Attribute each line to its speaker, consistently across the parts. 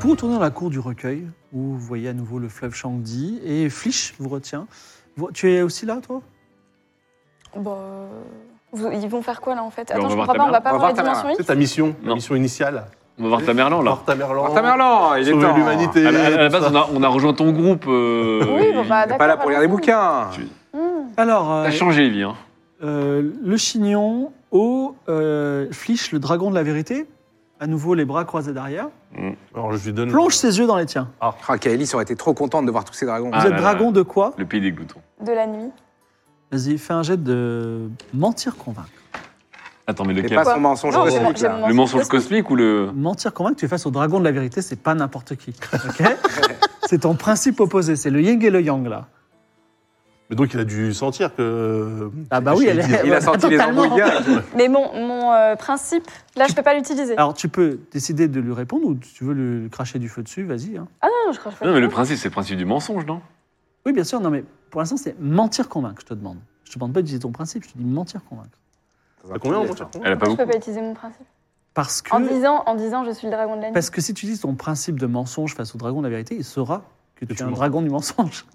Speaker 1: Vous retournez dans la cour du recueil, où vous voyez à nouveau le fleuve Shangdi, et Flich vous retient. Vous- Tu es aussi là, toi
Speaker 2: Bon, euh, vous- ils vont faire quoi là en fait
Speaker 3: Bah, on
Speaker 2: Attends,
Speaker 3: va
Speaker 2: je
Speaker 3: voir
Speaker 2: comprends
Speaker 3: ta
Speaker 2: pas, on
Speaker 3: mère.
Speaker 2: va pas
Speaker 4: On va
Speaker 2: voir les
Speaker 4: voir ta mère.
Speaker 2: dimensions
Speaker 4: Oui.
Speaker 3: C'est
Speaker 2: X
Speaker 3: ta mission, la
Speaker 4: Non.
Speaker 3: mission initiale.
Speaker 4: On va voir Tamerlan, là.
Speaker 3: Voir Tamerlan.
Speaker 4: Tamerlan, il est
Speaker 3: Sauver
Speaker 4: temps.
Speaker 3: l'humanité.
Speaker 4: T'es
Speaker 3: À la, à la base,
Speaker 4: tout
Speaker 3: on a, on a rejoint ton groupe. euh,
Speaker 2: Oui, bon, bah,
Speaker 3: il-
Speaker 2: d'accord.
Speaker 4: pas là pour lire des bouquins.
Speaker 3: Tu-
Speaker 2: Hmm.
Speaker 1: Alors, euh,
Speaker 3: T'as changé, Evie. Hein.
Speaker 1: euh, le chignon, haut, euh, Flich, le dragon de la vérité, à nouveau les bras croisés derrière,
Speaker 3: Alors, je lui donne.
Speaker 1: plonge ses yeux dans les tiens.
Speaker 4: Ah, Kaelis aurait été trop contente de voir tous ces dragons.
Speaker 3: Ah
Speaker 1: vous êtes
Speaker 3: là là.
Speaker 1: dragon de quoi
Speaker 3: Le pays des gloutons.
Speaker 2: De la nuit.
Speaker 1: Vas-y, fais un jet de mentir-convaincre.
Speaker 3: Attends, mais
Speaker 4: Mais
Speaker 3: lequel
Speaker 4: pas son mensonge
Speaker 2: Non,
Speaker 4: de
Speaker 2: j'ai mon- j'ai
Speaker 4: celui-là.
Speaker 2: mon-
Speaker 3: Le mensonge cosmique ou le.
Speaker 1: Mentir-convaincre, tu es face au dragon de la vérité, c'est pas n'importe qui. ok c'est ton principe opposé, c'est le yin et le yang, là.
Speaker 3: Mais donc, il a dû sentir que.
Speaker 1: Ah bah oui, elle est-
Speaker 4: Il a senti les
Speaker 1: Totalement.
Speaker 4: embrouilles. direct.
Speaker 2: Mais mon, mon euh, principe, là je peux pas l'utiliser.
Speaker 1: Alors, tu peux décider de lui répondre ou tu veux lui cracher du feu dessus, vas-y. hein.
Speaker 2: Ah non, je crois que je peux
Speaker 3: Non, mais le
Speaker 2: pas.
Speaker 3: principe, c'est le principe du mensonge, non
Speaker 1: Oui, bien sûr, non, mais pour l'instant, c'est mentir-convaincre, je te demande. Je te demande pas d'utiliser ton principe, je te dis mentir-convaincre.
Speaker 3: T'as combien en mentir Elle a pas
Speaker 2: Pourquoi je peux
Speaker 3: beaucoup.
Speaker 2: pas utiliser mon principe
Speaker 1: Parce que,
Speaker 2: en disant, en disant je suis le dragon de la nuit.
Speaker 1: parce que si tu utilises ton principe de mensonge face au dragon de la vérité, il saura que tu es
Speaker 3: tu
Speaker 1: un
Speaker 3: mens.
Speaker 1: dragon du mensonge.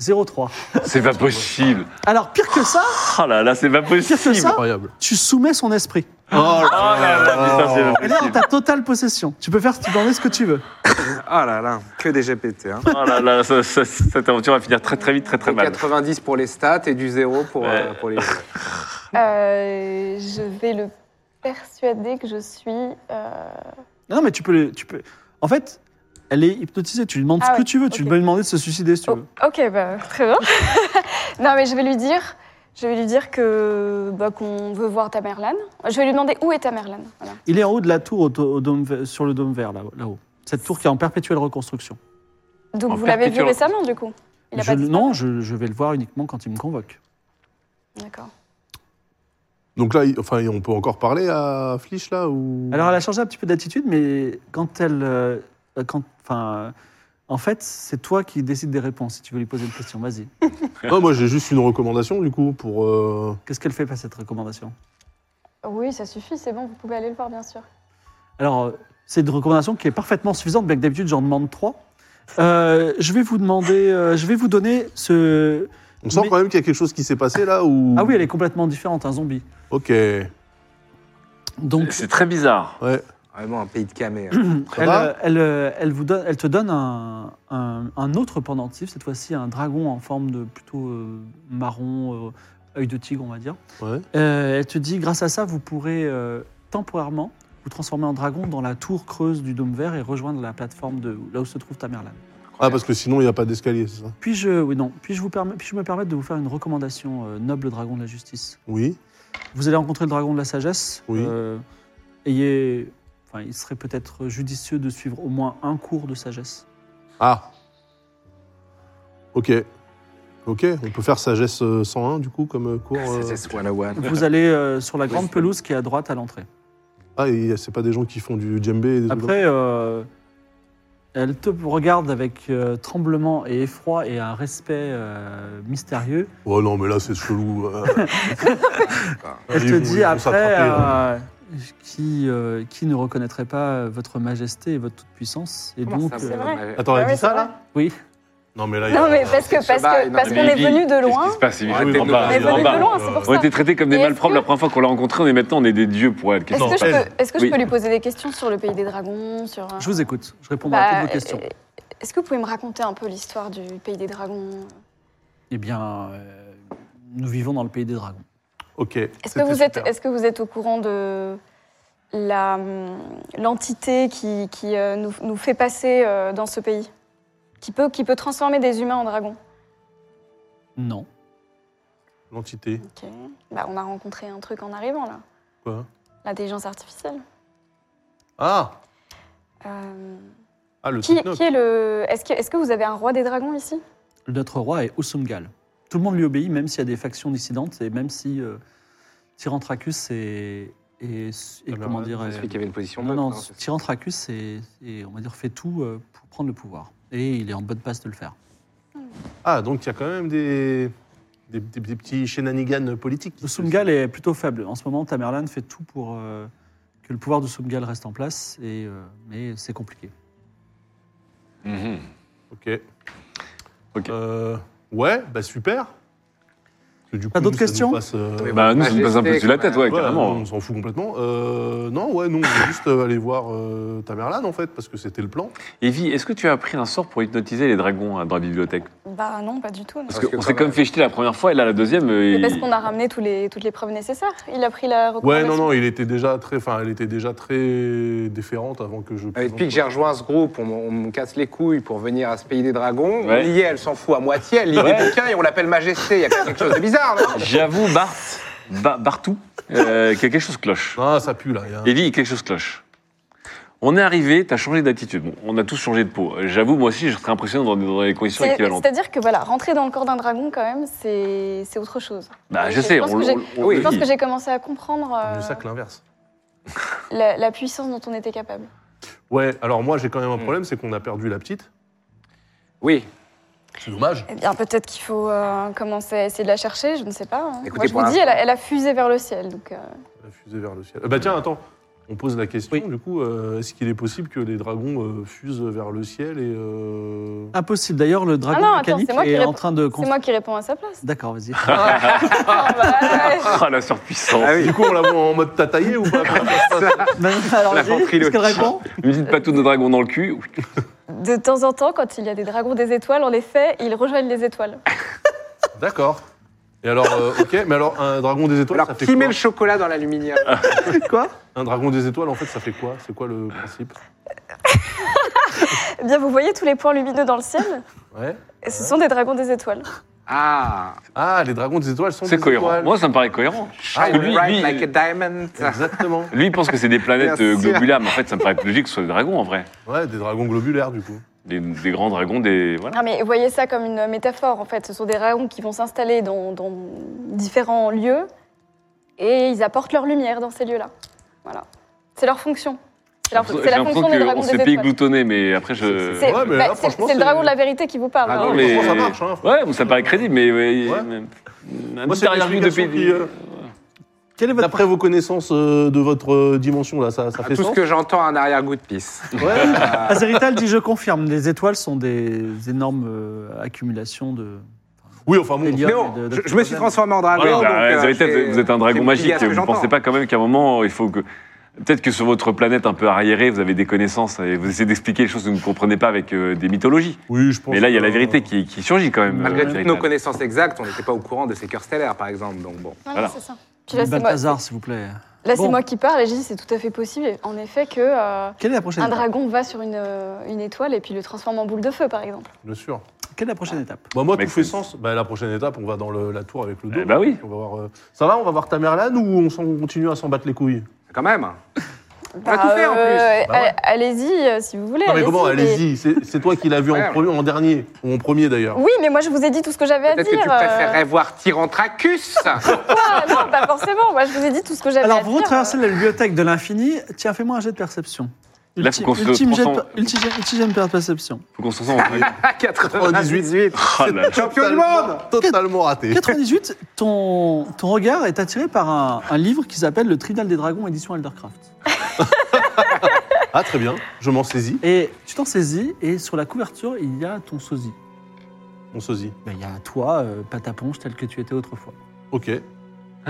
Speaker 1: 0-3.
Speaker 3: C'est pas possible.
Speaker 1: Alors, pire que ça,
Speaker 3: Oh là là, c'est pas
Speaker 1: pire que
Speaker 3: possible.
Speaker 1: ça,
Speaker 5: incroyable.
Speaker 1: tu soumets son esprit.
Speaker 5: Oh
Speaker 3: Oh là là, putain, c'est
Speaker 1: Elle est
Speaker 3: pas
Speaker 1: en
Speaker 3: possible.
Speaker 1: ta totale possession. Tu peux faire tu peux en faire ce que tu veux.
Speaker 4: Ah là là, que des GPT. Hein.
Speaker 3: Oh là là, ça- ça- cette aventure va finir très très vite, très très
Speaker 4: Et
Speaker 3: mal.
Speaker 4: 90 pour les stats et du zéro pour, euh,
Speaker 3: Ouais.
Speaker 4: pour les.
Speaker 2: Euh, je vais le persuader que je suis. euh,
Speaker 1: Non, mais tu peux, le- tu peux. En fait, elle est hypnotisée. Tu lui demandes
Speaker 2: Ah
Speaker 1: ce que
Speaker 2: ouais,
Speaker 1: tu veux. Tu
Speaker 2: ok.
Speaker 1: peux lui demander de se suicider si tu
Speaker 2: oh,
Speaker 1: veux.
Speaker 2: ok, bah, très bien. non, mais je vais lui dire. Je vais lui dire que bah, qu'on veut voir Tamerlan. Je vais lui demander où est Tamerlan. Voilà.
Speaker 1: Il est en haut de la tour au, au dôme, ve- sur le dôme vert, là- là-haut. Cette tour qui est en perpétuelle reconstruction.
Speaker 2: Donc
Speaker 3: En
Speaker 2: vous l'avez vu
Speaker 3: perpétuel-
Speaker 2: récemment, du coup. Il a
Speaker 1: Je-
Speaker 2: pas disparu
Speaker 1: non, je, je vais le voir uniquement quand il me convoque.
Speaker 2: D'accord.
Speaker 5: Donc là, il- enfin, on peut encore parler à Flich là ou
Speaker 3: Mmh.
Speaker 1: Alors, elle a changé un petit peu d'attitude, mais quand elle. euh, quand, enfin, euh, en fait, c'est toi qui décides des réponses si tu veux lui poser une question. Vas-y.
Speaker 5: Non, moi j'ai juste une recommandation du coup pour. euh,
Speaker 1: Qu'est-ce qu'elle fait pas cette recommandation
Speaker 2: Oui, ça suffit, c'est bon, vous pouvez aller le voir, bien sûr.
Speaker 1: Alors, euh, c'est une recommandation qui est parfaitement suffisante, bien que d'habitude, j'en demande trois. Euh, je vais vous demander. euh, je vais vous donner ce.
Speaker 5: On sent
Speaker 1: Mais-
Speaker 5: quand même qu'il y a quelque chose qui s'est passé là ou.
Speaker 1: Ah oui, elle est complètement différente, un zombie.
Speaker 5: Ok. Ouais.
Speaker 1: Donc,
Speaker 3: C'est très bizarre.
Speaker 4: Vraiment un pays de camé. hein.
Speaker 1: elle,
Speaker 5: va
Speaker 1: euh, elle, euh, elle vous donne, elle te donne un, un- un autre pendentif, cette fois-ci un dragon en forme de plutôt euh, marron, euh, œil de tigre, on va dire.
Speaker 5: Ouais.
Speaker 1: Euh, elle te dit, grâce à ça, vous pourrez euh, temporairement vous transformer en dragon dans la tour creuse du dôme vert et rejoindre la plateforme de là où se trouve Tamerlan.
Speaker 5: Ah parce que sinon il n'y a pas d'escalier, c'est ça
Speaker 1: Puis-je, oui, non, puis-je vous permets- puis-je me permettre de vous faire une recommandation, euh, noble dragon de la justice
Speaker 5: Oui.
Speaker 1: Vous allez rencontrer le dragon de la sagesse.
Speaker 5: Oui.
Speaker 1: Euh, ayez, enfin, il serait peut-être judicieux de suivre au moins un cours de sagesse.
Speaker 5: Ah. Ok. Ok. On peut faire sagesse euh, 101 du coup comme euh, cours. euh.
Speaker 4: Ah, C'est S101.
Speaker 1: Vous allez euh, sur la grande
Speaker 4: Oui.
Speaker 1: pelouse qui est à droite à l'entrée.
Speaker 5: Ah et c'est pas des gens qui font du djembé. et des trucs comme ça
Speaker 1: Après, euh, elle te regarde avec euh, tremblement et effroi et un respect euh, mystérieux.
Speaker 5: Oh non mais là c'est chelou. euh. Ah,
Speaker 1: Elle
Speaker 5: Ils
Speaker 1: te
Speaker 5: vont- ils
Speaker 1: dit
Speaker 5: vont
Speaker 1: après
Speaker 5: s'attraper, hein. là.
Speaker 1: euh, qui, euh, qui ne reconnaîtrait pas votre majesté et votre toute-puissance. Et
Speaker 2: Comment
Speaker 1: donc,
Speaker 2: ça,
Speaker 1: euh,
Speaker 2: c'est vrai
Speaker 5: Attends, elle
Speaker 2: Ah ouais,
Speaker 5: dit ça
Speaker 2: c'est
Speaker 5: là
Speaker 2: vrai.
Speaker 1: oui.
Speaker 5: Non mais là. il y a- Ah
Speaker 2: Non, mais parce que
Speaker 4: se
Speaker 2: parce
Speaker 4: bat,
Speaker 2: que
Speaker 4: non,
Speaker 2: parce
Speaker 3: Mais
Speaker 2: qu'on est
Speaker 3: Evie,
Speaker 2: venu de
Speaker 3: Euh, Qu'est-ce
Speaker 2: loin.
Speaker 3: qui se passe, Evie
Speaker 4: Ouais,
Speaker 3: En
Speaker 4: t'es
Speaker 3: bas,
Speaker 2: On est
Speaker 4: Elle
Speaker 3: en
Speaker 2: venu
Speaker 3: bas.
Speaker 2: de loin, c'est pour
Speaker 3: On
Speaker 2: ça.
Speaker 3: était traités comme des
Speaker 2: Et est-ce
Speaker 3: malpropres
Speaker 2: que-
Speaker 3: la première fois qu'on l'a rencontré, on est maintenant on est des dieux pour elle.
Speaker 2: Est-ce
Speaker 5: Non,
Speaker 2: que, je
Speaker 5: elle.
Speaker 2: peux, est-ce que
Speaker 3: Oui.
Speaker 2: je peux lui poser des questions sur le pays des dragons sur, euh,
Speaker 1: Je vous écoute. Je réponds
Speaker 2: bah,
Speaker 1: à toutes vos questions.
Speaker 2: euh, Est-ce que vous pouvez me raconter un peu l'histoire du pays des dragons
Speaker 1: Eh bien, euh, nous vivons dans le pays des dragons.
Speaker 5: Ok.
Speaker 2: Est-ce que, vous êtes,
Speaker 5: super.
Speaker 2: est-ce que vous êtes au courant de la, hum, l'entité qui, qui, euh, nous, nous fait passer euh, dans ce pays, qui peut, qui peut transformer des humains en dragons.
Speaker 1: Non.
Speaker 3: L'entité,
Speaker 2: Ok. Bah, on a rencontré un truc en arrivant là,
Speaker 3: quoi.
Speaker 2: l'intelligence artificielle.
Speaker 3: Ah
Speaker 2: Euh,
Speaker 3: Ah, le
Speaker 2: qui,
Speaker 3: Technoc.
Speaker 2: qui est le Est-ce que, est-ce que vous avez un roi des dragons ici
Speaker 1: Notre roi est Osumgal. Tout le monde lui obéit, même s'il y a des factions dissidentes et même si euh, Tyrantracus est, est- est-
Speaker 3: Alors,
Speaker 1: comment dire,
Speaker 4: C'est
Speaker 1: est-
Speaker 4: celui qui avait une position
Speaker 1: non,
Speaker 4: neutre,
Speaker 1: non,
Speaker 4: hein, c'est ça.
Speaker 1: Tyrantracus est, est, on va dire, fait tout euh, pour prendre le pouvoir. Et il est en bonne passe de le faire.
Speaker 3: Ah, donc il y a quand même des, des, des- des petits shenanigans politiques. qui se-
Speaker 1: Osumgal est plutôt faible. En ce moment, Tamerlan fait tout pour euh, que le pouvoir de Osumgal reste en place, et, euh, mais c'est compliqué.
Speaker 6: Mhm.
Speaker 3: Ok.
Speaker 6: Ok.
Speaker 3: Euh, ouais, bah super. Parce que du
Speaker 1: T'as
Speaker 3: coup,
Speaker 1: d'autres
Speaker 3: ça nous
Speaker 1: questions
Speaker 3: passe, euh,
Speaker 4: Oui,
Speaker 6: Bah, nous, ça nous passe un peu
Speaker 4: Majesté,
Speaker 6: sur la tête, ouais,
Speaker 3: ouais,
Speaker 6: carrément.
Speaker 3: On s'en fout complètement. Euh, non, ouais, nous, on veut juste euh, aller voir euh, Tamerlan, en fait, parce que c'était le plan.
Speaker 6: Evie, est-ce que tu as appris un sort pour hypnotiser les dragons hein, dans la bibliothèque
Speaker 2: Bah non, pas du tout. non.
Speaker 6: Parce
Speaker 4: Parce que
Speaker 6: qu'on
Speaker 4: ça
Speaker 6: s'est
Speaker 4: va.
Speaker 6: quand même fait jeter la première fois et là, la deuxième. euh,
Speaker 2: Mais parce
Speaker 6: il-
Speaker 2: qu'on a ramené tous les, toutes les preuves nécessaires. Il a pris la
Speaker 3: Ouais,
Speaker 2: recommandation.
Speaker 3: non, non, il était déjà très, enfin, elle était déjà très déférente avant que je.
Speaker 4: Euh,
Speaker 3: présente-
Speaker 4: Depuis que j'ai rejoint ce groupe, on, m- on me casse les couilles pour venir à ce pays des dragons.
Speaker 6: Ouais.
Speaker 4: On y est, elle s'en fout à moitié, elle lit des
Speaker 6: Ouais.
Speaker 4: bouquins et on l'appelle Majesté. Il y a quelque chose de bizarre, non
Speaker 6: J'avoue, Bart, Ba- Bartou, euh, qu'il y a quelque chose cloche.
Speaker 3: Ah, ça pue là. il y a-
Speaker 6: Evie, quelque chose cloche. On est arrivé, t'as changé d'attitude. Bon, on a tous changé de peau. Euh, J'avoue, moi aussi, je serais impressionné dans, dans les conditions
Speaker 2: C'est-
Speaker 6: équivalentes.
Speaker 2: C'est-à-dire que voilà, rentrer dans le corps d'un dragon quand même, c'est c'est autre chose.
Speaker 6: Bah, je sais,
Speaker 2: pense
Speaker 6: on,
Speaker 2: que
Speaker 6: le-
Speaker 2: j'ai-
Speaker 6: on- on
Speaker 4: oui,
Speaker 6: le
Speaker 2: Je pense
Speaker 6: vit.
Speaker 2: que j'ai commencé à comprendre euh,
Speaker 3: Le sac l'inverse.
Speaker 2: la, la puissance dont on était capable.
Speaker 3: Ouais, alors moi j'ai quand même un problème, c'est qu'on a perdu la petite.
Speaker 4: Oui.
Speaker 3: C'est dommage.
Speaker 2: Eh bien, peut-être qu'il faut euh, commencer à essayer de la chercher, je ne sais pas. hein.
Speaker 4: Écoutez,
Speaker 2: Moi, je
Speaker 4: pour
Speaker 2: vous dis,
Speaker 4: l'instant-
Speaker 2: elle a, elle a fusé vers le ciel. Donc, euh,
Speaker 3: La fusée vers le ciel. Euh, bah tiens, attends, on pose la question
Speaker 1: Oui.
Speaker 3: du coup, euh, est-ce qu'il est possible que les dragons euh, fusent vers le ciel et. euh,
Speaker 1: Impossible. D'ailleurs, le dragon
Speaker 2: Ah non, attends,
Speaker 1: mécanique
Speaker 2: c'est moi qui
Speaker 1: est en
Speaker 2: réponds.
Speaker 1: train de.
Speaker 2: C'est moi qui réponds à sa place.
Speaker 1: D'accord, vas-y.
Speaker 2: Ah, bah, ouais.
Speaker 6: Ah, la surpuissance.
Speaker 4: Ah oui.
Speaker 3: Du coup, on l'a en mode tataillé ou pas
Speaker 1: Non, non, Alors,
Speaker 4: La
Speaker 1: vas-y, qu'est-ce qu'elle
Speaker 4: ventriloquie.
Speaker 1: répond
Speaker 6: Une petite patouille de dragon dans le cul.
Speaker 2: De temps en temps, quand il y a des dragons des étoiles, en effet, ils rejoignent les étoiles.
Speaker 3: D'accord. Et alors, euh, ok, mais alors un dragon des étoiles, ça
Speaker 4: Alors,
Speaker 3: fait
Speaker 4: qui
Speaker 3: quoi
Speaker 4: met le chocolat dans l'aluminium
Speaker 1: Quoi
Speaker 3: Un dragon des étoiles, en fait, ça fait quoi C'est quoi le principe
Speaker 2: Eh bien, vous voyez tous les points lumineux dans le ciel
Speaker 3: Ouais.
Speaker 2: Et Ce sont des dragons des étoiles.
Speaker 4: Ah,
Speaker 3: Ah, les dragons des étoiles sont
Speaker 6: C'est
Speaker 3: des
Speaker 6: cohérent.
Speaker 3: étoiles.
Speaker 6: Moi, ça me paraît cohérent.
Speaker 3: Ah,
Speaker 6: Parce que
Speaker 4: shine
Speaker 6: lui,
Speaker 4: bright
Speaker 6: lui-
Speaker 4: like a diamond.
Speaker 3: Exactement.
Speaker 6: lui, il pense que c'est des planètes
Speaker 4: Bien
Speaker 6: euh,
Speaker 4: sûr.
Speaker 6: globulaires, mais en fait, ça me paraît plus logique que ce soit des dragons en vrai.
Speaker 3: Ouais, des dragons globulaires du coup.
Speaker 6: Des, des grands dragons, des. Voilà.
Speaker 2: Non, Ah, mais voyez ça comme une métaphore, en fait. Ce sont des dragons qui vont s'installer dans, dans différents lieux et ils apportent leur lumière dans ces lieux-là. Voilà. C'est leur fonction. C'est leur- c'est
Speaker 6: J'ai
Speaker 2: la
Speaker 6: l'impression
Speaker 2: fonction des
Speaker 6: qu'on
Speaker 2: dragons des
Speaker 6: s'est fait
Speaker 2: étoiles.
Speaker 6: gloutonner, mais après, je.
Speaker 2: C'est
Speaker 3: Ouais, mais
Speaker 2: bah,
Speaker 3: là,
Speaker 2: c'est-
Speaker 3: franchement,
Speaker 2: c'est le
Speaker 3: c'est-
Speaker 2: dragon de la vérité qui vous parle.
Speaker 4: Ah
Speaker 2: hein.
Speaker 4: non,
Speaker 3: mais franchement, ça marche, hein.
Speaker 6: Ouais, bon, ça paraît crédible, mais. Ouais,
Speaker 3: Ouais.
Speaker 6: mais- Un
Speaker 3: Moi,
Speaker 6: petit
Speaker 3: c'est
Speaker 6: arrière-goût de
Speaker 3: l'explication
Speaker 6: pays-
Speaker 3: qui, euh,
Speaker 1: Quelle est votre
Speaker 3: D'après vos connaissances euh, de votre euh, dimension, là, ça, ça
Speaker 4: Ah,
Speaker 3: fait
Speaker 4: Tout ce
Speaker 3: sens
Speaker 4: que j'entends, un arrière-goût de pisse.
Speaker 3: Ouais.
Speaker 4: Ah,
Speaker 1: Azerital dit je confirme, les étoiles sont des énormes euh, accumulations de.
Speaker 3: Oui, enfin bon.
Speaker 1: Hélium.
Speaker 4: Mais bon,
Speaker 1: de- de-
Speaker 4: je, je me suis transformé en
Speaker 3: Ah
Speaker 4: dragon.
Speaker 6: Voilà,
Speaker 4: donc,
Speaker 6: bah,
Speaker 4: euh,
Speaker 6: la vérité,
Speaker 4: j'ai-
Speaker 6: vous êtes un
Speaker 4: j'ai
Speaker 6: dragon
Speaker 4: oublié
Speaker 6: magique.
Speaker 4: ce que
Speaker 6: Vous ne
Speaker 4: j'entends.
Speaker 6: pensez pas quand même qu'à un moment, il faut que. Peut-être que sur votre planète un peu arriérée, vous avez des connaissances et vous essayez d'expliquer les choses que vous ne comprenez pas avec euh, des mythologies.
Speaker 3: Oui, je pense.
Speaker 6: Mais là, il y a la
Speaker 3: que-
Speaker 6: vérité qui, qui surgit quand même.
Speaker 4: Malgré
Speaker 6: euh,
Speaker 4: toutes nos
Speaker 6: véritable.
Speaker 4: connaissances exactes, on n'était pas au courant de ces cœurs stellaires, par exemple. Donc bon.
Speaker 2: Non, non,
Speaker 6: Voilà.
Speaker 2: c'est ça. Puis là, c'est moi,
Speaker 1: Balthazar, s'il vous plaît.
Speaker 2: là, c'est
Speaker 1: Bon.
Speaker 2: moi qui parle et je dis c'est tout à fait possible, en effet, que euh,
Speaker 1: Quelle est la prochaine
Speaker 2: un
Speaker 1: étape
Speaker 2: dragon va sur une, euh, une étoile et puis le transforme en boule de feu, par exemple.
Speaker 3: Bien sûr.
Speaker 1: Quelle est la prochaine étape
Speaker 3: Bah, moi,
Speaker 6: Mais
Speaker 3: tout fait
Speaker 6: c'est-
Speaker 3: sens. Bah, la prochaine étape, on va dans le- la tour avec le dos.
Speaker 6: Eh bah oui.
Speaker 3: On va voir, euh, Ça va, on va voir Tamerlan ou on, s'en- on continue à s'en battre les couilles
Speaker 4: Quand même. va tout faire, en plus.
Speaker 3: Bah ouais.
Speaker 2: euh, a- Allez-y euh, si vous voulez.
Speaker 3: Non, mais comment
Speaker 2: mais-
Speaker 3: Allez-y. C'est c'est toi qui l'as vu
Speaker 4: Ouais.
Speaker 3: en, premier, en dernier, ou en premier d'ailleurs.
Speaker 2: Oui, mais moi je vous ai dit tout ce que j'avais à dire.
Speaker 4: Peut-être que tu
Speaker 2: euh,
Speaker 4: préférerais voir Tyrantracus.
Speaker 2: Ah, non, pas forcément. Moi je vous ai dit tout ce que j'avais à dire.
Speaker 1: Alors, vous
Speaker 3: hein,
Speaker 2: hein.
Speaker 1: retraversez la bibliothèque de l'infini. Tiens, fais-moi un jet de perception.
Speaker 6: Là, faut qu'on se
Speaker 1: ultime, jet de,
Speaker 6: transforme.
Speaker 1: ultime, ultime jet de perception.
Speaker 6: Faut qu'on se sente.
Speaker 4: À 98.
Speaker 6: Ah là là.
Speaker 4: Champion du
Speaker 3: Totalement-
Speaker 4: monde
Speaker 3: Totalement raté.
Speaker 1: 98, ton, ton regard est attiré par un, un livre qui s'appelle Le Tribunal des Dragons, édition Eldercraft.
Speaker 3: Ah, très bien. Je m'en saisis.
Speaker 1: Et tu t'en saisis, et sur la couverture, il y a ton sosie.
Speaker 3: On saisit.
Speaker 1: Ben, il y a toi, euh, pataponge, tel que tu étais autrefois.
Speaker 3: Ok.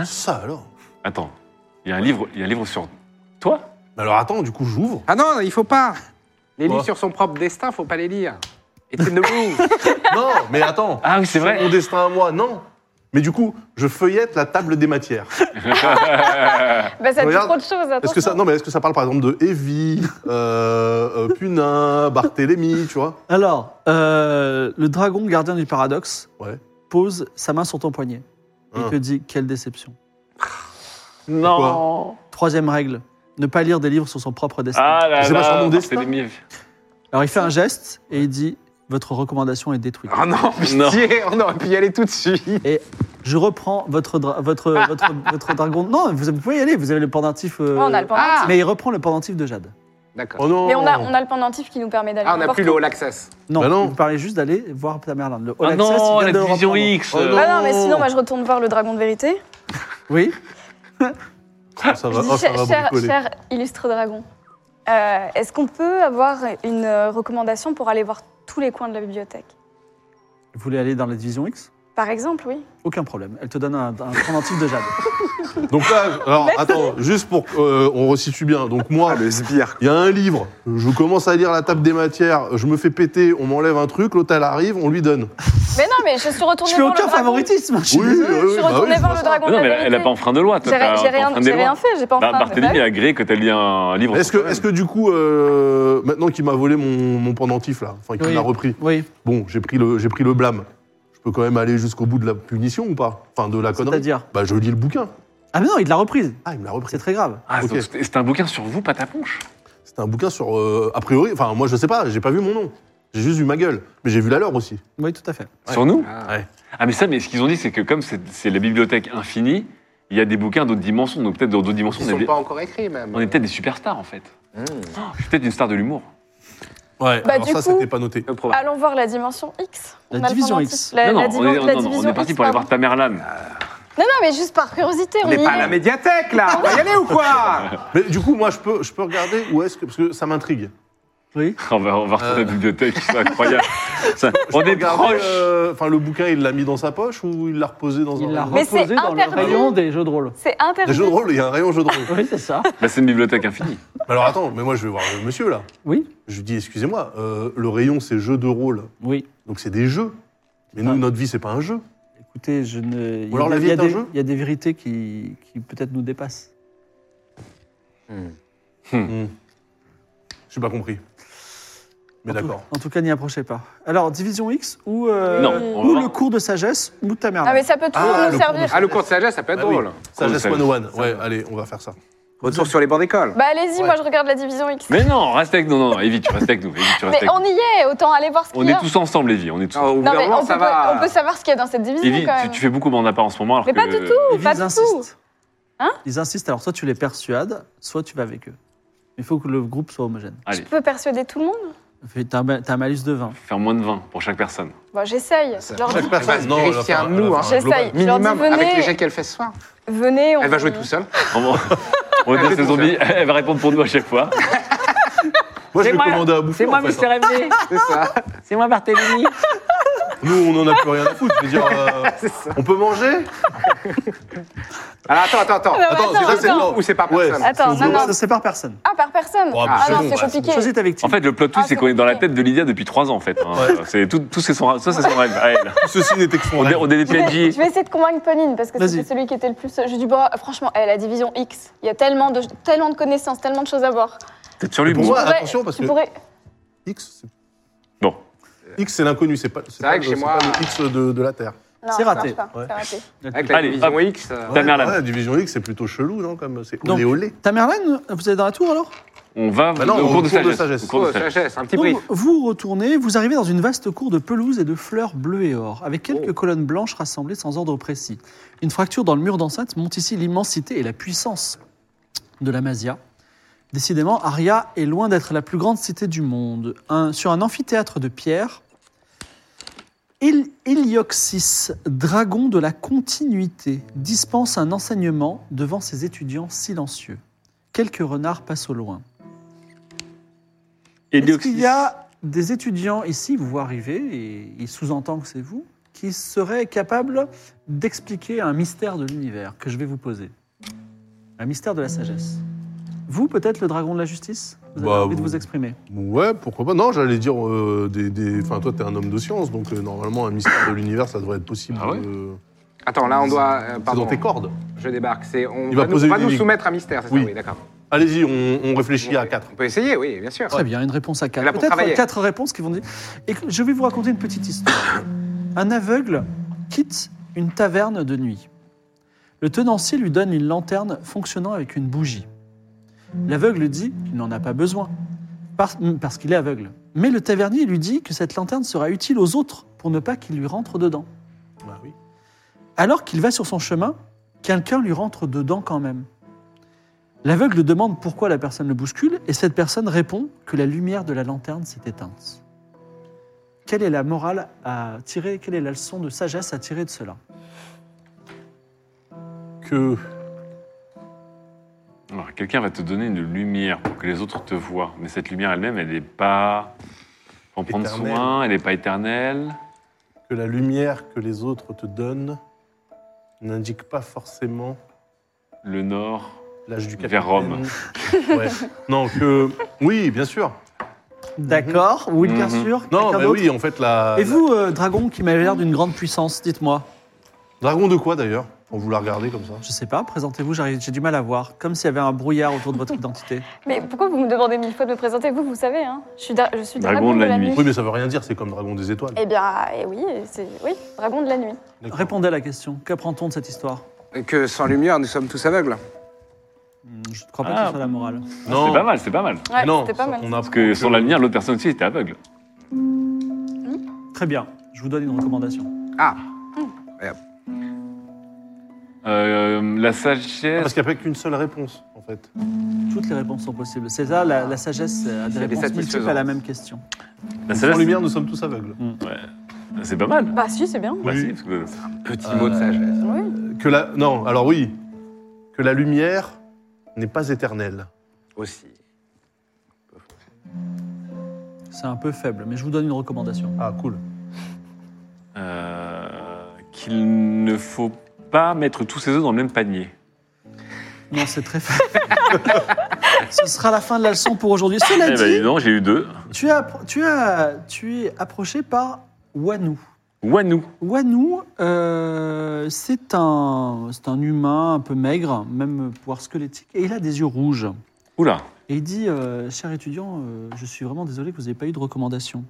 Speaker 3: ça alors
Speaker 6: Attends, il y a un livre, il y a un livre sur toi
Speaker 3: Alors attends, du coup, j'ouvre.
Speaker 4: Ah non, il faut pas. Les livres
Speaker 3: Quoi
Speaker 4: sur son propre destin, faut pas les lire. Et de vous.
Speaker 3: non, mais attends.
Speaker 6: Ah oui, c'est
Speaker 3: Mon destin à moi, non. Mais du coup, je feuillette la table des matières.
Speaker 2: Bah, ça dit
Speaker 3: Regarde.
Speaker 2: trop de choses,
Speaker 3: Est-ce que ça,
Speaker 2: attention.
Speaker 3: non, mais est-ce que ça parle par exemple de Evie, euh, euh, Punin, Barthélemy, tu vois
Speaker 1: Alors, euh, le dragon gardien du paradoxe
Speaker 3: Ouais.
Speaker 1: pose sa main sur ton poignet. Il
Speaker 3: Hein.
Speaker 1: te dit Quelle déception.
Speaker 6: Non
Speaker 1: Troisième règle ne pas lire des livres sur son propre destin.
Speaker 6: Ah là
Speaker 3: C'est pas sur
Speaker 6: là
Speaker 3: mon destin
Speaker 6: Barthélemy.
Speaker 1: Alors, il fait un geste et il dit Votre recommandation est détruite.
Speaker 6: Ah.
Speaker 3: Ah
Speaker 4: Oh non,
Speaker 6: Non.
Speaker 4: pitié, on aurait pu y aller tout de suite.
Speaker 1: Je reprends votre, dra- votre,
Speaker 6: Ah.
Speaker 1: votre, votre dragon. Non, vous pouvez y aller, vous avez le pendentif. euh,
Speaker 2: Ouais, on a le pendentif.
Speaker 4: Ah
Speaker 1: Mais il reprend le pendentif de Jade.
Speaker 4: D'accord.
Speaker 3: Oh non
Speaker 2: Mais on a, on a le pendentif qui nous permet d'aller.
Speaker 4: Ah, on n'a
Speaker 2: n'importe
Speaker 4: plus
Speaker 2: où.
Speaker 4: le All Access.
Speaker 1: Non,
Speaker 3: Bah non.
Speaker 1: vous parlez juste d'aller voir ta mère Le All
Speaker 6: Ah
Speaker 1: Access,
Speaker 6: non,
Speaker 1: il vient
Speaker 6: la
Speaker 1: de le
Speaker 6: division
Speaker 1: reprendre.
Speaker 6: X
Speaker 3: Oh
Speaker 2: Bah non, mais sinon, moi, je retourne voir le dragon de vérité.
Speaker 1: Oui,
Speaker 3: Ça
Speaker 2: Je
Speaker 3: va,
Speaker 2: dis,
Speaker 3: oh, ça
Speaker 2: cher,
Speaker 3: va
Speaker 2: cher-
Speaker 3: bricoler.
Speaker 2: cher illustre dragon, euh, est-ce qu'on peut avoir une euh, recommandation pour aller voir tous les coins de la bibliothèque
Speaker 1: vous voulez aller dans la division X
Speaker 2: Par exemple, oui.
Speaker 1: Aucun problème. Elle te donne un, un pendentif de Jade.
Speaker 3: Donc là, alors attends, juste pour qu'on resitue bien. Donc moi,
Speaker 4: Ah, le sbire.
Speaker 3: il y a un livre, je commence à lire la table des matières, je me fais péter, on m'enlève un truc, l'autre elle arrive, on lui donne.
Speaker 2: Mais non, mais je suis retournée
Speaker 1: Je fais
Speaker 2: voir
Speaker 1: aucun
Speaker 2: le dragon.
Speaker 1: favoritisme. je suis
Speaker 3: Oui.
Speaker 1: désolé.
Speaker 2: Je suis
Speaker 3: bah oui,
Speaker 2: retournée
Speaker 3: je
Speaker 2: voir
Speaker 3: vois
Speaker 2: le
Speaker 3: ça.
Speaker 2: dragon
Speaker 6: Mais non,
Speaker 2: de
Speaker 6: mais
Speaker 2: la
Speaker 6: elle a
Speaker 2: vérité.
Speaker 6: pas enfreint de loi.
Speaker 2: J'ai
Speaker 6: Toi, t'as
Speaker 2: rien, j'ai
Speaker 6: t'as enfreint
Speaker 2: rien,
Speaker 6: des
Speaker 2: j'ai rien
Speaker 6: lois.
Speaker 2: fait, j'ai pas
Speaker 6: Bah,
Speaker 2: enfreint.
Speaker 6: Barthélemy a agréé que t'as lié un livre.
Speaker 3: Est-ce que, est que du coup, euh, maintenant qu'il m'a volé mon, mon pendentif là, enfin qu'il
Speaker 1: Oui.
Speaker 3: l'a repris,
Speaker 1: Oui,
Speaker 3: bon, j'ai pris, le- j'ai pris le blâme. Je peux quand même aller jusqu'au bout de la punition ou pas Enfin, de la connerie.
Speaker 1: c'est-à-dire.
Speaker 3: Bah, je lis le bouquin.
Speaker 1: Ah, mais non, il l'a reprise.
Speaker 3: Ah, il me l'a repris.
Speaker 1: C'est très grave.
Speaker 6: Ah,
Speaker 3: Ok.
Speaker 6: donc c'était c'était un bouquin sur vous, pas ta ponche
Speaker 3: C'était un bouquin sur. euh, a priori, enfin, moi je sais pas, j'ai pas vu mon nom. J'ai juste vu ma gueule. Mais j'ai vu la leur aussi.
Speaker 1: Oui, tout à fait.
Speaker 6: Sur nous
Speaker 4: Ah.
Speaker 3: Ouais.
Speaker 6: Ah, mais ça, mais ce qu'ils ont dit, c'est que comme c'est c'est la bibliothèque infinie, il y a des bouquins d'autres dimensions. Donc peut-être dans d'autres dimensions,
Speaker 4: Ils
Speaker 6: on est,
Speaker 4: sont
Speaker 6: des-
Speaker 4: pas encore écrits, même.
Speaker 6: on est peut-être des superstars en fait. Oh,
Speaker 4: Hmm.
Speaker 6: Je suis peut-être une star de l'humour.
Speaker 3: Ouais,
Speaker 2: Bah,
Speaker 3: alors
Speaker 2: du
Speaker 3: ça,
Speaker 2: coup-
Speaker 3: c'était pas noté.
Speaker 4: Le problème.
Speaker 2: Allons voir la dimension X.
Speaker 1: La
Speaker 2: On a le
Speaker 1: division
Speaker 2: pendentif.
Speaker 1: X.
Speaker 2: La,
Speaker 6: non,
Speaker 2: la
Speaker 6: non, on
Speaker 2: division-
Speaker 6: est,
Speaker 2: la
Speaker 6: non, non, on
Speaker 2: division
Speaker 6: est parti
Speaker 2: X,
Speaker 6: pour aller voir
Speaker 2: pardon.
Speaker 6: ta mère l'âme.
Speaker 2: Non, non, mais juste par curiosité, on,
Speaker 4: On n'est
Speaker 2: y
Speaker 4: pas à
Speaker 2: est.
Speaker 4: la médiathèque, là. On va y aller ou quoi
Speaker 3: Mais du coup, moi, je peux, je peux regarder où est-ce que. Parce que ça m'intrigue.
Speaker 1: Oui.
Speaker 6: On va, on va retourner à la bibliothèque, c'est incroyable. Ça, on est
Speaker 3: Regarder,
Speaker 6: proche.
Speaker 3: euh, Enfin, le bouquin, il l'a mis dans sa poche ou il l'a reposé dans
Speaker 1: Il
Speaker 3: un.
Speaker 1: l'a
Speaker 2: Mais c'est
Speaker 1: reposé dans le
Speaker 2: interdit.
Speaker 1: rayon des jeux de rôle.
Speaker 2: C'est interdit.
Speaker 3: Des jeux de rôle, il y a un rayon jeu de rôle.
Speaker 1: Oui, c'est ça.
Speaker 6: Bah, c'est une bibliothèque infinie.
Speaker 3: Alors attends, mais moi, je vais voir le monsieur là.
Speaker 1: Oui,
Speaker 3: Je lui dis, excusez-moi, euh, le rayon, c'est jeu de rôle.
Speaker 1: oui.
Speaker 3: Donc c'est des jeux. Mais nous,
Speaker 1: Ah.
Speaker 3: notre vie, c'est pas un jeu.
Speaker 1: Écoutez, je ne.
Speaker 3: Ou alors la
Speaker 1: il
Speaker 3: vie
Speaker 1: y a
Speaker 3: est un
Speaker 1: des-
Speaker 3: jeu
Speaker 1: Il y a des vérités qui, qui peut-être nous dépassent.
Speaker 3: Je n'ai Hmm. pas compris. Mais
Speaker 1: En tout-
Speaker 3: d'accord.
Speaker 1: En tout cas, n'y approchez pas. Alors, division X ou. euh,
Speaker 6: Non, on va
Speaker 1: Ou
Speaker 6: voir.
Speaker 1: le cours de sagesse ou ta mère.
Speaker 2: Ah, mais ça peut toujours
Speaker 3: Ah,
Speaker 2: nous
Speaker 3: le
Speaker 2: servir.
Speaker 3: cours
Speaker 4: Ah, le cours de sagesse, ça peut être
Speaker 3: Bah oui.
Speaker 4: drôle.
Speaker 3: Sagesse
Speaker 6: Cool,
Speaker 3: 101. Ouais, allez, on va faire ça.
Speaker 4: Retour sur les bancs d'école.
Speaker 2: Bah allez-y,
Speaker 3: Ouais.
Speaker 2: moi je regarde la division X.
Speaker 6: Mais non, reste avec nous. Non, non, Evie, tu restes avec nous. Evie, tu restes
Speaker 2: Mais
Speaker 6: avec
Speaker 2: on
Speaker 6: nous.
Speaker 2: y est, autant aller voir ce
Speaker 6: On
Speaker 2: qu'il y
Speaker 6: est
Speaker 2: a.
Speaker 6: tous ensemble, Evie. On est tous
Speaker 4: Ah, au bout
Speaker 2: Non,
Speaker 4: d'un
Speaker 2: mais
Speaker 4: moment,
Speaker 2: on
Speaker 4: ça
Speaker 2: peut,
Speaker 4: va.
Speaker 2: on peut savoir ce qu'il y a dans cette division
Speaker 6: Evie,
Speaker 2: quand
Speaker 6: tu,
Speaker 2: même.
Speaker 6: tu fais beaucoup mon appart en ce moment. Alors
Speaker 2: Mais
Speaker 6: que...
Speaker 2: pas du tout.
Speaker 1: Ils
Speaker 2: pas du tout.
Speaker 1: insistent.
Speaker 2: Hein
Speaker 1: Ils insistent. Alors, soit tu les persuades, soit tu vas avec eux. Il faut que le groupe soit homogène.
Speaker 2: Je peux persuader tout le monde
Speaker 1: Fais- T'as un, ma- t'as un malus de 20.
Speaker 6: Faire moins de 20 pour chaque personne.
Speaker 2: Bon, j'essaye. Je leur dis,
Speaker 3: Chaque personne, non,
Speaker 4: vérifier
Speaker 3: on va faire-
Speaker 4: un de nous,
Speaker 3: on va
Speaker 4: hein.
Speaker 3: faire un global.
Speaker 2: J'essaye. Je leur dis,
Speaker 4: Minimum, avec
Speaker 2: venez.
Speaker 4: les jets qu'elle fait ce soir.
Speaker 2: venez, on...
Speaker 4: Elle va jouer tout seul.
Speaker 6: On va, on va dire c'est zombie. Elle va répondre pour nous à chaque fois.
Speaker 3: Moi, je vais
Speaker 7: moi-
Speaker 3: commander à bouffer.
Speaker 7: C'est moi,
Speaker 3: en fait,
Speaker 7: Mister MD.
Speaker 4: C'est ça.
Speaker 7: C'est moi, Barthélémy.
Speaker 3: hein. Nous, on en a plus rien à foutre. Je veux dire, euh, on peut manger
Speaker 4: Alors, attends, attends, attends.
Speaker 2: Non, mais attends,
Speaker 3: déjà,
Speaker 2: Ah, bah, attends.
Speaker 3: non.
Speaker 4: Ou c'est par
Speaker 3: Ouais,
Speaker 4: personne.
Speaker 3: c'est-
Speaker 2: Attends,
Speaker 3: c'est
Speaker 2: non,
Speaker 3: au
Speaker 2: non.
Speaker 3: global.
Speaker 1: Ça, c'est par personne.
Speaker 2: Ah, par personne
Speaker 3: Oh, bah,
Speaker 2: Ah
Speaker 3: c'est
Speaker 2: non,
Speaker 3: bon,
Speaker 2: c'est
Speaker 3: ouais,
Speaker 2: compliqué.
Speaker 1: Choisis ta victime.
Speaker 6: En fait, le plot twist,
Speaker 2: Ah,
Speaker 6: c'est
Speaker 2: c'est
Speaker 6: qu'on est dans la
Speaker 2: compliqué.
Speaker 6: tête de Lydia depuis 3 ans, en fait. hein. C'est tout, tout c'est son, ra- ça, c'est son rêve. à elle.
Speaker 3: Ceci n'était que son
Speaker 6: On, est,
Speaker 3: rêve.
Speaker 6: on est des
Speaker 2: Je vais,
Speaker 6: PNJ.
Speaker 2: je vais essayer de convaincre Pauline parce que
Speaker 1: Vas-y.
Speaker 2: c'était celui qui était le plus. Je dis, bah, franchement, eh, la division X, il y a tellement de, tellement de connaissances, tellement de choses à voir.
Speaker 6: Peut-être sur
Speaker 3: Mais
Speaker 6: lui.
Speaker 3: pour
Speaker 6: bon.
Speaker 3: moi,
Speaker 2: pourrais-
Speaker 3: attention, parce
Speaker 2: Tu
Speaker 3: que
Speaker 2: pourrais.
Speaker 3: X,
Speaker 6: Bon.
Speaker 3: c'est- X, c'est l'inconnu. C'est pas,
Speaker 4: C'est vrai
Speaker 3: pas
Speaker 4: que
Speaker 3: le-
Speaker 4: chez
Speaker 3: c'est
Speaker 4: moi-
Speaker 3: pas le X de, de la Terre.
Speaker 2: Non,
Speaker 1: C'est
Speaker 2: ça
Speaker 1: raté.
Speaker 2: marche pas,
Speaker 3: Ouais.
Speaker 2: c'est raté.
Speaker 4: Avec la
Speaker 6: Allez,
Speaker 4: division
Speaker 6: hop.
Speaker 4: X. euh,
Speaker 6: Ta mère, là.
Speaker 3: ouais, Division X, c'est plutôt chelou, non comme, C'est
Speaker 1: Donc-
Speaker 3: olé olé.
Speaker 1: Ta Merlin, vous êtes dans la tour alors
Speaker 6: On va
Speaker 3: Bah
Speaker 6: au
Speaker 3: non, au
Speaker 6: cours de
Speaker 3: cours de
Speaker 6: sagesse.
Speaker 3: sagesse.
Speaker 6: Au cours de
Speaker 4: Oh,
Speaker 6: sagesse.
Speaker 4: sagesse, un petit
Speaker 1: Donc,
Speaker 4: brief.
Speaker 1: vous retournez, vous arrivez dans une vaste cour de pelouse et de fleurs bleues et or, avec quelques
Speaker 4: Oh.
Speaker 1: colonnes blanches rassemblées sans ordre précis. Une fracture dans le mur d'enceinte monte ici l'immensité et la puissance de la Masia. Décidément, Aria est loin d'être la plus grande cité du monde. Un- sur un amphithéâtre de pierre, Hel- Hélioxys, dragon de la continuité, dispense un enseignement devant ses étudiants silencieux. Quelques renards passent au loin.
Speaker 6: Et
Speaker 1: Est-ce
Speaker 6: Dioxys.
Speaker 1: qu'il y a des étudiants ici, vous voyez arriver, et il sous-entend que c'est vous, qui seraient capables d'expliquer un mystère de l'univers que je vais vous poser Un mystère de la sagesse. Vous, peut-être le dragon de la justice Vous avez
Speaker 3: Bah,
Speaker 1: envie de
Speaker 3: vous-
Speaker 1: vous exprimer
Speaker 3: Ouais, pourquoi pas. Non, j'allais dire euh, des. des- Enfin, toi, t'es un homme de science, donc euh, normalement, un mystère de l'univers, ça devrait être possible.
Speaker 6: Ah ouais
Speaker 3: de-
Speaker 4: Attends, là, on doit. euh,
Speaker 3: C'est
Speaker 4: pardon,
Speaker 3: dans tes cordes.
Speaker 4: je débarque. C'est, on
Speaker 3: Il
Speaker 4: va,
Speaker 3: va
Speaker 4: nous,
Speaker 3: poser
Speaker 4: on va
Speaker 3: une
Speaker 4: nous
Speaker 3: énigme.
Speaker 4: soumettre à mystère, c'est
Speaker 3: Oui.
Speaker 4: ça Oui, d'accord.
Speaker 3: Allez-y, on, on réfléchit à quatre.
Speaker 4: On peut essayer, oui, bien sûr.
Speaker 1: Très bien, une réponse à quatre.
Speaker 4: Là, pour
Speaker 1: Peut-être
Speaker 4: travailler.
Speaker 1: quatre réponses qui vont dire. Et que- je vais vous raconter une petite histoire. Un aveugle quitte une taverne de nuit. Le tenancier lui donne une lanterne fonctionnant avec une bougie. L'aveugle dit qu'il n'en a pas besoin, par- parce qu'il est aveugle. Mais le tavernier lui dit que cette lanterne sera utile aux autres pour ne pas qu'il lui rentre dedans.
Speaker 3: Bah oui.
Speaker 1: Alors qu'il va sur son chemin, quelqu'un lui rentre dedans quand même. L'aveugle demande pourquoi la personne le bouscule et cette personne répond que la lumière de la lanterne s'est éteinte. Quelle est la morale à tirer, quelle est la leçon de sagesse à tirer de cela
Speaker 3: Que
Speaker 6: Alors, Oh, quelqu'un va te donner une lumière pour que les autres te voient, mais cette lumière elle-même, elle n'est pas. Faut en prendre
Speaker 3: Éternelle.
Speaker 6: soin, elle n'est pas éternelle.
Speaker 3: que la lumière que les autres te donnent n'indique pas forcément
Speaker 6: Le Nord.
Speaker 3: l'âge du capitaine.
Speaker 6: Vers Rome.
Speaker 3: Ouais. Non, que... Oui, bien sûr.
Speaker 1: D'accord, oui, bien
Speaker 6: Mhm.
Speaker 1: sûr.
Speaker 3: Mhm. Non,
Speaker 1: quelqu'un
Speaker 3: mais
Speaker 1: d'autre
Speaker 3: oui, en fait, la...
Speaker 1: Et vous, euh, dragon, qui m'avez l'air d'une grande puissance, dites-moi.
Speaker 3: la- Dragon de quoi, d'ailleurs On vous la regardez comme ça.
Speaker 1: Je sais pas, présentez-vous, j'arrive- j'ai du mal à voir, comme s'il y avait un brouillard autour de votre identité.
Speaker 2: Mais pourquoi vous me demandez mille fois de me présenter Vous, vous savez, hein. Je suis, dra- je suis dragon, de la, nuit.
Speaker 3: Oui, mais ça veut rien dire, c'est comme Dragon des étoiles.
Speaker 2: Eh bien, eh oui, c'est oui, dragon de la nuit.
Speaker 3: D'accord.
Speaker 1: Répondez à la question, qu'apprend-on de cette histoire
Speaker 4: Et que sans lumière, nous sommes tous aveugles.
Speaker 1: Je ne crois pas que
Speaker 6: Ah.
Speaker 1: ce soit la morale.
Speaker 3: Non. euh,
Speaker 6: C'est pas mal, c'est pas mal.
Speaker 2: Ouais,
Speaker 3: non,
Speaker 2: c'était pas
Speaker 3: ça,
Speaker 2: mal.
Speaker 3: on a...
Speaker 6: Parce que sans la lumière, l'autre personne aussi était aveugle.
Speaker 1: Très bien, je vous donne une recommandation.
Speaker 4: Ah,
Speaker 6: Euh, la
Speaker 3: Ah,
Speaker 6: sagesse.
Speaker 3: Parce qu'il n'y a pas qu'une seule réponse, en fait.
Speaker 6: Bah,
Speaker 1: Toutes les réponses sont possibles. C'est ça, la, la sagesse a des
Speaker 4: Elle est
Speaker 1: réponses multiples
Speaker 4: satisfaisante.
Speaker 1: à la même question.
Speaker 6: La
Speaker 3: Sans
Speaker 6: sagesse,
Speaker 3: lumière, nous sommes tous aveugles.
Speaker 6: Mmh. c'est pas mal.
Speaker 2: Bah si, c'est bien.
Speaker 6: Bah,
Speaker 3: Oui.
Speaker 6: si, parce que-
Speaker 4: petit mot de sagesse.
Speaker 2: Oui.
Speaker 3: Que la... Non, alors oui. Que la lumière n'est pas éternelle.
Speaker 4: Aussi.
Speaker 1: C'est un peu faible, mais je vous donne une recommandation.
Speaker 3: Ah, cool.
Speaker 6: Euh, qu'il ne faut pas mettre tous ses œufs dans le même panier.
Speaker 1: Non, c'est très faible. Ce sera la fin de la leçon pour aujourd'hui. Cela
Speaker 6: Eh ben, dis
Speaker 1: dit,
Speaker 6: donc, j'ai eu deux.
Speaker 1: tu, as, tu, as, tu es approché par Wanou.
Speaker 6: Wanou.
Speaker 1: Wanou, euh, c'est un, c'est un humain un peu maigre, même pouvoir squelettique, et il a des yeux rouges.
Speaker 6: Oula.
Speaker 1: Et il dit, euh, cher étudiant, euh, je suis vraiment désolé que vous n'ayez pas eu de recommandation.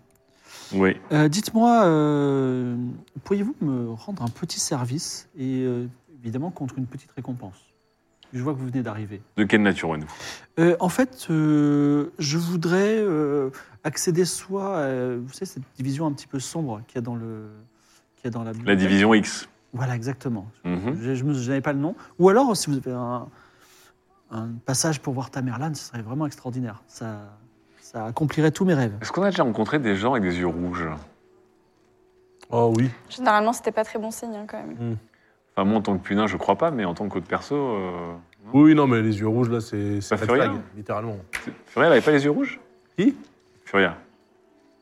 Speaker 6: Oui.
Speaker 1: Euh, Dites-moi, euh, pourriez-vous me rendre un petit service et euh, évidemment contre une petite récompense Je vois que vous venez d'arriver.
Speaker 6: De quelle nature, Wanou
Speaker 1: Euh, en fait, euh, je voudrais euh, accéder soit, à, vous savez, cette division un petit peu sombre qu'il y a dans le, qu'il y a dans la.
Speaker 6: La
Speaker 1: bibliothèque.
Speaker 6: division X.
Speaker 1: Voilà, exactement.
Speaker 6: Mhm.
Speaker 1: Je, je me- je n'avais pas le nom. Ou alors, si vous avez un, un passage pour voir Tamerlan, ce serait vraiment extraordinaire. Ça, ça accomplirait tous mes rêves.
Speaker 6: Est-ce qu'on a déjà rencontré des gens avec des yeux rouges
Speaker 3: Oh oui.
Speaker 2: Généralement, c'était pas très bon signe hein, quand même.
Speaker 6: Enfin, moi, en tant que punain, je crois pas, mais en tant qu'autre perso, euh...
Speaker 3: Oui, non, mais les yeux rouges, là, c'est c'est
Speaker 6: Ça
Speaker 3: red
Speaker 6: fait
Speaker 3: flag,
Speaker 6: rien.
Speaker 3: littéralement.
Speaker 6: Furia, elle avait pas les yeux rouges
Speaker 3: Qui
Speaker 6: Furia.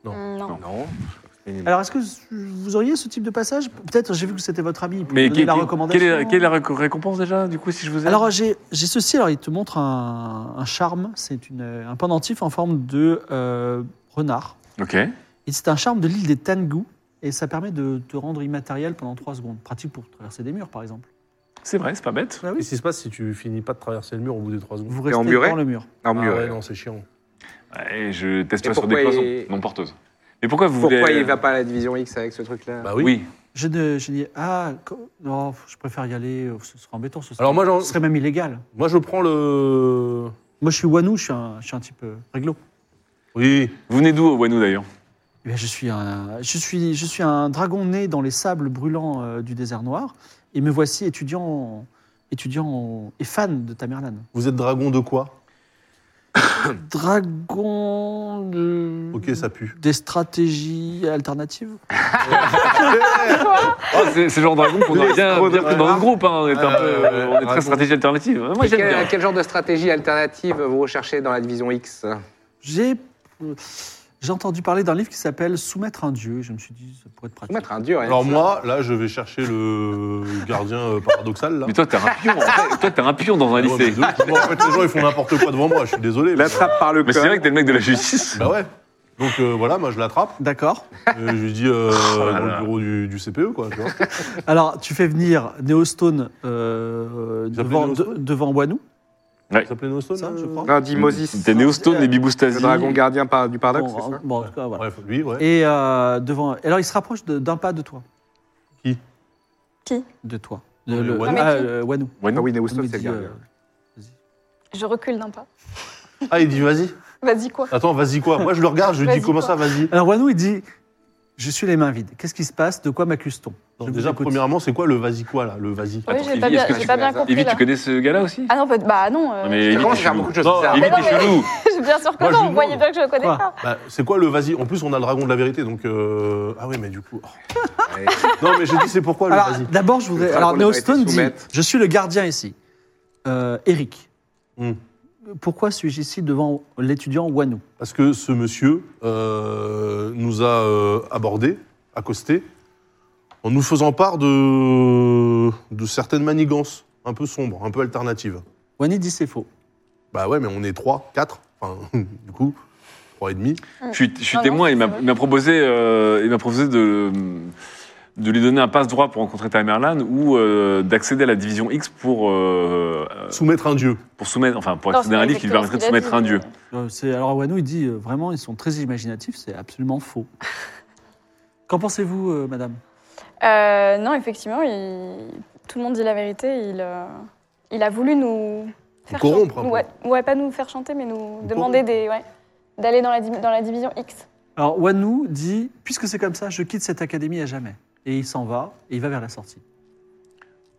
Speaker 2: Mm, Non.
Speaker 4: Non.
Speaker 1: Alors, est-ce que vous auriez ce type de passage Peut-être, j'ai vu que c'était votre ami. il peut
Speaker 6: Mais
Speaker 1: vous
Speaker 6: quelle
Speaker 1: donner la
Speaker 6: quelle-
Speaker 1: recommandation.
Speaker 6: quelle est, quelle est la réco- récompense déjà, du coup, si je vous ai
Speaker 1: Alors, j'ai j'ai ceci. Alors, il te montre un, un charme. C'est une- euh, un pendentif en forme de euh, renard.
Speaker 6: Ok.
Speaker 1: Et c'est un charme de l'île des Tangu. Et ça permet de te rendre immatériel pendant 3 secondes. Pratique pour traverser des murs, par exemple.
Speaker 6: C'est vrai, c'est pas bête.
Speaker 1: Ah
Speaker 3: Qu'est-ce qui se passe si tu finis pas de traverser le mur au bout des trois secondes
Speaker 1: Vous
Speaker 4: Et en
Speaker 1: restez
Speaker 4: muret
Speaker 1: dans le mur.
Speaker 4: Non,
Speaker 3: Ah
Speaker 4: mieux.
Speaker 3: ouais, non, c'est chiant.
Speaker 6: Ouais, je testerai
Speaker 4: Et
Speaker 6: sur des
Speaker 4: pourquoi
Speaker 6: poissons,
Speaker 4: il-
Speaker 6: non porteuses. Mais pourquoi vous
Speaker 4: Pourquoi
Speaker 6: voulez...
Speaker 4: il va pas à la division X avec ce truc-là
Speaker 3: Bah
Speaker 6: Oui.
Speaker 3: oui.
Speaker 1: Je ne, je dis ah co- non, je préfère y aller. euh, Ce serait embêtant. Ce serait,
Speaker 3: Alors moi, j'en-
Speaker 1: ce serait même illégal.
Speaker 3: moi, je prends le.
Speaker 1: Moi, je suis Wanou, je suis un, je suis un type euh, réglo.
Speaker 3: Oui.
Speaker 6: Vous venez d'où, Wanou, d'ailleurs
Speaker 1: Eh bien, je suis un, je suis, je suis un dragon né dans les sables brûlants euh, du désert noir. Et me voici étudiant, en- étudiant en- et fan de Tamerlan.
Speaker 3: Vous êtes dragon de quoi
Speaker 1: Dragon de-
Speaker 3: Ok, ça pue.
Speaker 1: des stratégies alternatives.
Speaker 6: Oh, C'est c'est le genre de dragon qu'on aurait bien, bien pris dans le groupe. hein. On est, un
Speaker 3: Euh,
Speaker 6: peu, euh, on est
Speaker 3: dragon.
Speaker 6: très stratégie alternative. Moi,
Speaker 4: Et
Speaker 6: j'aime
Speaker 4: quel,
Speaker 6: bien.
Speaker 4: quel genre de stratégie alternative vous recherchez dans la division X
Speaker 1: J'ai euh, j'ai entendu parler d'un livre qui s'appelle Soumettre un dieu. Je me suis dit, ça pourrait être pratique.
Speaker 4: Mettre un dur. hein.
Speaker 3: Alors moi, là, je vais chercher le gardien euh, paradoxal. Là.
Speaker 6: Mais toi, t'es un pion. en fait. toi, t'es un pion dans un
Speaker 3: Ouais, mais
Speaker 6: lycée.
Speaker 3: de ouf. Moi, en fait, les gens, ils font n'importe quoi devant moi. Je suis désolé. mais-
Speaker 4: L'attrape par le
Speaker 6: Mais
Speaker 4: corps.
Speaker 6: c'est vrai que t'es le mec de la justice.
Speaker 3: Bah ouais. Donc euh, voilà, moi je l'attrape.
Speaker 1: D'accord.
Speaker 3: et je lui dis euh,
Speaker 6: là
Speaker 3: dans
Speaker 6: là.
Speaker 3: le bureau du, du CPE, quoi. Tu vois.
Speaker 1: Alors, tu fais venir Neostone euh,
Speaker 3: Ils s'appelaient
Speaker 1: devant,
Speaker 3: Neostone
Speaker 1: de- devant Wanu.
Speaker 3: Ça s'appelait hein, Nostone,
Speaker 1: Ça, je crois.
Speaker 4: Non, dit Moses.
Speaker 6: T'as Neostone et
Speaker 4: Le
Speaker 6: Biboustasie.
Speaker 4: dragon gardien par- du paradoxe,
Speaker 1: Bon,
Speaker 4: c'est ça
Speaker 1: bon, en tout cas, voilà.
Speaker 3: Bref, lui, ouais.
Speaker 1: Et euh, devant. Alors, il se rapproche de- d'un pas de toi.
Speaker 3: Qui
Speaker 2: Qui
Speaker 1: De toi.
Speaker 3: Non,
Speaker 1: De-
Speaker 3: mais
Speaker 1: le-
Speaker 3: Wanu.
Speaker 1: Ah, euh, Wanu.
Speaker 6: Ouais, non.
Speaker 4: Ah oui,
Speaker 1: Il
Speaker 4: Neostone,
Speaker 1: me
Speaker 4: c'est le
Speaker 1: dit,
Speaker 4: gardien.
Speaker 1: euh,
Speaker 2: Je recule d'un pas.
Speaker 3: Ah, il dit vas-y.
Speaker 2: Vas-y, quoi
Speaker 3: Attends, vas-y quoi Moi je le regarde, je lui dis
Speaker 2: Vas-y,
Speaker 3: comment
Speaker 2: quoi
Speaker 3: ça, vas-y.
Speaker 1: Alors, Wanu, il dit Je suis les mains vides. Qu'est-ce qui se passe De quoi m'accuse-t-on Je
Speaker 3: Attends,
Speaker 1: vous
Speaker 3: Déjà,
Speaker 1: écoute.
Speaker 3: premièrement, c'est quoi le vas-y quoi là Le vas-y.
Speaker 2: Oui,
Speaker 6: Attends,
Speaker 2: j'ai
Speaker 6: Evie,
Speaker 2: pas bien,
Speaker 6: est-ce que
Speaker 2: j'ai
Speaker 6: tu
Speaker 2: pas
Speaker 6: connais
Speaker 2: bien
Speaker 6: ça
Speaker 2: compris.
Speaker 6: Evie,
Speaker 2: là.
Speaker 6: tu connais ce gars-là aussi
Speaker 2: Ah non, peut- bah non. euh,
Speaker 6: Non, mais
Speaker 4: Ça
Speaker 6: Evie,
Speaker 4: commence
Speaker 6: t'es
Speaker 4: à faire
Speaker 6: chelou.
Speaker 4: beaucoup de choses.
Speaker 6: Non,
Speaker 4: bizarres.
Speaker 6: Evie,
Speaker 2: Mais non,
Speaker 6: t'es
Speaker 2: mais-
Speaker 6: chelou.
Speaker 2: je- bien sûr que
Speaker 3: Moi, je
Speaker 2: non,
Speaker 3: lui
Speaker 2: vous voyez
Speaker 3: demande.
Speaker 2: bien que je le connais
Speaker 1: Quoi
Speaker 2: pas.
Speaker 3: Bah, c'est quoi le vas-y En plus, on a le dragon de la vérité, donc. euh, Ah oui, mais du coup.
Speaker 4: Ouais.
Speaker 3: Non, mais j'ai dit, c'est pourquoi le
Speaker 1: Alors,
Speaker 3: vas-y
Speaker 1: d'abord, je voudrais.
Speaker 4: Le
Speaker 1: Alors,
Speaker 4: dragon n'a pas été
Speaker 1: Neostone dit
Speaker 4: soumettre.
Speaker 1: Je suis le gardien ici. Euh, Eric.
Speaker 3: Hmm.
Speaker 1: Pourquoi suis-je ici devant l'étudiant Wanu
Speaker 3: Parce que ce monsieur euh, nous a euh, abordés, accostés, en nous faisant part de, de certaines manigances un peu sombres, un peu alternatives.
Speaker 1: Wanu dit c'est faux.
Speaker 3: Bah ouais, mais on est trois, quatre, enfin, du coup, trois et demi.
Speaker 6: Je suis, je suis
Speaker 2: Non, non,
Speaker 6: témoin, il m'a-
Speaker 2: c'est vrai.
Speaker 6: il m'a proposé, euh, il m'a proposé de, de lui donner un passe-droit pour rencontrer Tamerlan ou euh, d'accéder à la division X pour, euh,
Speaker 3: Soumettre un dieu.
Speaker 6: pour soumettre, enfin, pour
Speaker 2: Non,
Speaker 6: accéder à
Speaker 2: c'est
Speaker 6: un livre qui lui
Speaker 2: exactement
Speaker 6: permettrait de
Speaker 2: ce qu'il a
Speaker 6: soumettre
Speaker 2: dit.
Speaker 6: un dieu.
Speaker 1: Euh, c'est- alors Wano, il dit euh, vraiment, ils sont très imaginatifs, c'est absolument faux. Qu'en pensez-vous, euh, madame
Speaker 2: Euh, non, effectivement, il- tout le monde dit la vérité. Il, euh, il a voulu nous faire
Speaker 3: corrompre, un
Speaker 2: chanter.
Speaker 3: peu.
Speaker 2: Ouais, ouais, pas nous faire chanter, mais nous
Speaker 3: Nous
Speaker 2: demander
Speaker 3: corrompre.
Speaker 2: des, ouais, d'aller dans la, di- dans la division X.
Speaker 1: Alors Wanu dit, puisque c'est comme ça, je quitte cette académie à jamais. Et il s'en va, et il va vers la sortie.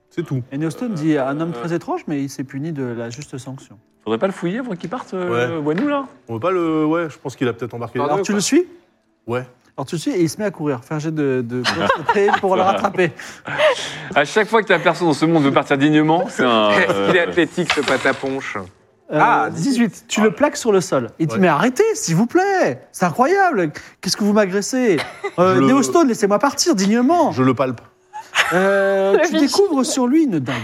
Speaker 3: C'est tout.
Speaker 1: Et Neostone dit,
Speaker 3: Euh,
Speaker 1: un homme très étrange, mais il s'est puni de la juste sanction.
Speaker 6: Faudrait pas le fouiller avant qu'il parte, euh, Wanu, là
Speaker 3: On veut pas le. Ouais, je pense qu'il a peut-être embarqué.
Speaker 4: Pardon
Speaker 1: Alors tu le suis
Speaker 3: Ouais.
Speaker 1: Alors tu le suis, et il se met à courir, faire un jet de, de concentré pour le rattraper.
Speaker 6: À chaque fois que la personne dans ce monde veut partir dignement, c'est un.
Speaker 4: Est-ce qu'il est
Speaker 6: euh,
Speaker 4: athlétique, ce pataponche
Speaker 1: Euh,
Speaker 4: Ah,
Speaker 1: 18, tu le plaques sur le sol. Il dit,
Speaker 3: Ouais.
Speaker 1: mais arrêtez, s'il vous plaît, c'est incroyable, qu'est-ce que vous m'agressez euh,
Speaker 3: Je le-
Speaker 1: Neostone, laissez-moi partir dignement
Speaker 3: Je le palpe.
Speaker 1: Euh,
Speaker 2: Le
Speaker 1: tu
Speaker 2: fichu.
Speaker 1: découvres sur lui une dague.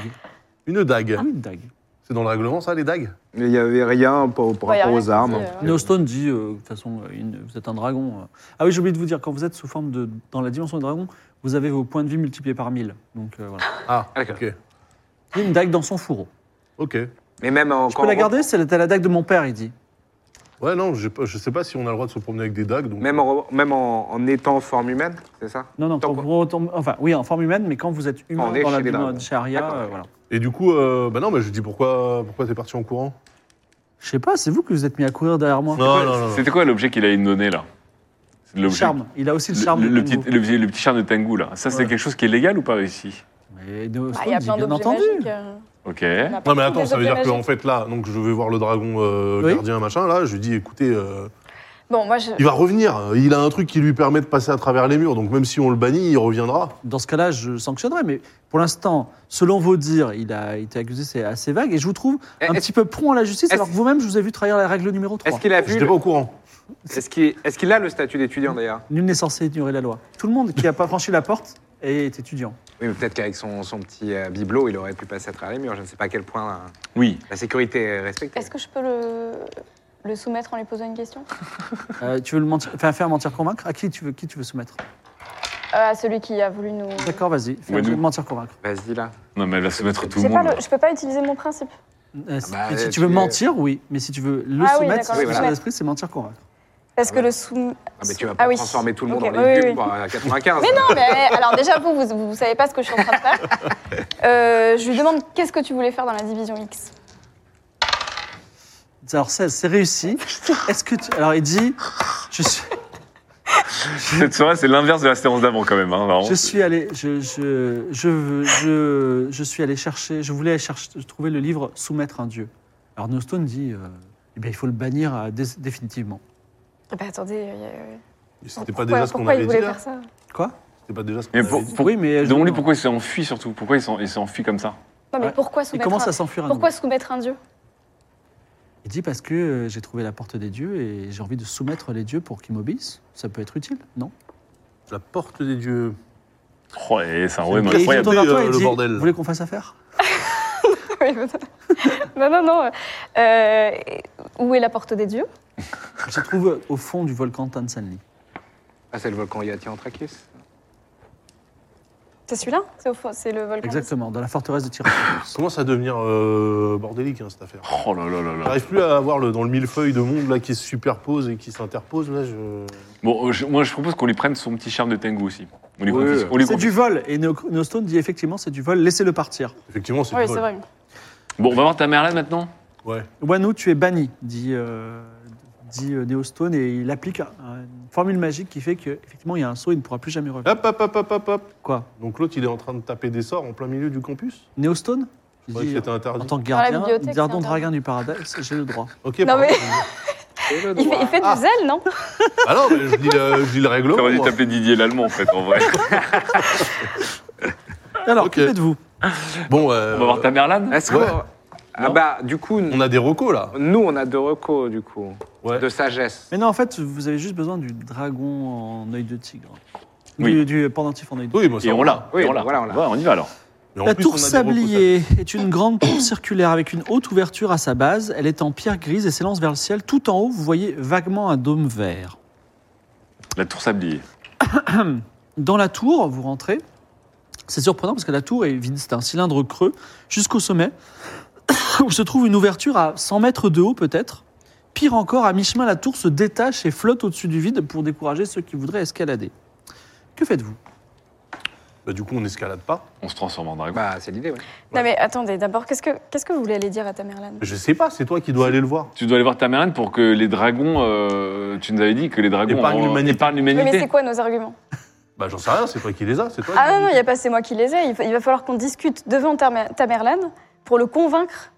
Speaker 3: Une dague.
Speaker 1: Oui, une dague.
Speaker 3: C'est dans le règlement, ça, les dagues
Speaker 4: Mais il n'y avait rien par par
Speaker 2: Ouais, y a
Speaker 4: rapport
Speaker 2: rien
Speaker 4: aux
Speaker 2: qui
Speaker 4: armes.
Speaker 2: dit, euh,
Speaker 1: Neostone dit, euh, de toute façon, euh, une- vous êtes un dragon. euh. Ah oui, j'ai oublié de vous dire, quand vous êtes sous forme de. dans la dimension des dragons, vous avez vos points de vie multipliés par 1000. Donc euh, voilà.
Speaker 3: Ah,
Speaker 4: D'accord.
Speaker 3: ok.
Speaker 2: Ah.
Speaker 1: Il y a une dague dans son fourreau.
Speaker 3: Ok.
Speaker 4: Mais même en.
Speaker 1: Je peux la garder C'est la, t'as la dague de mon père, il dit.
Speaker 3: Ouais, non, j'ai pas- je sais pas si on a le droit de se promener avec des dagues. Donc...
Speaker 4: Même, en, même en, en étant forme humaine, c'est ça
Speaker 1: Non, non, quand
Speaker 4: Tant
Speaker 1: vous retombez- Enfin, oui, en forme humaine, mais quand vous êtes humain
Speaker 4: On est
Speaker 1: dans la
Speaker 4: chez les
Speaker 1: dimension
Speaker 4: dragons.
Speaker 1: charia,
Speaker 4: D'accord.
Speaker 1: euh, voilà.
Speaker 3: Et du coup, euh, bah non, mais je lui dis pourquoi, pourquoi t'es parti en courant
Speaker 1: Je sais pas, c'est vous que vous êtes mis à courir derrière moi.
Speaker 3: Non, non, non. non.
Speaker 6: C'était quoi l'objet qu'il allait nous donner, là C'est l'objet-
Speaker 1: Charme, il a aussi le
Speaker 6: Le,
Speaker 1: charme.
Speaker 6: le-
Speaker 1: de
Speaker 6: le
Speaker 1: Tango.
Speaker 6: petit, le, petit- le petit charme de Tengu, là. Ça, c'est quelque chose qui est légal ou pas ici
Speaker 1: Mais
Speaker 2: bah,
Speaker 1: Neostone
Speaker 2: Il y a
Speaker 1: dit,
Speaker 2: plein
Speaker 1: bien
Speaker 2: d'objets
Speaker 1: entendu.
Speaker 2: magiques. euh,
Speaker 6: Ok.
Speaker 2: on a
Speaker 3: Non,
Speaker 2: partout
Speaker 3: mais attends,
Speaker 2: des
Speaker 3: ça veut dire
Speaker 2: objets
Speaker 3: qu'en
Speaker 2: magiques.
Speaker 3: fait, là, donc je vais voir le dragon euh,
Speaker 1: Oui.
Speaker 3: gardien, machin, là, je lui dis écoutez, euh,
Speaker 2: Bon, moi, je...
Speaker 3: il va revenir. Il a un truc qui lui permet de passer à travers les murs, donc même si on le bannit, il reviendra.
Speaker 1: Dans ce cas-là, je sanctionnerai, mais pour l'instant, selon vos dires, il a été accusé, c'est assez vague, et je vous trouve un
Speaker 4: Est-ce-
Speaker 1: petit peu prompt à la justice,
Speaker 4: est-ce-
Speaker 1: alors que vous-même, je vous ai vu trahir la règle numéro 3.
Speaker 4: Est-ce qu'il a vu.
Speaker 3: J'étais pas au courant.
Speaker 4: Est-ce qu'il est-ce qu'il a le statut d'étudiant d'ailleurs
Speaker 1: Nul n'est censé ignorer la loi. Tout le monde qui n'a pas franchi la porte est étudiant.
Speaker 4: Oui, mais peut-être qu'avec son, son petit euh, bibelot, il aurait pu passer à travers les murs. Je ne sais pas à quel point euh,
Speaker 6: Oui.
Speaker 4: la sécurité est respectée.
Speaker 2: Est-ce que je peux le... le soumettre en lui posant une question
Speaker 1: Euh, tu veux le mentir, enfin, faire mentir convaincre À qui tu veux, qui tu veux soumettre
Speaker 2: Euh, À celui qui a voulu nous.
Speaker 1: D'accord, vas-y, fais un
Speaker 6: Wanu.
Speaker 1: jeu de mentir convaincre.
Speaker 4: Vas-y là.
Speaker 6: Non, mais elle va se mettre tout
Speaker 2: J'ai
Speaker 6: le
Speaker 2: pas
Speaker 6: monde.
Speaker 2: le-
Speaker 6: là.
Speaker 2: Je peux pas utiliser mon principe.
Speaker 1: Euh, si-
Speaker 4: bah,
Speaker 1: mais si
Speaker 4: euh,
Speaker 1: tu veux
Speaker 4: tu es-
Speaker 1: mentir, oui, mais si tu veux le
Speaker 2: Ah oui,
Speaker 1: soumettre,
Speaker 2: d'accord,
Speaker 1: c'est
Speaker 4: oui,
Speaker 1: son
Speaker 4: voilà.
Speaker 1: esprit, c'est mentir convaincre.
Speaker 2: Parce
Speaker 4: Ah
Speaker 2: que
Speaker 4: ouais.
Speaker 2: le sou...
Speaker 4: Ah, mais tu vas pas
Speaker 2: Ah oui.
Speaker 4: transformer tout le monde
Speaker 2: Ok,
Speaker 4: en
Speaker 2: oui,
Speaker 4: légume
Speaker 2: oui.
Speaker 4: pour, euh, 95.
Speaker 2: Mais non, mais alors déjà, vous, vous, vous savez pas ce que je suis en train de faire. Euh, je lui demande qu'est-ce que tu voulais faire dans la division X
Speaker 1: Alors, c'est c'est réussi. Est-ce que tu... Alors, il dit je suis,
Speaker 6: Cette soirée, c'est l'inverse de la séance d'avant, quand même. Hein, vraiment.
Speaker 1: je suis allé. Je, je, je, veux- je, je suis allé chercher. Je voulais chercher, trouver le livre Soumettre un dieu. Alors, Nostone dit euh, eh bien, il faut le bannir euh, dé- définitivement.
Speaker 2: Eh ben, attendez, il y a-
Speaker 3: C'était pas
Speaker 2: pourquoi-
Speaker 3: déjà ce qu'on
Speaker 2: pourquoi
Speaker 3: avait
Speaker 2: il
Speaker 3: dit
Speaker 2: voulait
Speaker 3: là
Speaker 2: faire ça
Speaker 1: Quoi
Speaker 3: C'était pas déjà ce qu'on
Speaker 6: Mais
Speaker 3: avait
Speaker 6: pour-
Speaker 3: dit
Speaker 6: pour-
Speaker 1: Oui, mais. je-
Speaker 6: Demande-lui pourquoi il s'est enfui, surtout. Pourquoi il s'en- il s'est enfui comme ça
Speaker 2: Non, mais
Speaker 1: Ouais.
Speaker 2: pourquoi
Speaker 1: Il
Speaker 2: soumettre
Speaker 1: commence
Speaker 2: un...
Speaker 1: à s'enfuir à
Speaker 2: Pourquoi
Speaker 1: nouveau.
Speaker 2: soumettre un dieu
Speaker 1: Il dit parce que euh, j'ai trouvé la porte des dieux et j'ai envie de soumettre les dieux pour qu'ils m'obéissent. Ça peut être utile, non
Speaker 3: La porte des dieux.
Speaker 6: Oh, et c'est un royaume
Speaker 1: Et il se
Speaker 6: incroyable.
Speaker 1: tourne vers
Speaker 3: Écoutez,
Speaker 1: toi
Speaker 3: euh,
Speaker 1: et
Speaker 3: le
Speaker 1: dit,
Speaker 3: bordel.
Speaker 1: Vous voulez qu'on fasse affaire
Speaker 2: Oui, peut-être. Non, non, non. euh, où est la porte des dieux
Speaker 1: Il se trouve au fond du volcan Tansanli.
Speaker 4: Ah, c'est le volcan Yati Anthrakis.
Speaker 2: C'est celui-là C'est au fond- C'est le volcan
Speaker 1: Exactement, dans la forteresse de Tyrannosaurus.
Speaker 3: Ça commence à devenir euh, bordélique, hein, cette affaire.
Speaker 6: Oh là là là là.
Speaker 3: J'arrive plus à avoir le, dans le millefeuille de monde là, qui se superpose et qui s'interpose. Là, je...
Speaker 6: Bon, euh, je- moi je propose qu'on lui prenne son petit charme de Tengu aussi. On lui
Speaker 4: Oui.
Speaker 6: confie. on lui
Speaker 1: C'est
Speaker 6: confie.
Speaker 1: du vol. Et Neo- Neostone dit effectivement, c'est du vol, laissez-le partir.
Speaker 3: Effectivement, c'est
Speaker 2: Oui,
Speaker 3: drôle.
Speaker 2: c'est vrai.
Speaker 6: Bon, on va voir ta Merlin maintenant.
Speaker 3: Ouais.
Speaker 1: Wano, tu es banni, dit, euh, dit euh, Neostone, et il applique un- une formule magique qui fait qu'effectivement, il y a un saut, il ne pourra plus jamais revenir.
Speaker 3: Hop, hop, hop, hop, hop, hop.
Speaker 1: Quoi
Speaker 3: Donc l'autre, il est en train de taper des sorts en plein milieu du campus
Speaker 1: Neostone
Speaker 3: Je
Speaker 1: Il
Speaker 3: croyais que
Speaker 1: dit,
Speaker 6: euh,
Speaker 3: c'était
Speaker 1: En
Speaker 3: interdit.
Speaker 1: tant que
Speaker 2: la
Speaker 1: gardien,
Speaker 2: bibliothèque,
Speaker 1: gardon
Speaker 2: c'est
Speaker 1: draguin du paradise, j'ai le droit.
Speaker 3: Ok,
Speaker 2: Non,
Speaker 3: pardon.
Speaker 2: mais- Il fait, il fait du zèle, non
Speaker 3: Ah non, mais je dis le, je dis le règlement.
Speaker 6: T'aurais dû
Speaker 3: moi.
Speaker 6: t'appeler Didier l'Allemand en fait, en vrai.
Speaker 1: Alors,
Speaker 3: Ok.
Speaker 1: que faites-vous
Speaker 3: Bon, euh,
Speaker 6: On va voir ta Merlin.
Speaker 4: Est-ce
Speaker 3: Ouais.
Speaker 4: qu'on- Ah bah, du coup,
Speaker 3: euh, on a des recos là.
Speaker 4: nous, on a deux recos, du coup.
Speaker 3: Ouais.
Speaker 4: De sagesse.
Speaker 1: Mais non, en fait, vous avez juste besoin du dragon en œil de tigre.
Speaker 6: Oui.
Speaker 1: Du, du pendentif en œil de tigre.
Speaker 3: Oui, bon, ça
Speaker 6: Et on
Speaker 3: va.
Speaker 6: l'a.
Speaker 4: Oui,
Speaker 6: et on l'a.
Speaker 4: voilà, on l'a.
Speaker 6: Va, on y va alors.
Speaker 3: Mais en
Speaker 1: La
Speaker 3: plus, on
Speaker 1: tour
Speaker 3: a des recos,
Speaker 1: sablier est une grande tour circulaire avec une haute ouverture à sa base. Elle est en pierre grise et s'élance vers le ciel. Tout en haut, vous voyez vaguement un dôme vert.
Speaker 6: La tour sablier.
Speaker 1: Dans la tour, vous rentrez. C'est surprenant parce que la tour est vide, c'est un cylindre creux jusqu'au sommet où se trouve une ouverture à 100 mètres de haut peut-être. Pire encore, à mi-chemin, la tour se détache et flotte au-dessus du vide pour décourager ceux qui voudraient escalader. Que faites-vous
Speaker 3: ça. Bah, du coup, on n'escalade pas.
Speaker 6: On se transforme en dragon.
Speaker 4: Bah, c'est l'idée, oui.
Speaker 2: Non, mais attendez, d'abord, qu'est-ce que, qu'est-ce que vous voulez aller dire à ta Merlin
Speaker 3: Je sais pas, c'est toi qui dois aller le voir.
Speaker 6: Tu dois aller voir ta Merlin pour que les dragons. euh, tu nous avais dit que les dragons.
Speaker 3: Épargne l'humanité.
Speaker 6: Épargne
Speaker 2: Oui, mais c'est
Speaker 6: l'humanité.
Speaker 2: quoi nos arguments
Speaker 3: Bah, j'en sais rien, c'est toi qui les as, c'est toi
Speaker 2: Ah
Speaker 3: qui-
Speaker 2: non, non, il n'y a pas, c'est moi qui les ai. Il fa- il va falloir qu'on discute devant ta Mer- ta Merlin pour le convaincre.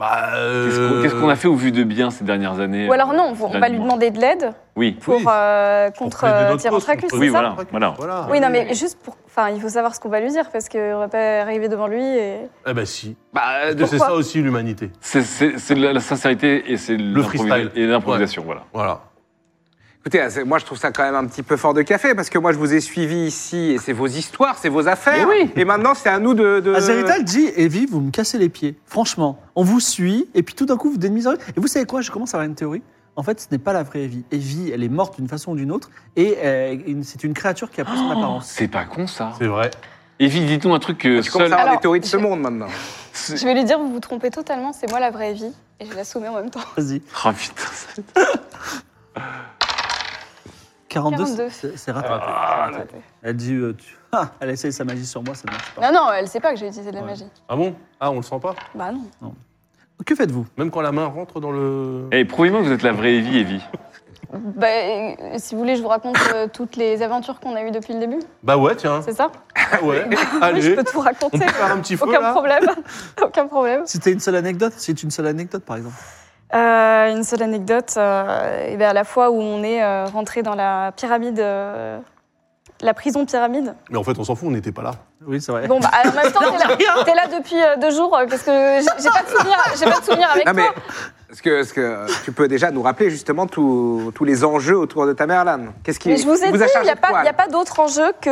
Speaker 3: Bah, euh,
Speaker 6: Qu'est-ce qu'on- qu'est-ce qu'on a fait au vu de bien ces dernières années
Speaker 2: Ou alors non, vous- on va lui
Speaker 6: Dernièrement.
Speaker 2: demander de l'aide
Speaker 6: Oui.
Speaker 2: pour
Speaker 3: Oui.
Speaker 2: euh, contre
Speaker 3: Pour plaider
Speaker 2: euh,
Speaker 3: notre cause,
Speaker 2: Tyrantracus,
Speaker 3: contre-
Speaker 2: c'est
Speaker 6: Oui,
Speaker 2: ça
Speaker 6: voilà. voilà.
Speaker 3: Voilà.
Speaker 2: Oui, non, mais juste pour. Enfin, il faut savoir ce qu'on va lui dire parce qu'on ne va pas arriver devant lui et.
Speaker 3: Eh ben si.
Speaker 6: Bah,
Speaker 4: euh,
Speaker 3: Parce que C'est
Speaker 2: Euh, Pourquoi
Speaker 3: ça aussi l'humanité.
Speaker 6: C'est- C'est c'est la, la sincérité et c'est l'improvisa-
Speaker 3: freestyle.
Speaker 6: Et l'improvisation, voilà.
Speaker 3: Voilà.
Speaker 4: Écoutez, ah, c'est- moi, je trouve ça quand même un petit peu fort de café parce que moi, je vous ai suivi ici et c'est vos histoires, c'est vos affaires. Et maintenant, c'est à nous de.
Speaker 3: Ah,
Speaker 4: de...
Speaker 1: Azerital dit Evie, vous me cassez les pieds. Franchement, on vous suit et puis tout d'un coup vous démisez. Et vous savez quoi Je commence à avoir une théorie. En fait, ce n'est pas la vraie Evie. Evie, elle est morte d'une façon ou d'une autre et euh, une- c'est une créature qui a pris son apparence.
Speaker 6: C'est pas con ça.
Speaker 3: C'est vrai.
Speaker 6: Evie, dis-nous un truc que
Speaker 2: Ah,
Speaker 4: Tu commences
Speaker 6: seul.
Speaker 4: à avoir
Speaker 2: Alors,
Speaker 4: des théories de ce
Speaker 2: je-
Speaker 4: monde maintenant.
Speaker 2: Je vais lui dire, vous vous trompez totalement, c'est moi la vraie vie. Et je la soumets en même temps.
Speaker 1: Vas-y.
Speaker 6: Ah putain, ça-
Speaker 1: 42,
Speaker 2: 42.
Speaker 1: c'est- c'est rattrapé. Elle dit euh, tu- Ah, Elle essaye sa magie sur moi, ça ne marche pas.
Speaker 2: Non, non, elle sait pas que j'ai utilisé de la
Speaker 1: Ouais.
Speaker 2: magie.
Speaker 3: Ah bon Ah, on le sent pas
Speaker 2: Bah non.
Speaker 1: Que faites-vous
Speaker 3: Même quand la main rentre dans le.
Speaker 6: Eh, prouvez-moi que vous êtes la vraie Evie, Evie.
Speaker 2: Bah, euh, si vous voulez, je vous raconte euh, toutes les aventures qu'on a eues depuis le début,
Speaker 3: Bah ouais, tiens.
Speaker 2: c'est ça
Speaker 3: Ah ouais.
Speaker 2: Oui, je
Speaker 3: Allez.
Speaker 2: peux tout
Speaker 3: On
Speaker 2: raconter.
Speaker 3: peut faire un petit feu
Speaker 2: Aucun
Speaker 3: là
Speaker 2: problème. Aucun problème.
Speaker 1: C'était une seule anecdote C'est une seule anecdote, par exemple.
Speaker 2: Euh, une seule anecdote, euh, eh ben, à la fois où on est euh, rentré dans la pyramide, euh, la prison pyramide.
Speaker 3: Mais en fait, on s'en fout, on n'était pas là.
Speaker 1: Oui, c'est vrai.
Speaker 2: Bon, bah, en même temps, t'es là, t'es là depuis euh, deux jours, euh, parce que j'ai j'ai pas de souvenir, j'ai pas de souvenir avec
Speaker 4: Non, mais.
Speaker 2: toi.
Speaker 4: Est-ce que, ce que tu peux déjà nous rappeler justement tous tous les enjeux autour de ta Merlane Qu'est-ce qui
Speaker 2: Mais je vous ai
Speaker 4: vous
Speaker 2: dit, il
Speaker 4: a
Speaker 2: n'y
Speaker 4: chargé
Speaker 2: a
Speaker 4: de
Speaker 2: pas,
Speaker 4: quoi,
Speaker 2: il y a pas d'autre enjeu que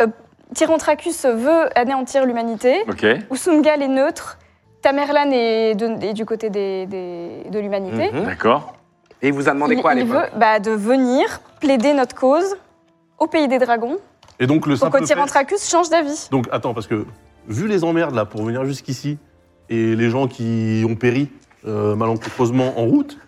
Speaker 2: euh, Tyrantracus veut anéantir l'humanité,
Speaker 6: Ok.
Speaker 2: Usungal est neutre, Tamerlan est, de- est du côté des- des- de l'humanité.
Speaker 4: Mhm.
Speaker 6: D'accord.
Speaker 4: Et il vous a demandé
Speaker 2: Il-
Speaker 4: quoi à
Speaker 2: il
Speaker 4: l'époque
Speaker 2: veut bah, de venir plaider notre cause au pays des dragons
Speaker 3: Et donc, le
Speaker 2: pour que
Speaker 3: simple. fait-
Speaker 2: Tyrantracus change d'avis.
Speaker 3: Donc, attends, parce que vu les emmerdes là pour venir jusqu'ici et les gens qui ont péri euh, malencontreusement en route,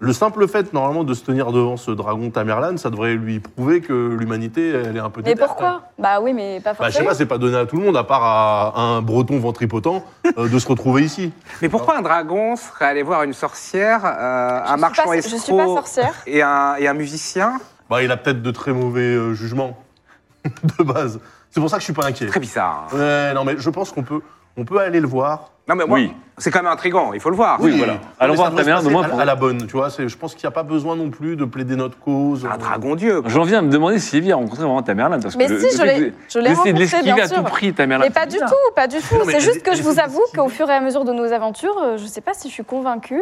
Speaker 3: le simple fait normalement de se tenir devant ce dragon Tamerlan, ça devrait lui prouver que l'humanité, elle est un peu
Speaker 2: Mais
Speaker 3: déterre,
Speaker 2: pourquoi Bah oui, mais pas
Speaker 3: Bah, je sais
Speaker 2: forcément.
Speaker 3: pas, c'est pas donné à tout le monde, à part à un breton ventripotent, euh, de se retrouver ici.
Speaker 4: Mais pourquoi un dragon serait allé voir une sorcière, euh,
Speaker 2: Je
Speaker 4: un
Speaker 2: suis
Speaker 4: marchand
Speaker 2: pas- Je suis pas
Speaker 4: escroc
Speaker 2: sorcière.
Speaker 4: et un, et un musicien
Speaker 3: Bah, il a peut-être de très mauvais euh, jugements, de base. C'est pour ça que je suis pas inquiet.
Speaker 4: Très bizarre. hein.
Speaker 3: Ouais, non, mais je pense qu'on peut, on peut aller le voir.
Speaker 4: Non mais
Speaker 6: Oui.
Speaker 4: bon, c'est quand même intriguant, il faut le voir.
Speaker 6: Ah Oui, voilà. Allons
Speaker 3: Mais
Speaker 6: voir
Speaker 3: ça devrait
Speaker 6: Tamerlan,
Speaker 3: se
Speaker 6: au moins,
Speaker 3: passer
Speaker 6: pour-
Speaker 3: À, à la bonne, tu vois. c'est- Je pense qu'il n'y a pas besoin non plus de plaider notre cause. euh,
Speaker 4: Un dragon dieu. quoi.
Speaker 6: J'en viens à me demander si Evie a rencontré vraiment ta Merlin. Parce
Speaker 2: Mais
Speaker 6: que le-
Speaker 2: si,
Speaker 6: le
Speaker 2: je
Speaker 6: fait
Speaker 2: l'ai-
Speaker 6: que-
Speaker 2: je l'ai
Speaker 6: d'essayer de
Speaker 2: rencontré,
Speaker 6: l'esquiver
Speaker 2: bien
Speaker 6: à tout
Speaker 2: sûr.
Speaker 6: prix, ta Merlin.
Speaker 2: Mais pas du tout, pas du tout.
Speaker 3: Non,
Speaker 2: C'est
Speaker 3: mais elle-
Speaker 2: juste que
Speaker 3: elle-
Speaker 2: je
Speaker 3: elle-
Speaker 2: vous
Speaker 3: elle-
Speaker 2: avoue qu'au fur et à mesure de nos aventures, euh, je sais pas si je suis convaincue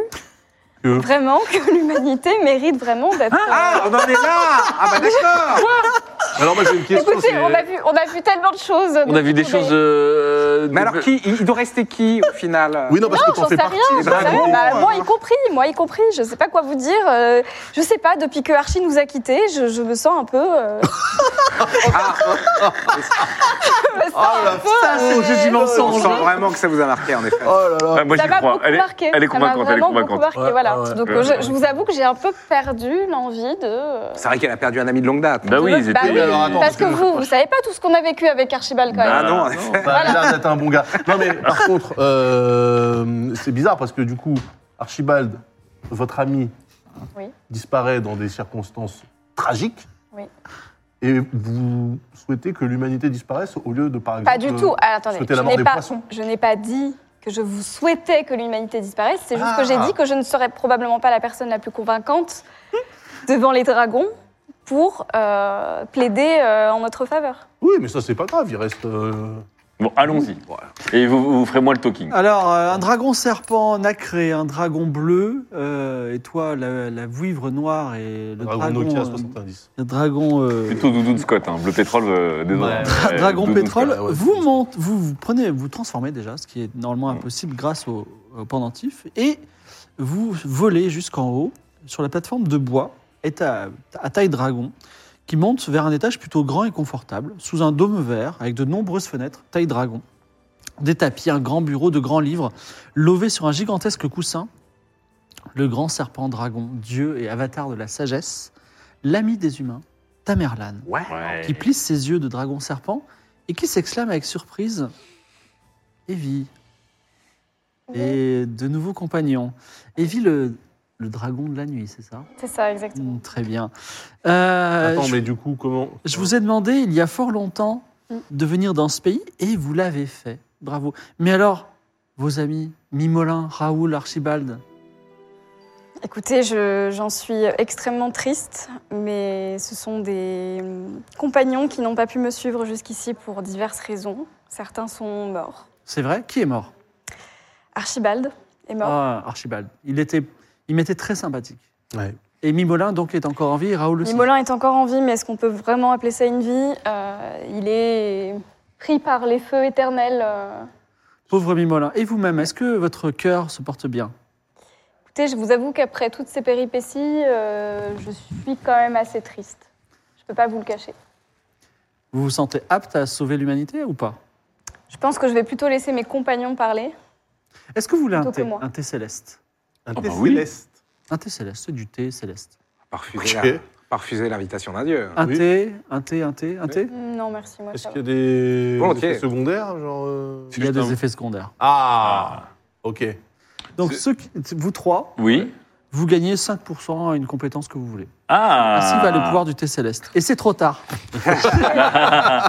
Speaker 3: Que-
Speaker 2: vraiment que l'humanité mérite vraiment d'être. euh,
Speaker 4: Ah, on en est là Ah bah d'accord
Speaker 3: Alors, moi, j'ai une question.
Speaker 2: Écoutez,
Speaker 3: c'est- euh,
Speaker 2: on a, vu, on a vu tellement de choses.
Speaker 6: On a vu des choses. euh,
Speaker 4: Mais alors, qui, il il doit rester qui au final
Speaker 3: Oui, non, parce
Speaker 2: Non,
Speaker 3: que t'en
Speaker 2: j'en
Speaker 3: fais
Speaker 2: sais
Speaker 3: partie.
Speaker 2: rien. j'en sais
Speaker 4: dragons,
Speaker 2: rien. Bah,
Speaker 4: euh,
Speaker 2: moi y compris, moi y compris. Je sais pas quoi vous dire. euh, je sais pas. Depuis que Archie nous a quittés, je, je me sens un peu. euh,
Speaker 4: Ah,
Speaker 2: je me sens un peu,
Speaker 1: Ça, c'est
Speaker 2: euh,
Speaker 1: le jeu du
Speaker 4: On
Speaker 1: mensonge.
Speaker 4: sent vraiment que ça vous a marqué, en effet.
Speaker 3: Oh là là.
Speaker 6: Ah, moi,
Speaker 2: Ça
Speaker 6: j'y
Speaker 2: m'a
Speaker 6: crois.
Speaker 2: beaucoup
Speaker 6: Elle est,
Speaker 2: marqué.
Speaker 6: elle est
Speaker 2: ça m'a
Speaker 6: convaincante, elle est
Speaker 2: vraiment beaucoup
Speaker 6: convaincante.
Speaker 2: marqué,
Speaker 3: Ouais,
Speaker 2: voilà.
Speaker 3: ouais, ouais.
Speaker 2: Donc
Speaker 6: Ouais,
Speaker 2: euh, je,
Speaker 6: ouais.
Speaker 2: je vous avoue que j'ai un peu perdu l'envie de. euh,
Speaker 4: C'est vrai qu'elle a perdu un ami de longue date.
Speaker 6: Bah oui, ils étaient.
Speaker 2: bah oui,
Speaker 3: alors, attends,
Speaker 2: parce que vous, vous savez pas tout ce qu'on a vécu avec Archibald quand
Speaker 4: Ah
Speaker 2: même.
Speaker 4: non, en effet.
Speaker 3: Bah, Déjà, vous êtes un bon gars. Non, mais par contre, euh, c'est bizarre parce que du coup, Archibald, votre ami,
Speaker 2: Oui.
Speaker 3: disparaît dans des circonstances tragiques.
Speaker 2: Oui.
Speaker 3: Et vous souhaitez que l'humanité disparaisse au lieu de, par
Speaker 2: Pas
Speaker 3: exemple.
Speaker 2: du tout. Ah, attendez,
Speaker 3: Bah, souhaiter
Speaker 2: je
Speaker 3: la mort
Speaker 2: n'ai
Speaker 3: des
Speaker 2: pas,
Speaker 3: poissons.
Speaker 2: je n'ai pas dit que je vous souhaitais que l'humanité disparaisse. C'est juste que j'ai
Speaker 3: Ah.
Speaker 2: dit que je ne serais probablement pas la personne la plus convaincante devant les dragons pour euh, plaider euh, en notre faveur.
Speaker 3: Oui, mais ça, c'est pas grave. Il reste. euh,
Speaker 6: Bon, allons-y. Et vous, vous ferez moi le talking.
Speaker 1: Alors, euh, un dragon serpent nacré, un dragon bleu, euh, et toi, la, la vouivre noire et le
Speaker 3: dragon,
Speaker 1: dragon.
Speaker 3: Nokia
Speaker 1: euh,
Speaker 3: 70.
Speaker 1: le dragon. euh,
Speaker 6: Plutôt doudou de Scott, hein. bleu pétrole, euh, désolé.
Speaker 3: Ouais.
Speaker 1: Dra-
Speaker 6: Ouais,
Speaker 1: Dragon
Speaker 6: doudou de Scott.
Speaker 1: Pétrole,
Speaker 3: ouais, ouais,
Speaker 1: vous
Speaker 3: c'est-
Speaker 1: monte, vous, vous prenez, vous transformez déjà, ce qui est normalement impossible grâce au, au pendentif, et vous volez jusqu'en haut sur la plateforme de bois est à, à taille dragon qui monte vers un étage plutôt grand et confortable sous un dôme vert avec de nombreuses fenêtres taille dragon, des tapis, un grand bureau de grands livres lové sur un gigantesque coussin. Le grand serpent dragon, dieu et avatar de la sagesse, l'ami des humains, Tamerlan
Speaker 4: Ouais.
Speaker 6: Ouais.
Speaker 1: qui plisse ses yeux de dragon serpent et qui s'exclame avec surprise Evie et de nouveaux compagnons. Evie, le, le dragon de la nuit, c'est ça
Speaker 2: C'est ça, exactement.
Speaker 1: Mm, Très bien. Euh,
Speaker 3: Attends,
Speaker 1: je,
Speaker 3: mais du coup, comment.
Speaker 1: je vous ai demandé il y a fort longtemps
Speaker 2: Mm.
Speaker 1: de venir dans ce pays et vous l'avez fait. Bravo. Mais alors, vos amis, Mimolin, Raoul, Archibald,
Speaker 2: Écoutez, je- j'en suis extrêmement triste, mais ce sont des hum, compagnons qui n'ont pas pu me suivre jusqu'ici pour diverses raisons. Certains sont morts.
Speaker 1: c'est vrai Qui est mort
Speaker 2: Archibald est mort.
Speaker 1: Ah, Archibald. Il était, il m'était très sympathique.
Speaker 3: Ouais.
Speaker 1: Et Mimolin, donc, est encore en vie et Raoul aussi.
Speaker 2: Mimolin est encore en vie, mais est-ce qu'on peut vraiment appeler ça une vie Euh, Il est pris par les feux éternels. euh.
Speaker 1: Pauvre Mimolin. Et vous-même, est-ce que votre cœur se porte bien
Speaker 2: Écoutez, je vous avoue qu'après toutes ces péripéties, euh, je suis quand même assez triste. Je ne peux pas vous le cacher.
Speaker 1: Vous vous sentez apte à sauver l'humanité ou pas
Speaker 2: Je pense que je vais plutôt laisser mes compagnons parler.
Speaker 1: Est-ce que vous voulez un
Speaker 2: Plutôt que
Speaker 1: thé,
Speaker 2: moi.
Speaker 1: un thé céleste
Speaker 3: Un
Speaker 6: bah
Speaker 3: thé
Speaker 6: oui.
Speaker 3: céleste.
Speaker 1: Un thé céleste, c'est du thé céleste.
Speaker 4: Pas refuser
Speaker 3: Ok.
Speaker 4: la- pas refuser l'invitation d'un dieu.
Speaker 1: Un
Speaker 3: Oui.
Speaker 1: thé, un thé, un thé, un thé
Speaker 2: Non, merci, moi
Speaker 3: Est-ce
Speaker 2: ça
Speaker 3: qu'il y
Speaker 2: va.
Speaker 3: a des
Speaker 4: Volontiers.
Speaker 3: effets secondaires genre, euh,
Speaker 6: C'est
Speaker 1: Il y a
Speaker 6: juste
Speaker 1: des
Speaker 6: un-
Speaker 1: effets secondaires.
Speaker 3: Ah Ok.
Speaker 1: Donc,
Speaker 6: C'est-
Speaker 1: ceux qui- vous trois,
Speaker 6: Oui.
Speaker 1: vous gagnez 5% à une compétence que vous voulez.
Speaker 6: Ah
Speaker 1: Ainsi va le pouvoir du thé céleste. Et c'est trop tard.
Speaker 6: Ah,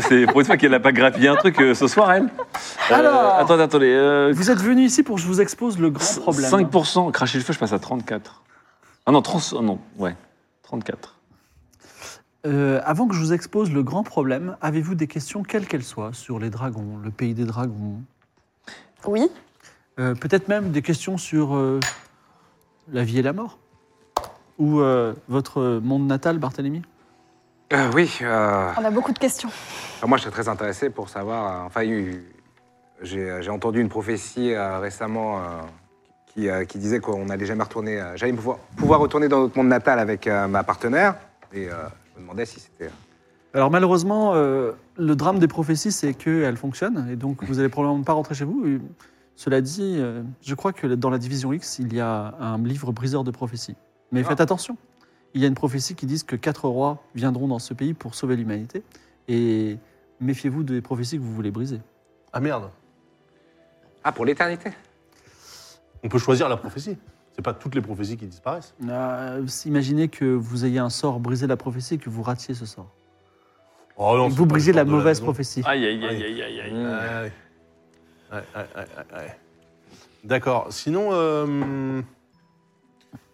Speaker 6: c'est pour une fois qu'elle n'a pas grappillé un truc euh, ce soir, elle. Euh,
Speaker 1: Alors
Speaker 6: Attendez, attendez. euh,
Speaker 1: Vous êtes venu ici pour que je vous expose le grand problème. hein.
Speaker 6: 5%, cracher le feu, je passe à 34. Ah non, 30, ah non, ouais, 34.
Speaker 1: Euh, avant que je vous expose le grand problème, avez-vous des questions, quelles qu'elles soient, sur les dragons, le pays des dragons,
Speaker 2: Oui.
Speaker 1: Euh, Peut-être même des questions sur euh, la vie et la mort Ou euh, votre monde natal, Barthélemy
Speaker 4: Euh, oui, euh,
Speaker 2: On a beaucoup de questions.
Speaker 4: Alors, moi, je serais très intéressé pour savoir. euh, enfin, eu- j'ai euh, j'ai entendu une prophétie euh, récemment euh, qui, euh, qui disait qu'on n'allait jamais retourner. euh, J'allais pouvoir, pouvoir retourner dans notre monde natal avec euh, ma partenaire. Et euh, je me demandais si c'était. euh,
Speaker 1: Alors malheureusement, euh, le drame des prophéties, c'est qu'elles fonctionnent, et donc vous allez probablement pas rentrer chez vous. Et cela dit, euh, je crois que dans la division X, il y a un livre briseur de prophéties. Mais
Speaker 4: Ah.
Speaker 1: faites attention, il y a une prophétie qui dit que quatre rois viendront dans ce pays pour sauver l'humanité, et méfiez-vous des prophéties que vous voulez briser.
Speaker 3: Ah merde.
Speaker 4: Ah, pour l'éternité
Speaker 3: On peut choisir la prophétie. C'est pas toutes les prophéties qui disparaissent.
Speaker 1: Euh, imaginez que vous ayez un sort briser la prophétie et que vous ratiez ce sort.
Speaker 3: Oh non, c'est
Speaker 1: vous
Speaker 3: pas
Speaker 1: brisez
Speaker 3: le genre
Speaker 1: la
Speaker 3: de
Speaker 1: mauvaise
Speaker 3: maison.
Speaker 1: prophétie.
Speaker 6: Aïe, aïe, aïe, aïe, aïe, aïe.
Speaker 3: Ouais, ouais. Ouais, ouais, ouais, ouais, ouais. D'accord. Sinon, euh,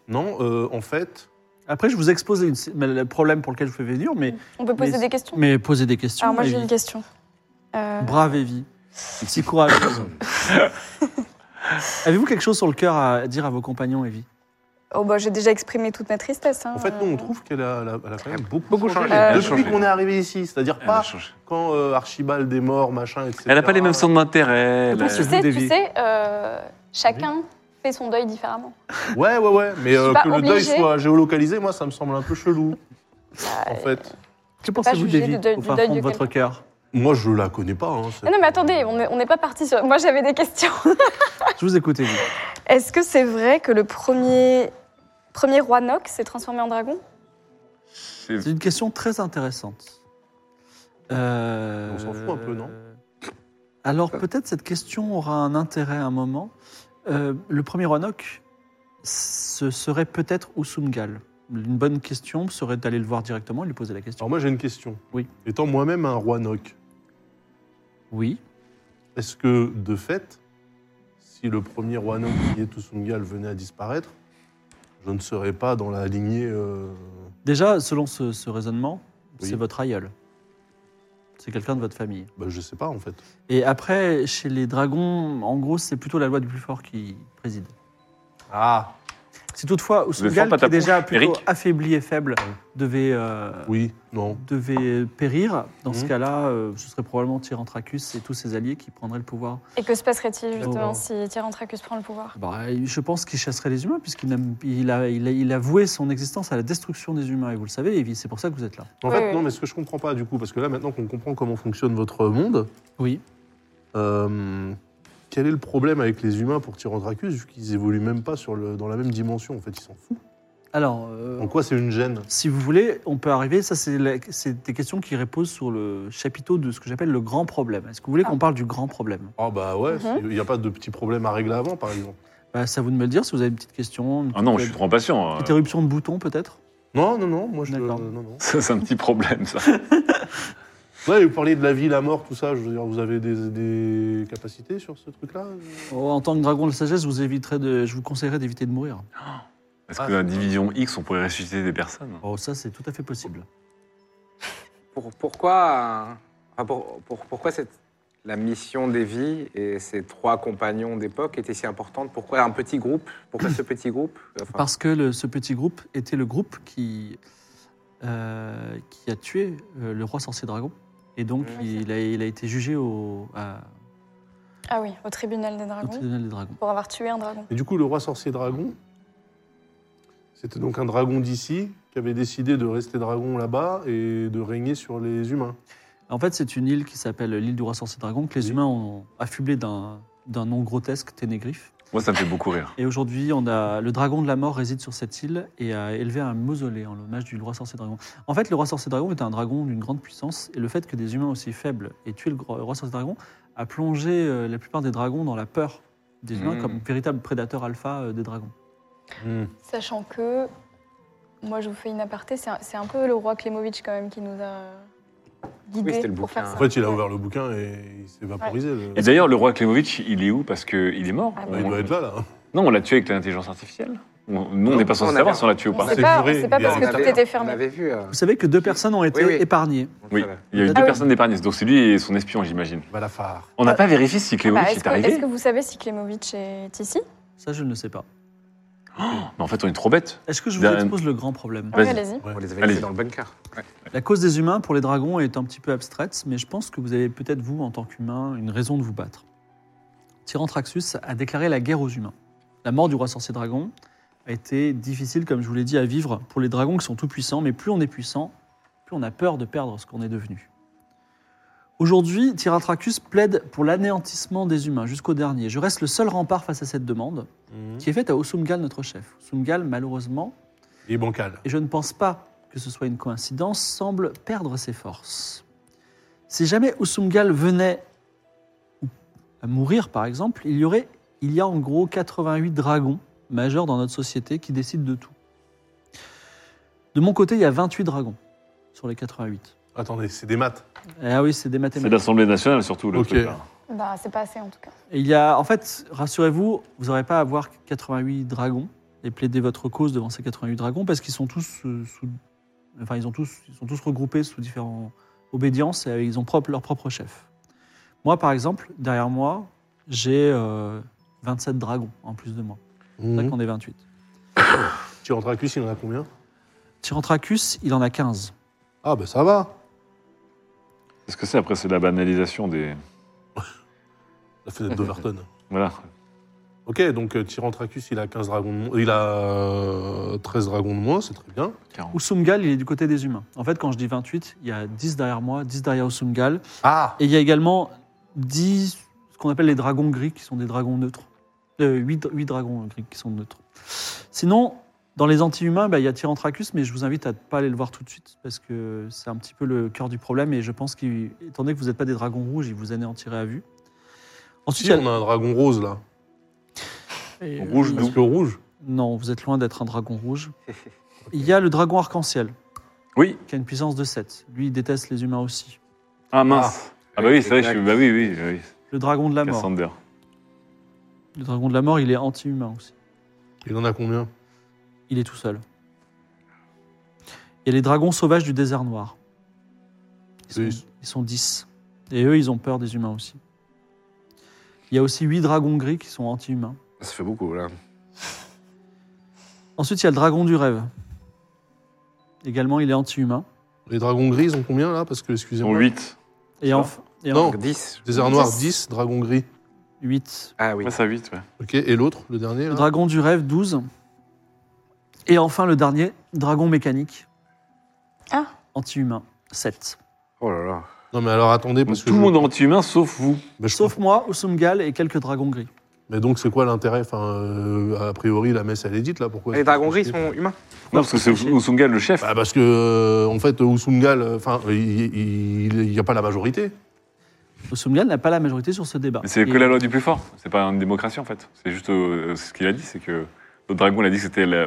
Speaker 3: non, euh, en fait,
Speaker 1: Après, je vous expose une- le problème pour lequel je fais venir, mais,
Speaker 2: On peut poser
Speaker 1: Mais-
Speaker 2: des questions
Speaker 1: mais posez des questions.
Speaker 2: Alors moi, j'ai
Speaker 1: Evie.
Speaker 2: une question. Euh,
Speaker 1: Brave Evie, si courageuse. Avez-vous quelque chose sur le cœur à dire à vos compagnons, Evie
Speaker 2: Oh, bah, j'ai déjà exprimé toute ma tristesse. hein.
Speaker 3: En fait, nous, on trouve qu'elle a, elle a- elle a quand même beaucoup,
Speaker 4: Beaucoup
Speaker 3: changé.
Speaker 4: changé.
Speaker 2: Euh,
Speaker 3: Depuis
Speaker 6: changé.
Speaker 3: qu'on est arrivé ici, c'est-à-dire
Speaker 6: Elle a
Speaker 3: pas
Speaker 6: changé.
Speaker 3: quand euh, Archibald est mort, machin, etc.
Speaker 6: Elle n'a pas les mêmes centres d'intérêt. elle a-
Speaker 2: Mais tu
Speaker 4: vous
Speaker 2: sais,
Speaker 4: déviez.
Speaker 2: tu sais euh, chacun fait son deuil différemment.
Speaker 3: Ouais, ouais, ouais. Mais
Speaker 2: Je suis
Speaker 3: euh,
Speaker 2: pas
Speaker 3: que le deuil
Speaker 2: obligée.
Speaker 3: soit géolocalisé, moi, ça me semble un peu chelou.
Speaker 2: Ah,
Speaker 3: En fait,
Speaker 1: Que pensez-vous
Speaker 2: juger
Speaker 1: d'Evie
Speaker 2: du deuil-
Speaker 1: au
Speaker 2: du
Speaker 1: fin
Speaker 2: deuil
Speaker 1: fond de
Speaker 2: de
Speaker 1: votre cœur
Speaker 3: moi, je la connais pas. hein, cette-
Speaker 2: Ah non, mais attendez, on est- on n'est pas parti sur. Moi, j'avais des questions.
Speaker 1: Je vous écoute, Evie.
Speaker 2: Est-ce que c'est vrai que le premier, premier roi Nox s'est transformé en dragon
Speaker 6: C'est-
Speaker 1: C'est une question très intéressante. Euh,
Speaker 3: On s'en fout un peu, non
Speaker 1: Alors peut-être cette question aura un intérêt à un moment. Euh, le premier Roanoke, ce serait peut-être Usumgal. Une bonne question serait d'aller le voir directement et lui poser la question.
Speaker 3: Alors, moi, j'ai une question.
Speaker 1: Oui.
Speaker 3: Étant moi-même un roi Noc,
Speaker 1: Oui.
Speaker 3: est-ce que, de fait, si le premier roi Noc, qui est Tusungal, venait à disparaître, je ne serais pas dans la lignée. euh,
Speaker 1: Déjà, selon ce, ce raisonnement,
Speaker 3: Oui.
Speaker 1: c'est votre aïeul. C'est quelqu'un de votre famille.
Speaker 3: bah, je sais pas, en fait.
Speaker 1: Et après, chez les dragons, en gros, c'est plutôt la loi du plus fort qui préside.
Speaker 3: Ah
Speaker 1: Si toutefois
Speaker 6: fort,
Speaker 1: Usumgal,
Speaker 6: pas
Speaker 1: qui
Speaker 6: ta
Speaker 1: est déjà
Speaker 6: poche,
Speaker 1: plutôt
Speaker 6: Eric.
Speaker 1: affaibli et faible, devait, euh,
Speaker 3: Oui, non.
Speaker 1: devait périr, dans ce
Speaker 3: Mhm.
Speaker 1: cas-là, euh, ce serait probablement Tyrantracus et tous ses alliés qui prendraient le pouvoir.
Speaker 2: Et que se passerait-il justement
Speaker 3: Oh.
Speaker 2: si Tyrantracus prend le pouvoir
Speaker 1: Bah, je pense qu'il chasserait les humains, puisqu'il n'aime- il a, il, a, il a voué son existence à la destruction des humains. Et vous le savez, Evie, c'est pour ça que vous êtes là.
Speaker 3: En
Speaker 2: Oui,
Speaker 3: fait,
Speaker 2: oui.
Speaker 3: non, mais ce que je comprends pas, du coup, parce que là, maintenant qu'on comprend comment fonctionne votre monde,
Speaker 1: Oui.
Speaker 3: euh, quel est le problème avec les humains pour Tyrandracus, vu qu'ils évoluent même pas sur le, dans la même dimension En fait, ils s'en foutent.
Speaker 1: Alors, euh,
Speaker 3: En quoi c'est une gêne
Speaker 1: si vous voulez, on peut arriver. Ça, c'est la- c'est des questions qui reposent sur le chapiteau de ce que j'appelle le grand problème. Est-ce que vous voulez qu'on parle du grand problème
Speaker 3: Ah, bah ouais,
Speaker 2: Mhm.
Speaker 3: c'est- il n'y a pas de petit problème à régler avant, par exemple.
Speaker 1: bah, C'est à vous de me le dire si vous avez une petite question. Une
Speaker 6: Ah non,
Speaker 1: petite-
Speaker 6: je suis trop impatient. euh.
Speaker 1: Interruption de bouton, peut-être
Speaker 3: Non, non, non, moi je.
Speaker 1: D'accord.
Speaker 3: euh, non, non.
Speaker 6: Ça, c'est un petit problème, ça.
Speaker 3: Ouais, vous parliez de la vie, la mort, tout ça, je veux dire, vous avez des, des capacités sur ce truc-là
Speaker 1: Oh, En tant que dragon de sagesse, vous éviterez de, je vous conseillerais d'éviter de mourir.
Speaker 6: Est-ce
Speaker 3: Ah,
Speaker 6: que dans la division X, on pourrait ressusciter des personnes
Speaker 1: Oh, ça, c'est tout à fait possible.
Speaker 4: Pour- pourquoi, euh, enfin, pour- pour- pourquoi cette, la mission d'Evie et ses trois compagnons d'époque était si importante Pourquoi un petit groupe Pourquoi ce petit groupe Enfin,
Speaker 1: Parce que le- ce petit groupe était le groupe qui, euh, qui a tué euh, le roi sorcier dragon. Et donc,
Speaker 2: Mhm.
Speaker 1: il, a, il a été jugé au, à-
Speaker 2: Ah oui, au tribunal des
Speaker 1: au
Speaker 2: dragons
Speaker 1: tribunal des dragons.
Speaker 2: pour avoir tué un dragon.
Speaker 3: Et du coup, le roi sorcier dragon, c'était donc un dragon d'ici qui avait décidé de rester dragon là-bas et de régner sur les humains.
Speaker 1: En fait, c'est une île qui s'appelle l'île du roi sorcier dragon que les humains ont affublée d'un d'un nom grotesque, Ténégriffe.
Speaker 6: Moi, ça me fait beaucoup rire.
Speaker 1: Et aujourd'hui, on a le dragon de la mort réside sur cette île et a élevé un mausolée en l'hommage du roi sorcier dragon. En fait, le roi sorcier dragon est un dragon d'une grande puissance et le fait que des humains aussi faibles aient tué le gro- roi sorcier dragon a plongé euh, la plupart des dragons dans la peur des humains
Speaker 4: Mmh.
Speaker 1: comme véritable prédateur alpha euh, des dragons.
Speaker 2: Sachant que, moi je vous fais une aparté, c'est un, c'est un peu le roi Klemovic quand même qui nous a
Speaker 4: Oui,
Speaker 2: guidés
Speaker 4: c'était le
Speaker 2: pour
Speaker 4: bouquin.
Speaker 2: faire ça.
Speaker 3: En fait, il a ouvert le bouquin et il s'est vaporisé. le-
Speaker 6: Et d'ailleurs, le roi Klemovic, il est où Parce qu'il est mort.
Speaker 2: Ah
Speaker 6: On-
Speaker 2: bon
Speaker 3: Il doit être là, là.
Speaker 6: Non, on l'a tué avec l'intelligence artificielle. On- Nous, on
Speaker 4: Non,
Speaker 6: n'est pas
Speaker 4: on
Speaker 6: censé
Speaker 4: avait-
Speaker 6: savoir si on l'a tué ou
Speaker 2: On
Speaker 6: pas.
Speaker 2: sait
Speaker 3: c'est
Speaker 2: pas, on
Speaker 3: juré,
Speaker 2: sait pas
Speaker 3: il y a
Speaker 2: parce
Speaker 3: un
Speaker 2: que
Speaker 3: tableau.
Speaker 2: tout était
Speaker 4: on
Speaker 2: fermé.
Speaker 4: avait vu. euh,
Speaker 1: Vous savez que deux personnes ont été
Speaker 4: Oui, oui.
Speaker 1: épargnées.
Speaker 4: on
Speaker 6: Oui,
Speaker 4: savait.
Speaker 6: il y a eu deux
Speaker 2: Ah oui.
Speaker 6: personnes épargnées. Donc c'est lui et son espion, j'imagine.
Speaker 3: Balafar.
Speaker 6: On n'a pas vérifié si Klemovic
Speaker 2: Bah, Est-ce
Speaker 6: est
Speaker 2: que, est-ce
Speaker 6: arrivé.
Speaker 2: que vous savez si Klemovic est ici
Speaker 1: Ça, je ne le sais pas.
Speaker 6: Mais en fait, on est trop bête.
Speaker 1: Est-ce que je vous
Speaker 6: D'un-
Speaker 1: expose le grand problème
Speaker 2: Oui,
Speaker 6: Vas-y.
Speaker 2: allez-y.
Speaker 4: On les avait
Speaker 6: Allez.
Speaker 4: laissés dans le bunker. Ouais.
Speaker 1: La cause des humains pour les dragons est un petit peu abstraite, mais je pense que vous avez peut-être, vous, en tant qu'humain, une raison de vous battre. Tyrantraxus a déclaré la guerre aux humains. La mort du roi sorcier dragon a été difficile, comme je vous l'ai dit, à vivre pour les dragons qui sont tout puissants, mais plus on est puissant, plus on a peur de perdre ce qu'on est devenu. Aujourd'hui, Tyrantraxus plaide pour l'anéantissement des humains jusqu'au dernier. Je reste le seul rempart face à cette demande,
Speaker 3: Mmh.
Speaker 1: qui est faite à Osumgal, notre chef. Osumgal, malheureusement,
Speaker 3: Et bancal.
Speaker 1: et je ne pense pas que ce soit une coïncidence, semble perdre ses forces. Si jamais Usumgal venait à mourir, par exemple, il y aurait, il y a en gros 88 dragons majeurs dans notre société qui décident de tout. De mon côté, il y a 28 dragons sur les 88.
Speaker 3: Attendez, c'est des maths.
Speaker 1: Ah oui, c'est des
Speaker 6: C'est
Speaker 1: mathématiques.
Speaker 6: l'Assemblée nationale, surtout. Le
Speaker 3: Ok.
Speaker 6: truc, là.
Speaker 2: Bah, c'est pas assez en tout cas.
Speaker 1: Et Il y a, en fait, rassurez-vous, vous n'aurez pas à avoir 88 dragons et plaider votre cause devant ces 88 dragons parce qu'ils sont tous euh, sous, enfin, ils ont tous, ils sont tous regroupés sous différentes obédiences et avec- ils ont propre, leur propre chef. Moi, par exemple, derrière
Speaker 3: Mhm.
Speaker 1: moi, j'ai euh, 27 dragons en plus de moi. C'est pour ça qu'on est 28.
Speaker 3: Mmh. Tu rentres à cuisse, il en a combien
Speaker 1: Tyrantracus, il en a 15.
Speaker 3: Ah, bah ça va.
Speaker 6: Est-ce que c'est après c'est la banalisation des
Speaker 3: La fenêtre d'Overton.
Speaker 6: voilà
Speaker 3: ok, donc euh, Tyrantracus, il a 15 dragons de moins. Il a euh, 13 dragons de moins, c'est très bien.
Speaker 6: 40.
Speaker 1: Usumgal, il est du côté des humains. En fait, quand je dis 28, il y a 10 derrière moi, 10 derrière Usumgal.
Speaker 3: Ah
Speaker 1: Et il y a également 10, ce qu'on appelle les dragons gris, qui sont des dragons neutres. Euh, 8, dragons gris qui sont neutres. Sinon, dans les anti-humains, bah, il y a Tyrantracus, mais je vous invite à ne pas aller le voir tout de suite, parce que c'est un petit peu le cœur du problème, et je pense qu'étant donné que vous n'êtes pas des dragons rouges, il vous anéantirait à vue. Ensuite,
Speaker 3: Si,
Speaker 1: il y a-
Speaker 3: on a un dragon rose, là.
Speaker 1: Et, euh,
Speaker 6: Rouge
Speaker 3: Parce
Speaker 6: doux.
Speaker 3: que rouge,
Speaker 1: Non, vous êtes loin d'être un dragon rouge. Il y a le dragon arc-en-ciel,
Speaker 6: Oui.
Speaker 1: qui a une puissance de 7. Lui, il déteste les humains aussi.
Speaker 6: Ah mince. Ah, bah oui, c'est vrai. Je suis... Bah oui, oui, oui.
Speaker 1: Le dragon de la Ah, mort.
Speaker 6: Cassander.
Speaker 1: Le dragon de la mort, il est anti-humain aussi.
Speaker 3: il en a combien
Speaker 1: Il est tout seul. Il y a les dragons sauvages du désert noir. Ils sont,
Speaker 3: Oui.
Speaker 1: ils sont 10. Et eux, ils ont peur des humains aussi. Il y a aussi 8 dragons gris qui sont anti-humains.
Speaker 4: Ça fait beaucoup, là.
Speaker 1: Ensuite, il y a le dragon du rêve. Également, il est anti-humain.
Speaker 3: Les dragons gris, ils ont combien, là Parce que,
Speaker 6: Ils ont
Speaker 3: excusez-moi.
Speaker 6: 8.
Speaker 1: Et enfin, et
Speaker 3: Non.
Speaker 1: en
Speaker 4: Donc 10.
Speaker 3: Désert noir,
Speaker 2: 10.
Speaker 3: 10, dragon gris.
Speaker 1: 8.
Speaker 4: Ah oui.
Speaker 6: Ouais, ça 8, ouais.
Speaker 3: Ok, et l'autre, le dernier,
Speaker 1: Le
Speaker 3: là
Speaker 1: dragon du rêve, 12. Et enfin, le dernier, dragon mécanique.
Speaker 2: Ah.
Speaker 1: Anti-humain, 7.
Speaker 4: Oh là là.
Speaker 3: Non, mais alors attendez, parce
Speaker 6: Donc,
Speaker 3: que.
Speaker 6: tout le
Speaker 3: je-
Speaker 6: monde est anti-humain sauf vous.
Speaker 3: Bah, je
Speaker 1: Sauf moi, Osumgal et quelques dragons gris.
Speaker 3: Mais donc, c'est quoi l'intérêt Enfin, euh, a priori, la messe, elle est dite, là. Pourquoi
Speaker 4: Les dragons gris sont humains.
Speaker 6: Non, parce que c'est
Speaker 1: c'est-
Speaker 6: Usunga le chef.
Speaker 3: Bah, parce que, euh, en fait, Usungal, euh, enfin, il n'y a pas la majorité.
Speaker 1: Osumgal n'a pas la majorité sur ce débat.
Speaker 6: Mais c'est
Speaker 1: Et
Speaker 6: que la loi du plus fort. C'est pas une démocratie en fait. C'est juste euh, ce qu'il a dit, c'est que le dragon il a dit que c'était la-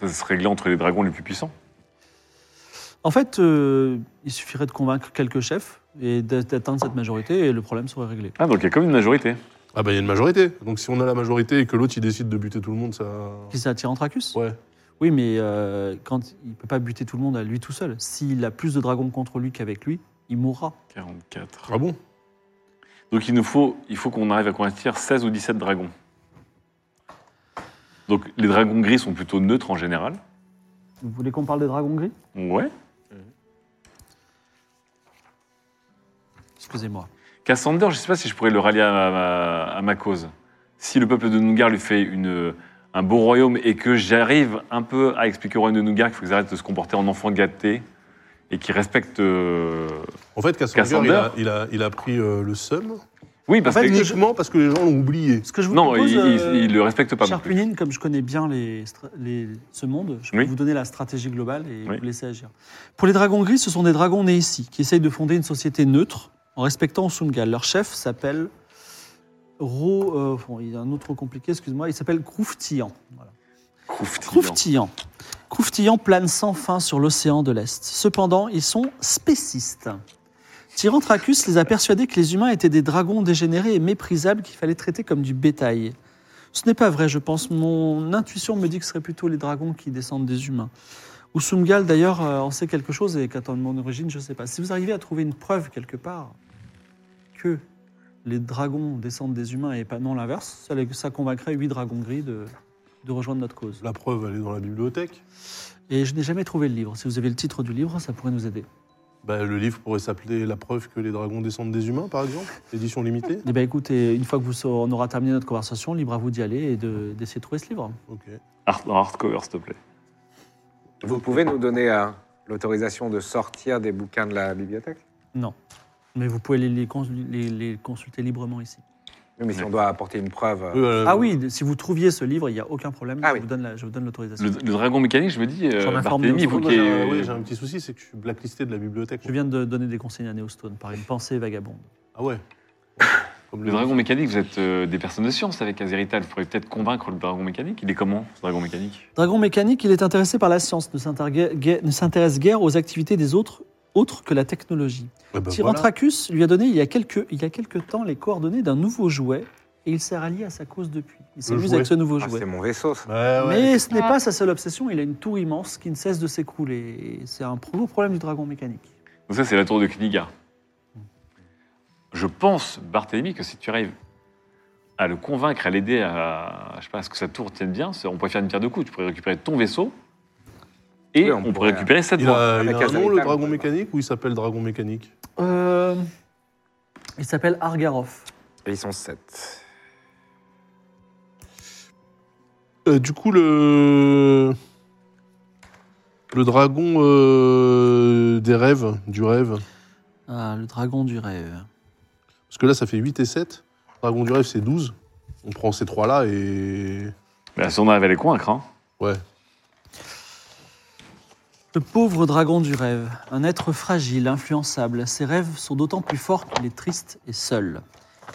Speaker 6: ça se réglait entre les dragons les plus puissants.
Speaker 1: En fait, euh, il suffirait de convaincre quelques chefs et d'a- d'atteindre cette majorité et le problème serait réglé.
Speaker 6: Ah donc il y a comme une majorité.
Speaker 3: Ah, bah, il y a une majorité. Donc, si on a la majorité et que l'autre, il décide de buter tout le monde, ça.
Speaker 1: Qui c'est Tyrantracus
Speaker 3: Ouais.
Speaker 1: Oui, mais euh, quand il ne peut pas buter tout le monde à lui tout seul. S'il a plus de dragons contre lui qu'avec lui, il mourra.
Speaker 6: 44.
Speaker 3: Ah bon
Speaker 6: Donc il nous faut, il faut qu'on arrive à convertir 16 ou 17 dragons. Donc les dragons gris sont plutôt neutres en général.
Speaker 1: Vous voulez qu'on parle des dragons gris
Speaker 6: Ouais.
Speaker 1: Excusez-moi.
Speaker 6: Cassander, je sais pas si je pourrais le rallier à ma, à ma cause. Si le peuple de Nougar lui fait une, un beau royaume et que j'arrive un peu à expliquer au royaume de Nougar qu'il faut qu'ils arrêtent de se comporter en enfant gâté et qu'ils respectent. euh,
Speaker 3: En fait, Cassander,
Speaker 6: Cassander
Speaker 3: il a, il, a, il a pris euh, le seum.
Speaker 6: Oui,
Speaker 3: En
Speaker 6: parce
Speaker 3: fait,
Speaker 6: que.
Speaker 3: uniquement parce que les gens l'ont oublié.
Speaker 1: Ce que je vous
Speaker 6: Non,
Speaker 1: propose,
Speaker 6: il,
Speaker 1: euh,
Speaker 6: il- il le respecte pas. non plus.
Speaker 1: Charpunine, comme je connais bien les, stra- les- ce monde, je peux
Speaker 6: Oui.
Speaker 1: vous donner la stratégie globale et
Speaker 6: Oui.
Speaker 1: vous laisser agir. Pour les dragons gris, ce sont des dragons nés ici, qui essayent de fonder une société neutre en respectant Sungal. Leur chef s'appelle Ro... euh, bon, il y a un autre trop compliqué, excuse-moi. Il s'appelle Crouftillan. Voilà.
Speaker 6: Crouftillant.
Speaker 1: Crouftillan. Crouftillan plane sans fin sur l'océan de l'Est. Cependant, ils sont spécistes. Tyrantracus les a persuadés que les humains étaient des dragons dégénérés et méprisables qu'il fallait traiter comme du bétail. Ce n'est pas vrai, je pense. Mon intuition me dit que ce seraient plutôt les dragons qui descendent des humains. Usumgal, d'ailleurs, euh, en sait quelque chose et qu'attend mon origine, je ne sais pas. Si vous arrivez à trouver une preuve quelque part que les dragons descendent des humains et pas non l'inverse, ça, les- ça convaincrait huit dragons gris de, de rejoindre notre cause.
Speaker 3: La preuve, elle est dans la bibliothèque.
Speaker 1: Et je n'ai jamais trouvé le livre. Si vous avez le titre du livre, ça pourrait nous aider.
Speaker 3: Bah, le livre pourrait s'appeler La preuve que les dragons descendent des humains, par exemple. Édition limitée.
Speaker 1: Eh bien, écoutez, une fois que vous saurez- on aura terminé notre conversation, libre à vous d'y aller et de- d'essayer de trouver ce livre.
Speaker 3: Ok.
Speaker 6: Hard- hardcover, s'il te plaît.
Speaker 4: Vous pouvez nous donner euh, l'autorisation de sortir des bouquins de la bibliothèque
Speaker 1: Non. Mais vous pouvez les, les cons- les- les consulter librement ici.
Speaker 4: Oui, mais si on doit apporter une preuve. euh,
Speaker 3: Eux, euh,
Speaker 1: Ah oui, si vous trouviez ce livre, il n'y a aucun problème.
Speaker 4: Ah
Speaker 1: je,
Speaker 4: oui.
Speaker 1: vous donne la- je vous donne l'autorisation.
Speaker 6: Le, le dragon mécanique, je me dis.
Speaker 1: J'en
Speaker 6: Euh,
Speaker 1: informe
Speaker 6: Barthélemy, il faut
Speaker 3: Moi,
Speaker 6: qu'il y
Speaker 3: j'ai
Speaker 6: ait-
Speaker 3: un, ouais, j'ai un petit souci, c'est que je suis blacklisté de la bibliothèque.
Speaker 1: Je viens de donner des conseils à Neostone par une pensée vagabonde.
Speaker 3: Ah ouais. Comme
Speaker 6: Le dragon mécanique, vous êtes euh, des personnes de science avec Azerita. Vous pourriez peut-être convaincre le dragon mécanique. Il est comment, ce dragon mécanique
Speaker 1: Dragon mécanique, il est intéressé par la science, ne s'intergue- guère- ne s'intéresse guère aux activités des autres, autres que la technologie.
Speaker 3: Eh ben, voilà.
Speaker 1: Tyrantracus lui a donné il y a quelques, il y a quelques temps les coordonnées d'un nouveau jouet et il s'est rallié à sa cause depuis. Il s'amuse
Speaker 3: jouet.
Speaker 1: avec ce nouveau
Speaker 4: ah,
Speaker 1: jouet.
Speaker 4: c'est mon vaisseau, ça.
Speaker 3: Ah Ouais, ouais.
Speaker 1: Mais ce n'est pas sa seule obsession, il a une tour immense qui ne cesse de s'écrouler. Et C'est un gros problème du dragon mécanique.
Speaker 6: Donc, ça, c'est la tour de Kniga. Je pense, Barthélemy, que si tu arrives à le convaincre, à l'aider à, je sais pas, à ce que sa tour tienne bien, c'est- on pourrait faire une pierre de coups. Tu pourrais récupérer ton vaisseau et
Speaker 4: Oui, on
Speaker 6: on, pourrait
Speaker 4: pourrait-
Speaker 6: récupérer cette
Speaker 3: Il
Speaker 6: voie.
Speaker 3: a, il
Speaker 4: Avec
Speaker 3: a
Speaker 4: la
Speaker 3: un nom, le
Speaker 4: Zaitan,
Speaker 3: dragon
Speaker 4: ouais.
Speaker 3: mécanique, ou il s'appelle dragon mécanique
Speaker 1: Euh, il s'appelle Argarov.
Speaker 4: Et ils sont sept.
Speaker 3: Euh, Du coup, le. Le dragon euh, des rêves, du rêve.
Speaker 1: Ah, le dragon du rêve.
Speaker 3: Parce que là, ça fait 8 et 7. Dragon du rêve, c'est 12. On prend ces trois-là et.
Speaker 6: Bah, si on arrive à les convaincre, hein.
Speaker 3: Ouais.
Speaker 1: Le pauvre dragon du rêve, un être fragile, influençable, ses rêves sont d'autant plus forts qu'il est triste et seul.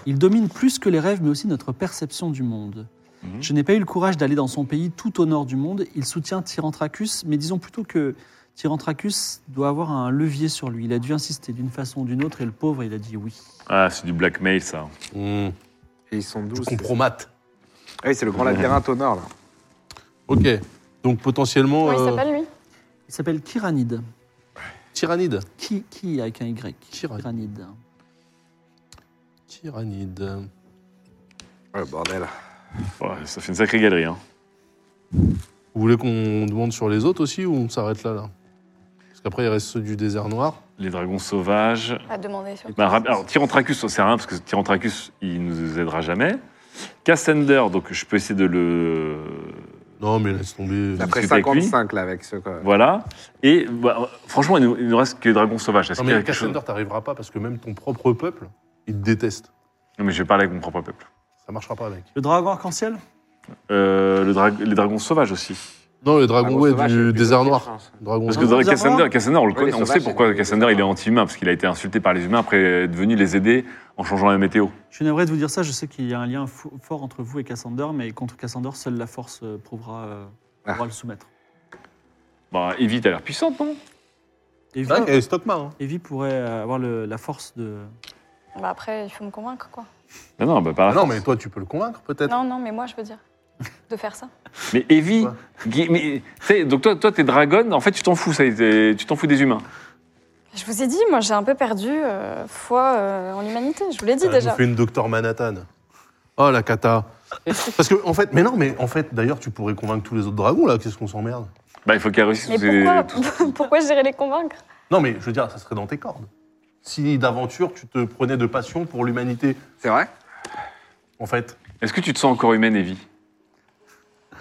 Speaker 1: Il domine plus que les rêves, mais aussi notre perception du monde.
Speaker 6: Mhm.
Speaker 1: Je n'ai pas eu le courage d'aller dans son pays tout au nord du monde. Il soutient Tyrantracus, mais disons plutôt que Tyrantracus doit avoir un levier sur lui. Il a dû insister d'une façon ou d'une autre, et le pauvre, il a dit oui.
Speaker 6: Ah, c'est du blackmail, ça.
Speaker 3: Mmh.
Speaker 4: Et ils sont douze.
Speaker 3: Compromat.
Speaker 4: Ah oui, c'est le grand labyrinthe au nord, là.
Speaker 3: Ok. Donc potentiellement.
Speaker 2: Comment il
Speaker 3: euh,
Speaker 2: s'appelle, lui
Speaker 1: Il s'appelle Kyranide.
Speaker 3: Tyrannide.
Speaker 1: Qui, qui avec un Y
Speaker 3: Kyranide.
Speaker 1: Kyranide.
Speaker 3: Tyrannide.
Speaker 4: Ouais, bordel.
Speaker 6: Ouais, ça fait une sacrée galerie, hein.
Speaker 3: Vous voulez qu'on demande sur les autres aussi ou on s'arrête là, là Parce qu'après, il reste ceux du désert noir.
Speaker 6: Les dragons sauvages.
Speaker 2: À demander sur.
Speaker 6: Bah, rap- alors, Tyrantracus, ça sert à rien, parce que Tyrantracus, il nous aidera jamais. Cassender, donc je peux essayer de le.
Speaker 3: Non, mais laisse tomber.
Speaker 4: Après
Speaker 6: discutez avec lui
Speaker 4: 55, là, avec ceux. quoi.
Speaker 6: Voilà. Et bah, franchement, il nous, il nous reste que les dragons sauvages. Est-ce
Speaker 3: Non,
Speaker 6: qu'il y a
Speaker 3: mais
Speaker 6: quelque chose-
Speaker 3: Cassandre, t'arriveras pas parce que même ton propre peuple, il te déteste.
Speaker 6: Non, mais je vais parler avec mon propre peuple.
Speaker 3: Ça marchera pas, mec.
Speaker 1: Le dragon arc-en-ciel
Speaker 6: Euh, le dra- les dragons sauvages aussi.
Speaker 3: Non, le
Speaker 4: Ah,
Speaker 3: dragon,
Speaker 4: bon,
Speaker 3: ouais,
Speaker 4: sauvage,
Speaker 3: du
Speaker 4: c'est
Speaker 3: désert
Speaker 4: plus
Speaker 3: noir.
Speaker 4: facile, je pense.
Speaker 3: Dragon
Speaker 6: Parce
Speaker 1: Ah,
Speaker 6: que
Speaker 1: vous
Speaker 6: Dra-
Speaker 1: avez
Speaker 6: Cassandre,
Speaker 1: voir
Speaker 6: Cassandre, on le
Speaker 4: Oui,
Speaker 6: connaît,
Speaker 4: les
Speaker 6: on sait
Speaker 4: sauvages,
Speaker 6: pourquoi
Speaker 4: c'est des-
Speaker 6: Cassandre,
Speaker 4: des
Speaker 6: il est anti-humain, parce qu'il a été insulté par les humains après être venu les aider en changeant la météo.
Speaker 1: Je suis navré de vous dire ça, je sais qu'il y a un lien fo- fort entre vous et Cassander, mais contre Cassander, seule la force euh, prouvera, euh,
Speaker 4: Ah.
Speaker 1: pourra le soumettre.
Speaker 6: Bah, Evie, t'as l'air puissante, non
Speaker 1: Evie,
Speaker 3: Ah, et Stockmar. hein.
Speaker 1: Evie pourrait euh, avoir le- la force de...
Speaker 2: Bah, après, il faut me convaincre, quoi.
Speaker 6: Non, non, bah, par
Speaker 3: Ah non, mais toi, tu peux le convaincre, peut-être.
Speaker 2: Non, non, mais moi, je veux dire. De faire ça.
Speaker 6: Mais Evie,
Speaker 3: Ouais.
Speaker 6: Gui- mais, tu sais, donc toi, toi, t'es dragon, en fait, tu t'en fous, ça, t'es- tu t'en fous des humains.
Speaker 2: Je vous ai dit, moi, j'ai un peu perdu euh, foi euh, en l'humanité. Je vous l'ai dit
Speaker 3: Elle
Speaker 2: déjà.
Speaker 3: nous fait une Docteur Manhattan. Oh, la cata. Parce que, en fait, mais non, mais en fait, d'ailleurs, tu pourrais convaincre tous les autres dragons, là. Qu'est-ce qu'on s'emmerde
Speaker 6: Bah, il faut qu'elle réussisse.
Speaker 2: Mais
Speaker 6: tous ces-
Speaker 2: pourquoi,
Speaker 6: tous-
Speaker 2: pourquoi j'irais les convaincre
Speaker 3: Non, mais je veux dire, ça serait dans tes cordes. Si d'aventure, tu te prenais de passion pour l'humanité,
Speaker 4: C'est vrai
Speaker 3: en fait,
Speaker 6: Est-ce que tu te sens encore humaine, Evie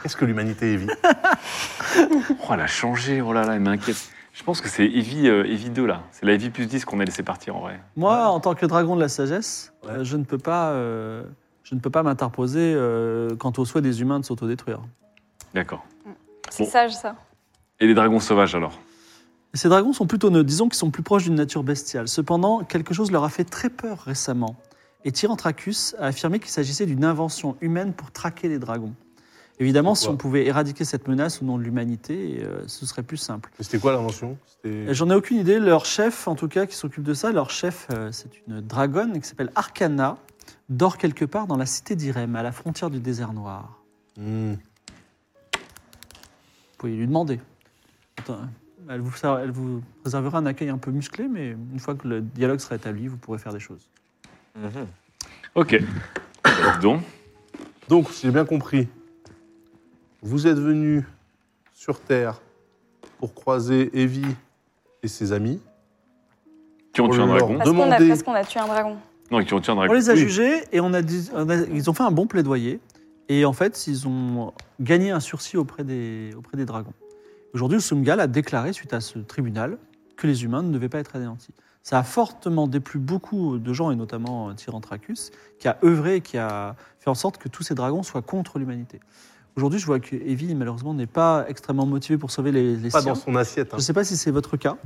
Speaker 3: qu'est-ce que l'humanité évite
Speaker 6: Oh, elle a changé, oh là là, elle m'inquiète. Je pense que c'est Evie, euh, Evie 2, là. C'est la Evie plus 10 qu'on a laissé partir, en vrai.
Speaker 1: Moi, en tant que dragon de la sagesse,
Speaker 3: Ouais.
Speaker 1: euh, je ne peux pas... euh, je ne peux pas m'interposer euh, quant au souhait des humains de s'autodétruire.
Speaker 6: D'accord.
Speaker 2: C'est
Speaker 6: Bon.
Speaker 2: sage, ça.
Speaker 6: Et les dragons sauvages, alors
Speaker 1: Et Ces dragons sont plutôt neutres, disons qu'ils sont plus proches d'une nature bestiale. Cependant, quelque chose leur a fait très peur récemment. Et Tyrantracus a affirmé qu'il s'agissait d'une invention humaine pour traquer les dragons. Évidemment, si
Speaker 3: Pourquoi
Speaker 1: on pouvait éradiquer cette menace au nom de l'humanité, euh, ce serait plus simple.
Speaker 3: Mais C'était quoi l'invention
Speaker 1: Et
Speaker 3: C'était.
Speaker 1: J'en ai aucune idée. Leur chef, en tout cas, qui s'occupe de ça, leur chef, euh, c'est une dragonne qui s'appelle Arcana, dort quelque part dans la cité d'Irem, à la frontière du désert noir.
Speaker 3: Hmm.
Speaker 1: Vous pouvez lui demander. Attends, Elle vous, elle vous réservera un accueil un peu musclé, mais une fois que le dialogue sera établi, vous pourrez faire des choses.
Speaker 6: Ok. Bah, donc,
Speaker 3: Donc, si j'ai bien compris, vous êtes venus sur Terre pour croiser Evie et ses amis.
Speaker 6: qui ont
Speaker 3: Oh
Speaker 6: tué un
Speaker 3: là là.
Speaker 6: dragon
Speaker 2: Parce qu'on a,
Speaker 3: Demandez.
Speaker 2: parce qu'on a tué un dragon.
Speaker 6: Non, qui ont tué un
Speaker 1: On
Speaker 6: dragon.
Speaker 1: les a
Speaker 3: Oui.
Speaker 1: jugés et on a dit- on a- ils ont fait un bon plaidoyer. Et en fait, ils ont gagné un sursis auprès des, auprès des dragons. Aujourd'hui, le Sumgal a déclaré, suite à ce tribunal, que les humains ne devaient pas être anéantis. Ça a fortement déplu beaucoup de gens, et notamment euh, Tyrantracus, qui a œuvré, et qui a fait en sorte que tous ces dragons soient contre l'humanité. Aujourd'hui, je vois que Evie, malheureusement, n'est pas extrêmement motivée pour sauver les, les
Speaker 3: Pas
Speaker 1: siens.
Speaker 3: dans son assiette.
Speaker 1: Je
Speaker 3: hein.
Speaker 1: ne sais pas si c'est votre cas.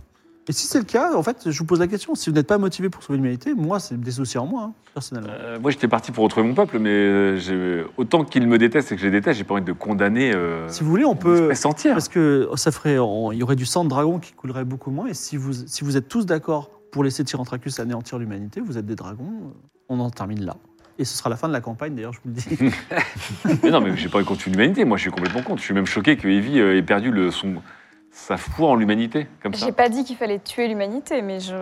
Speaker 1: Et si c'est le cas, en fait, je vous pose la question. Si vous n'êtes pas motivé pour sauver l'humanité, moi, c'est des soucis en moi, hein, personnellement.
Speaker 6: Euh, moi, j'étais parti pour retrouver mon peuple, mais euh, j'ai- autant qu'ils me détestent et que je les déteste, j'ai pas envie de condamner euh,
Speaker 1: si vous voulez, on
Speaker 6: une
Speaker 1: peut.
Speaker 6: espèce entière.
Speaker 1: Parce que ça ferait, on- il y aurait du sang de dragon qui coulerait beaucoup moins. Et si vous, si vous êtes tous d'accord pour laisser Tyrantracus anéantir l'humanité, vous êtes des dragons. On en termine là. Et ce sera la fin de la campagne, d'ailleurs, je vous le dis.
Speaker 6: Mais non, mais j'ai pas envie contre l'humanité. Moi, je suis complètement contre. Je suis même choqué que Evie euh, ait perdu le, son, sa foi en l'humanité, comme ça.
Speaker 2: J'ai pas dit qu'il fallait tuer l'humanité, mais je.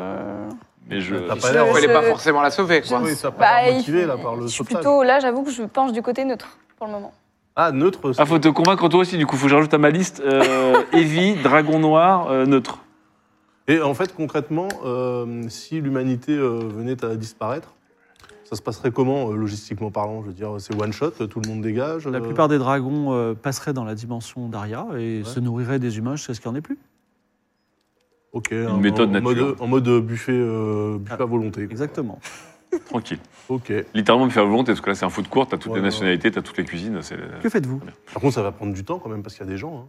Speaker 6: Mais je.
Speaker 3: T'as pas
Speaker 2: Je-
Speaker 3: l'air.
Speaker 4: Il fallait
Speaker 2: je-
Speaker 4: pas forcément la sauver,
Speaker 2: je-
Speaker 4: quoi.
Speaker 3: Oui, ça a pas
Speaker 2: Bah,
Speaker 3: l'air
Speaker 2: il-
Speaker 3: motivé, là, par le
Speaker 2: Je suis
Speaker 3: sauvetage.
Speaker 2: plutôt, là, j'avoue que je penche du côté neutre pour le moment.
Speaker 3: Ah, neutre. c'est-
Speaker 6: Ah, faut te convaincre toi aussi, du coup, faut que je rajoute à ma liste euh, Evie, Dragon Noir, euh, Neutre.
Speaker 3: Et en fait, concrètement, euh, si l'humanité euh, venait à disparaître, ça se passerait comment, euh, logistiquement parlant Je veux dire, c'est one shot, tout le monde dégage.
Speaker 1: La
Speaker 3: euh,
Speaker 1: plupart des dragons euh, passeraient dans la dimension d'Aria et
Speaker 3: Ouais.
Speaker 1: se nourriraient des humains jusqu'à ce qu'il n'y en ait plus.
Speaker 3: Ok, en-
Speaker 6: méthode
Speaker 3: en, mode,
Speaker 6: nature.
Speaker 3: en mode buffet, euh, buffet
Speaker 1: Ah,
Speaker 3: à volonté. quoi.
Speaker 1: Exactement.
Speaker 6: Tranquille.
Speaker 3: Ok.
Speaker 6: Littéralement, me faire volonté, parce que là, c'est un foot court, t'as toutes
Speaker 3: Ouais,
Speaker 6: les
Speaker 3: ouais.
Speaker 6: nationalités, t'as toutes les cuisines. c'est-
Speaker 1: Que faites-vous
Speaker 3: Par contre, ça va prendre du temps quand même, parce qu'il y a des gens. hein.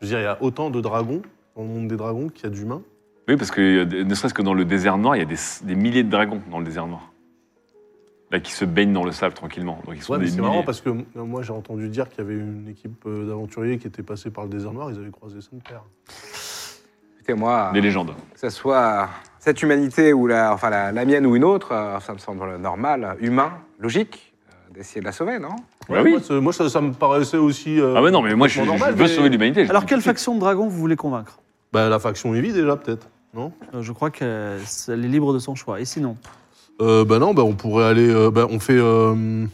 Speaker 3: Je veux dire, il y a autant de dragons dans le monde des dragons qu'il y a d'humains.
Speaker 6: Oui, parce que euh, ne serait-ce que dans le désert noir, il y a des, des milliers de dragons dans le désert noir. Là, qui se baignent dans le sable tranquillement. Donc, ils sont
Speaker 3: Ouais, mais
Speaker 6: des
Speaker 3: c'est
Speaker 6: milliers.
Speaker 3: marrant parce que euh, moi j'ai entendu dire qu'il y avait une équipe euh, d'aventuriers qui était passée par le désert noir, ils avaient croisé son père.
Speaker 4: Écoutez-moi,
Speaker 6: Des légendes.
Speaker 3: Euh,
Speaker 4: que ce soit cette humanité ou la, enfin, la, la mienne ou une autre, euh, ça me semble normal, humain, logique, euh, d'essayer de la sauver, non
Speaker 6: Ouais, oui.
Speaker 3: Moi, c'est- moi, ça, ça me paraissait aussi. euh,
Speaker 6: Ah, mais non, mais moi, je, je
Speaker 3: normal,
Speaker 6: veux
Speaker 3: mais-
Speaker 6: sauver l'humanité. je
Speaker 1: Alors,
Speaker 6: dis
Speaker 1: quelle
Speaker 6: tout de suite.
Speaker 1: faction de dragons vous voulez convaincre
Speaker 3: Bah, la faction Evie déjà, peut-être. Non
Speaker 1: Euh, Je crois qu'elle est libre de son choix. Et sinon
Speaker 3: euh, Bah, non, bah, on pourrait aller. euh, bah, on fait. euh,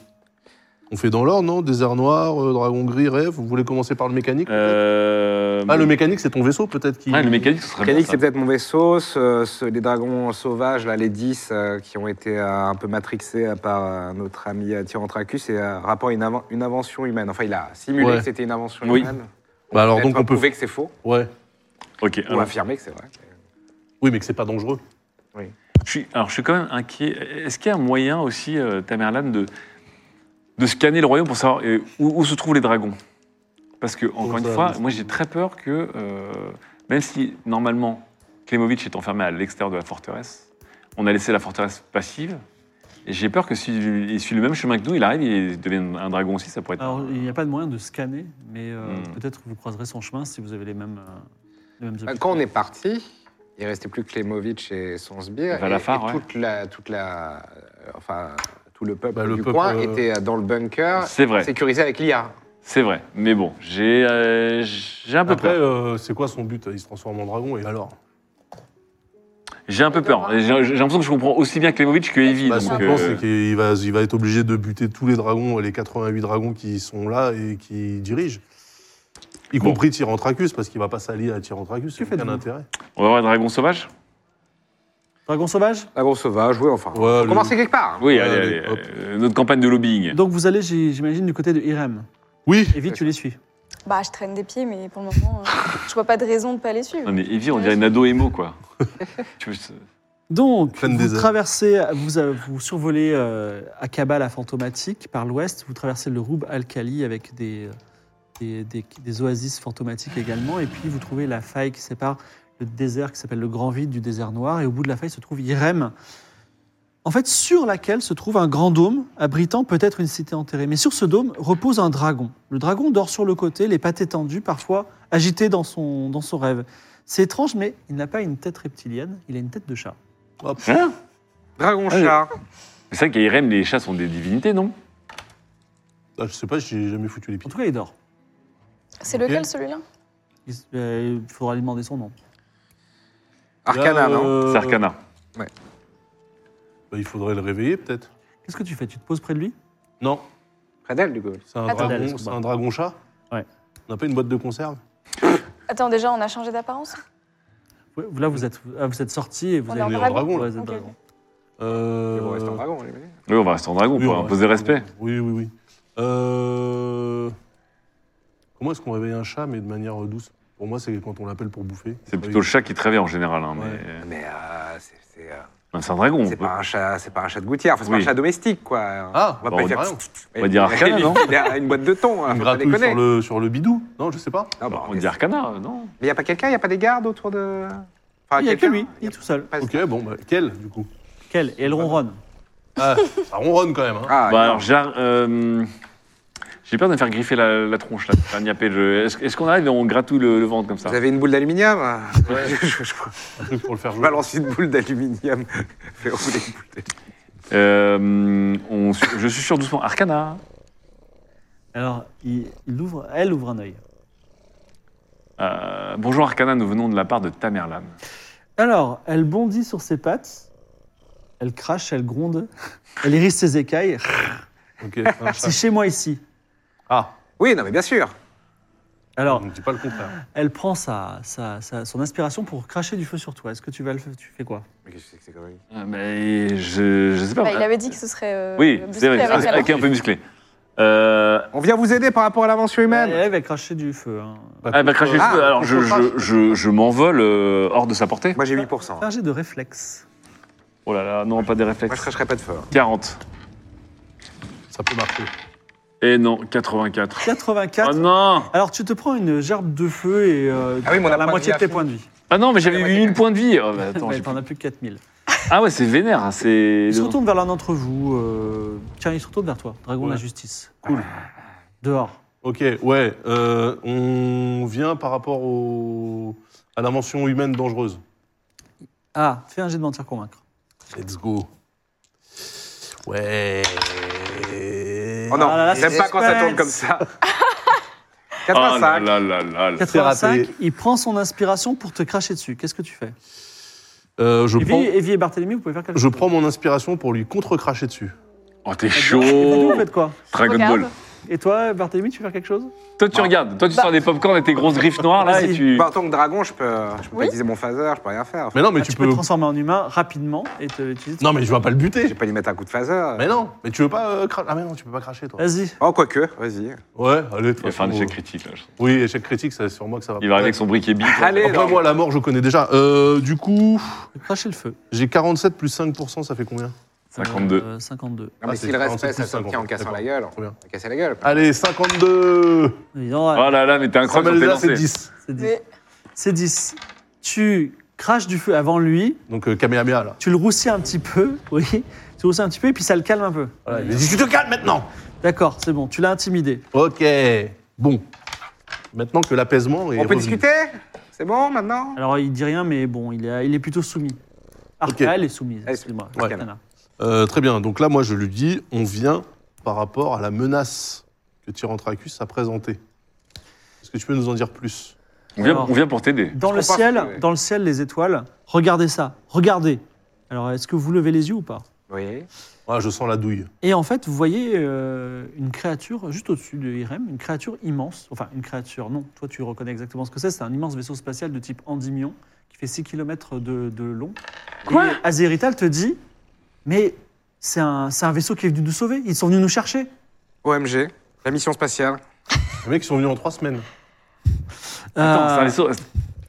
Speaker 3: on fait dans l'ordre, non Désert noir, euh, dragon gris, rêve. Vous voulez commencer par le mécanique peut-être
Speaker 6: Euh,
Speaker 3: Ah, le mécanique, c'est ton vaisseau, peut-être qui.
Speaker 6: ouais, le mécanique, ce serait
Speaker 4: Mécanique,
Speaker 6: bien,
Speaker 4: c'est
Speaker 6: ça.
Speaker 4: peut-être mon vaisseau. ce- ce- les dragons sauvages, là, les 10, euh, qui ont été euh, un peu matrixés euh, par euh, notre ami euh, Tyrantracus, c'est euh, rapport à une, inven- une invention humaine. Enfin, il a simulé
Speaker 3: Ouais.
Speaker 4: que c'était une invention
Speaker 6: Oui.
Speaker 4: humaine.
Speaker 3: Bah, alors,
Speaker 4: Peut-être
Speaker 3: donc, on peut.
Speaker 4: prouver que c'est faux,
Speaker 3: Ouais.
Speaker 6: Ok,
Speaker 4: ou
Speaker 6: alors,
Speaker 4: affirmer que c'est vrai.
Speaker 3: Oui, mais que c'est pas dangereux.
Speaker 6: Je suis, alors, je suis quand même inquiet. Est-ce qu'il y a un moyen aussi, euh, Tamerlan, de, de scanner le royaume pour savoir euh, où, où se trouvent les dragons Parce que, encore
Speaker 3: Comment
Speaker 6: une
Speaker 3: ça,
Speaker 6: fois,
Speaker 3: Alice
Speaker 6: moi, j'ai très peur que, euh, même si, normalement, Klemovic est enfermé à l'extérieur de la forteresse, on a laissé la forteresse passive, et j'ai peur que s'il il suit le même chemin que nous, il arrive, il devienne un dragon aussi, ça pourrait être...
Speaker 1: Alors,
Speaker 6: un-
Speaker 1: il n'y a pas de moyen de scanner, mais euh,
Speaker 6: Hmm.
Speaker 1: peut-être que vous croiserez son chemin si vous avez les mêmes. euh, les mêmes
Speaker 4: Quand on est parti, il restait plus que Klemovic et son sbire.
Speaker 6: Valafar,
Speaker 4: et, et
Speaker 6: ouais.
Speaker 4: toute la, toute la, euh, enfin, tout le peuple
Speaker 3: Bah, le
Speaker 4: du
Speaker 3: peuple,
Speaker 4: coin
Speaker 3: euh,
Speaker 4: était dans le bunker,
Speaker 6: C'est vrai,
Speaker 4: sécurisé avec l'IA.
Speaker 6: c'est vrai. Mais bon, j'ai euh, j'ai un peu
Speaker 3: Après,
Speaker 6: peur.
Speaker 3: euh, c'est quoi son but Il se transforme en dragon, et alors
Speaker 6: J'ai un peu peur. J'ai j'ai l'impression que je comprends aussi bien Klemovic que Evie.
Speaker 3: Bah,
Speaker 6: donc,
Speaker 3: son
Speaker 6: euh,
Speaker 3: plan, c'est qu'il va, il va être obligé de buter tous les dragons, les 88 dragons qui sont là et qui dirigent. Y
Speaker 6: Bon.
Speaker 3: compris Tyrantracus, parce qu'il va pas s'allier à Tyrantracus.
Speaker 1: Que
Speaker 3: C'est aucun
Speaker 1: faites-vous
Speaker 3: intérêt.
Speaker 6: On va voir Dragon Sauvage
Speaker 1: Dragon sauvage
Speaker 4: La grosse sauvage, oui, enfin.
Speaker 3: Ouais,
Speaker 4: on
Speaker 3: le-
Speaker 4: commencer quelque part. hein.
Speaker 6: Oui,
Speaker 3: Ouais,
Speaker 6: allez,
Speaker 3: allez,
Speaker 6: allez.
Speaker 3: hop.
Speaker 6: euh, notre campagne de lobbying.
Speaker 1: Donc, vous allez, j'ai- j'imagine, du côté de Irem.
Speaker 3: Oui,
Speaker 1: Evie, tu les suis.
Speaker 2: Bah, je traîne des pieds, mais pour le moment, euh, je vois pas de raison de pas les suivre.
Speaker 6: Non, mais Evie, on dirait une ado emo, quoi. tu veux-
Speaker 1: Donc,
Speaker 3: Fan des
Speaker 1: vous
Speaker 3: airs.
Speaker 1: traversez, vous, euh, vous survolez euh, Akaba la fantomatique par l'ouest, vous traversez le Roub Al-Khali avec des, euh, des, des- des oasis fantomatiques également, et puis vous trouvez la faille qui sépare le désert qui s'appelle le Grand Vide du désert noir, et au bout de la faille se trouve Irem, en fait sur laquelle se trouve un grand dôme abritant peut-être une cité enterrée. Mais sur ce dôme repose un dragon. Le dragon dort sur le côté, les pattes étendues, parfois agité dans son, dans son rêve. C'est étrange, mais il n'a pas une tête reptilienne, il a une tête de chat.
Speaker 6: Hein
Speaker 4: Dragon
Speaker 6: Allez.
Speaker 4: chat.
Speaker 6: C'est vrai qu'à IRM, les chats sont des divinités, non
Speaker 3: Ah, je sais pas, j'ai jamais foutu les
Speaker 1: En
Speaker 3: pieds.
Speaker 1: tout cas, il dort.
Speaker 2: C'est
Speaker 3: Ok.
Speaker 2: lequel, celui-là
Speaker 1: Il s- euh, il faudra lui demander son nom.
Speaker 4: Arcana,
Speaker 3: Là,
Speaker 4: non
Speaker 3: euh,
Speaker 6: C'est Arcana.
Speaker 3: bah, il faudrait le réveiller, peut-être.
Speaker 1: Qu'est-ce que tu fais Tu te poses près de lui
Speaker 3: Non,
Speaker 4: Près d'elle, du coup.
Speaker 3: c'est un,
Speaker 2: Attends.
Speaker 3: dragon, c'est un dragon chat.
Speaker 1: Ouais.
Speaker 3: On n'a pas une boîte de conserve
Speaker 2: Attends, déjà, on a changé d'apparence
Speaker 1: Ouais, Là, vous êtes, ah, vous êtes sorti et vous
Speaker 2: On est
Speaker 1: avez-
Speaker 2: en
Speaker 3: Mais
Speaker 2: dragon.
Speaker 3: dragon, là.
Speaker 1: Ouais, vous êtes
Speaker 2: Ok,
Speaker 1: dragon.
Speaker 2: ok.
Speaker 3: Euh,
Speaker 4: Mais bon, reste en dragon, j'imagine.
Speaker 6: Oui, on va rester en dragon
Speaker 3: oui,
Speaker 6: pour
Speaker 3: on va-
Speaker 6: imposer respect.
Speaker 3: Oui, oui, oui. Euh, Comment est-ce qu'on réveille un chat, mais de manière euh, douce Pour moi, c'est quand on l'appelle pour bouffer.
Speaker 6: C'est plutôt le chat qui te réveille en général. hein,
Speaker 3: Ouais.
Speaker 6: mais-
Speaker 4: Mais euh, c'est- c'est euh,
Speaker 6: Ben, c'est un dragon. on
Speaker 4: c'est
Speaker 6: peut-
Speaker 4: pas un chat, c'est pas un chat de gouttière, enfin, c'est
Speaker 6: Oui.
Speaker 4: pas un chat domestique, quoi.
Speaker 3: Ah,
Speaker 4: on va
Speaker 6: bah,
Speaker 4: pas
Speaker 6: on
Speaker 4: dire.
Speaker 3: dirait.
Speaker 6: On va dire Arcana, non
Speaker 4: Il a une boîte de thon, hein,
Speaker 3: Une
Speaker 4: faut pas
Speaker 3: gratouille
Speaker 4: déconner.
Speaker 3: sur le, sur le bidou Non, je sais pas.
Speaker 4: Non, bah,
Speaker 6: Bah, on dit Arcana, euh, non
Speaker 4: Mais y a pas quelqu'un, y a pas des gardes autour de.
Speaker 2: Ah,
Speaker 4: Enfin,
Speaker 1: Il n'y a que
Speaker 4: quelqu'un
Speaker 1: lui, il
Speaker 4: Y
Speaker 1: est
Speaker 4: a
Speaker 1: tout seul.
Speaker 4: pas-
Speaker 3: Ok, bon, bah, quel, du coup
Speaker 1: Quel Et elle ronronne.
Speaker 3: Ah, ça ronronne quand même. Hein.
Speaker 4: Ah,
Speaker 6: Bah, alors, j'ai euh, j'ai peur de me faire griffer la, la tronche, là, de faire niapper. Je- Est-ce est-ce qu'on arrive et on gratouille le, le ventre comme ça
Speaker 4: Vous avez une boule d'aluminium hein je, je, je-
Speaker 3: Un truc pour le faire
Speaker 4: je
Speaker 3: jouer.
Speaker 4: balance une boule d'aluminium. Fais rouler une boule d'aluminium.
Speaker 6: Euh, on su- Je suis sûr doucement. Arcana
Speaker 1: Alors, il, il ouvre, elle ouvre un œil.
Speaker 6: Euh, Bonjour Arcana, nous venons de la part de Tamerlan.
Speaker 1: Alors, elle bondit sur ses pattes. Elle crache, elle gronde. Elle hérisse ses écailles.
Speaker 3: Ok. un chat.
Speaker 1: C'est chez moi ici.
Speaker 3: Ah,
Speaker 4: Oui, non, mais bien sûr.
Speaker 1: Alors,
Speaker 3: on ne dit pas le contraire.
Speaker 1: elle prend sa, sa- sa- son inspiration pour cracher du feu sur toi. Est-ce que tu vas le faire Tu fais quoi
Speaker 4: Mais qu'est-ce que c'est que ces conneries
Speaker 6: Euh, Mais je, je sais pas.
Speaker 2: Bah, il avait dit que ce serait. euh,
Speaker 6: Oui,
Speaker 2: musclé
Speaker 6: c'est vrai,
Speaker 4: ah,
Speaker 6: Ah,
Speaker 2: avec
Speaker 6: avec,
Speaker 2: la main.
Speaker 6: un peu musclé. Euh,
Speaker 4: On vient vous aider par rapport à l'invention humaine.
Speaker 1: Elle, elle va cracher du feu. hein.
Speaker 6: ah, bah, cracher le
Speaker 4: Ah,
Speaker 6: feu. Alors, je,
Speaker 4: contre-
Speaker 6: je, je, je m'envole euh, hors de sa portée.
Speaker 4: Moi, j'ai 8%.
Speaker 1: Fais un jet de réflexe.
Speaker 6: Oh là là, non, pas des
Speaker 4: Moi, je
Speaker 6: réflexes.
Speaker 4: cracherai pas de feu. hein.
Speaker 6: 40.
Speaker 3: Ça peut marcher.
Speaker 6: Et non, 84.
Speaker 1: 84.
Speaker 6: Oh non
Speaker 1: Alors, tu te prends une gerbe de feu et euh,
Speaker 4: Ah oui, mon
Speaker 1: la
Speaker 4: appareil
Speaker 1: moitié de
Speaker 4: à
Speaker 1: tes
Speaker 4: fond.
Speaker 1: points de vie.
Speaker 6: Ah non, mais j'avais eu une point de vie. Oh, bah, attends,
Speaker 1: Ouais,
Speaker 6: j'ai
Speaker 1: T'en
Speaker 6: plus-
Speaker 1: as plus que 4000.
Speaker 6: Ah ouais, c'est vénère. hein, C'est...
Speaker 1: Il se retourne vers l'un d'entre vous. euh, Tiens, il se retourne vers toi, Dragon de la
Speaker 3: Ouais.
Speaker 1: Justice. Cool. Dehors.
Speaker 3: Ok, ouais. euh, on vient par rapport au... à l'invention humaine dangereuse.
Speaker 1: Ah, fais un jet de mentir convaincre.
Speaker 3: Let's go. Ouais.
Speaker 4: Oh non,
Speaker 1: Ah là là,
Speaker 4: j'aime
Speaker 1: c'est
Speaker 4: pas quand ça
Speaker 1: suspense.
Speaker 4: tourne comme ça.
Speaker 6: Oh là
Speaker 4: 85.
Speaker 6: là là là là.
Speaker 1: 85,
Speaker 3: raté.
Speaker 1: il prend son inspiration pour te cracher dessus. Qu'est-ce que tu fais
Speaker 3: Euh, je,
Speaker 6: Eh
Speaker 1: Evie,
Speaker 3: prends,
Speaker 1: Evie et Barthélemy, vous pouvez faire quelque
Speaker 3: je
Speaker 1: chose.
Speaker 3: prends mon inspiration pour lui contre-cracher dessus.
Speaker 6: Oh, t'es
Speaker 1: Et vous,
Speaker 6: chaud
Speaker 1: vous faites quoi
Speaker 6: Dragon
Speaker 2: Regarde. Bah.
Speaker 6: Ball.
Speaker 1: Et toi, Barthélemy, tu veux faire quelque chose
Speaker 6: Toi, tu regardes. Toi, tu sors des popcorns et tes grosses griffes noires, là, et
Speaker 1: Vas-y.
Speaker 6: tu...
Speaker 4: Bah, en tant que dragon, je peux, je peux pas
Speaker 2: Oui.
Speaker 4: utiliser mon phaser, je peux rien faire.
Speaker 3: Mais non, mais
Speaker 1: Ah,
Speaker 3: tu,
Speaker 1: tu, peux
Speaker 3: peux.
Speaker 1: te transformer en humain rapidement et te utiliser.
Speaker 3: Non, mais je vais pas le
Speaker 4: Je
Speaker 3: buter.
Speaker 4: vais pas lui mettre un coup de phaser.
Speaker 3: Mais non, mais tu veux pas euh, cra- Ah, mais non, tu peux pas cracher, toi.
Speaker 1: Vas-y.
Speaker 4: Oh, quoique, vas-y.
Speaker 3: Ouais, allez, de toute
Speaker 6: Euh. Il va faire un
Speaker 3: façon,
Speaker 6: échec
Speaker 3: euh,
Speaker 6: critique, là. je pense.
Speaker 3: Oui, échec critique, c'est sur moi que ça va.
Speaker 6: Il va arriver avec son briquet bille.
Speaker 4: Allez,
Speaker 3: Après,
Speaker 4: non.
Speaker 3: moi, la mort, je connais déjà. Euh, du coup,
Speaker 1: Cracher le feu.
Speaker 3: j'ai 47 plus 5%, ça fait combien
Speaker 6: 52.
Speaker 1: Euh, 52.
Speaker 4: Non, mais
Speaker 3: Ah, c'est
Speaker 4: s'il reste,
Speaker 3: 47
Speaker 4: ça
Speaker 3: plus
Speaker 4: se tient en
Speaker 3: 50,
Speaker 4: cassant la
Speaker 3: d'accord.
Speaker 4: gueule.
Speaker 3: Trop bien.
Speaker 4: On va casser la gueule.
Speaker 3: Allez, 52
Speaker 1: Évidemment,
Speaker 6: Oh là là, mais t'es
Speaker 3: Ça
Speaker 6: incroyable sur tes
Speaker 3: là, c'est
Speaker 6: lancers.
Speaker 3: 10.
Speaker 1: C'est 10.
Speaker 2: Mais
Speaker 1: C'est 10. Tu craches du feu avant lui,
Speaker 3: Donc, euh, Kamehameha, là.
Speaker 1: tu le roussis un petit peu, oui. Tu le roussis un petit peu et puis ça le calme un peu.
Speaker 3: Voilà, il lui dit, tu te calmes maintenant
Speaker 1: D'accord, c'est bon, tu l'as intimidé.
Speaker 3: Ok, bon. Maintenant que l'apaisement est
Speaker 4: On peut
Speaker 3: revenu.
Speaker 4: discuter C'est bon maintenant
Speaker 1: Alors il dit rien, mais bon, il est, il est plutôt soumis. Ah,
Speaker 3: Ok.
Speaker 1: elle est soumise,
Speaker 4: Elle est
Speaker 1: excuse-moi.
Speaker 3: Ouais.
Speaker 1: Arcana.
Speaker 3: Euh, très bien, donc là, moi, je lui dis, on vient par rapport à la menace que Tyrantracus a présentée. Est-ce que tu peux nous en dire plus
Speaker 6: On vient,
Speaker 1: Alors.
Speaker 6: on vient pour t'aider.
Speaker 1: Dans le
Speaker 4: comprends
Speaker 1: ciel,
Speaker 4: pas, ouais.
Speaker 1: dans le ciel, les étoiles. Regardez ça, regardez. Alors, est-ce que vous levez les yeux ou pas
Speaker 4: Oui.
Speaker 3: Ah, je sens la douille.
Speaker 1: Et en fait, vous voyez euh, une créature juste au-dessus de Irem, une créature immense. Enfin, une créature, non. Toi, tu reconnais exactement ce que c'est. C'est un immense vaisseau spatial de type Endymion qui fait 6 km de, de long. Quoi Azerital te dit Mais c'est un, c'est un vaisseau qui est venu nous sauver. Ils sont venus nous chercher.
Speaker 4: OMG, la mission spatiale.
Speaker 3: Les mecs, ils sont venus en trois semaines.
Speaker 6: Attends, c'est un
Speaker 1: Euh,
Speaker 6: vaisseau.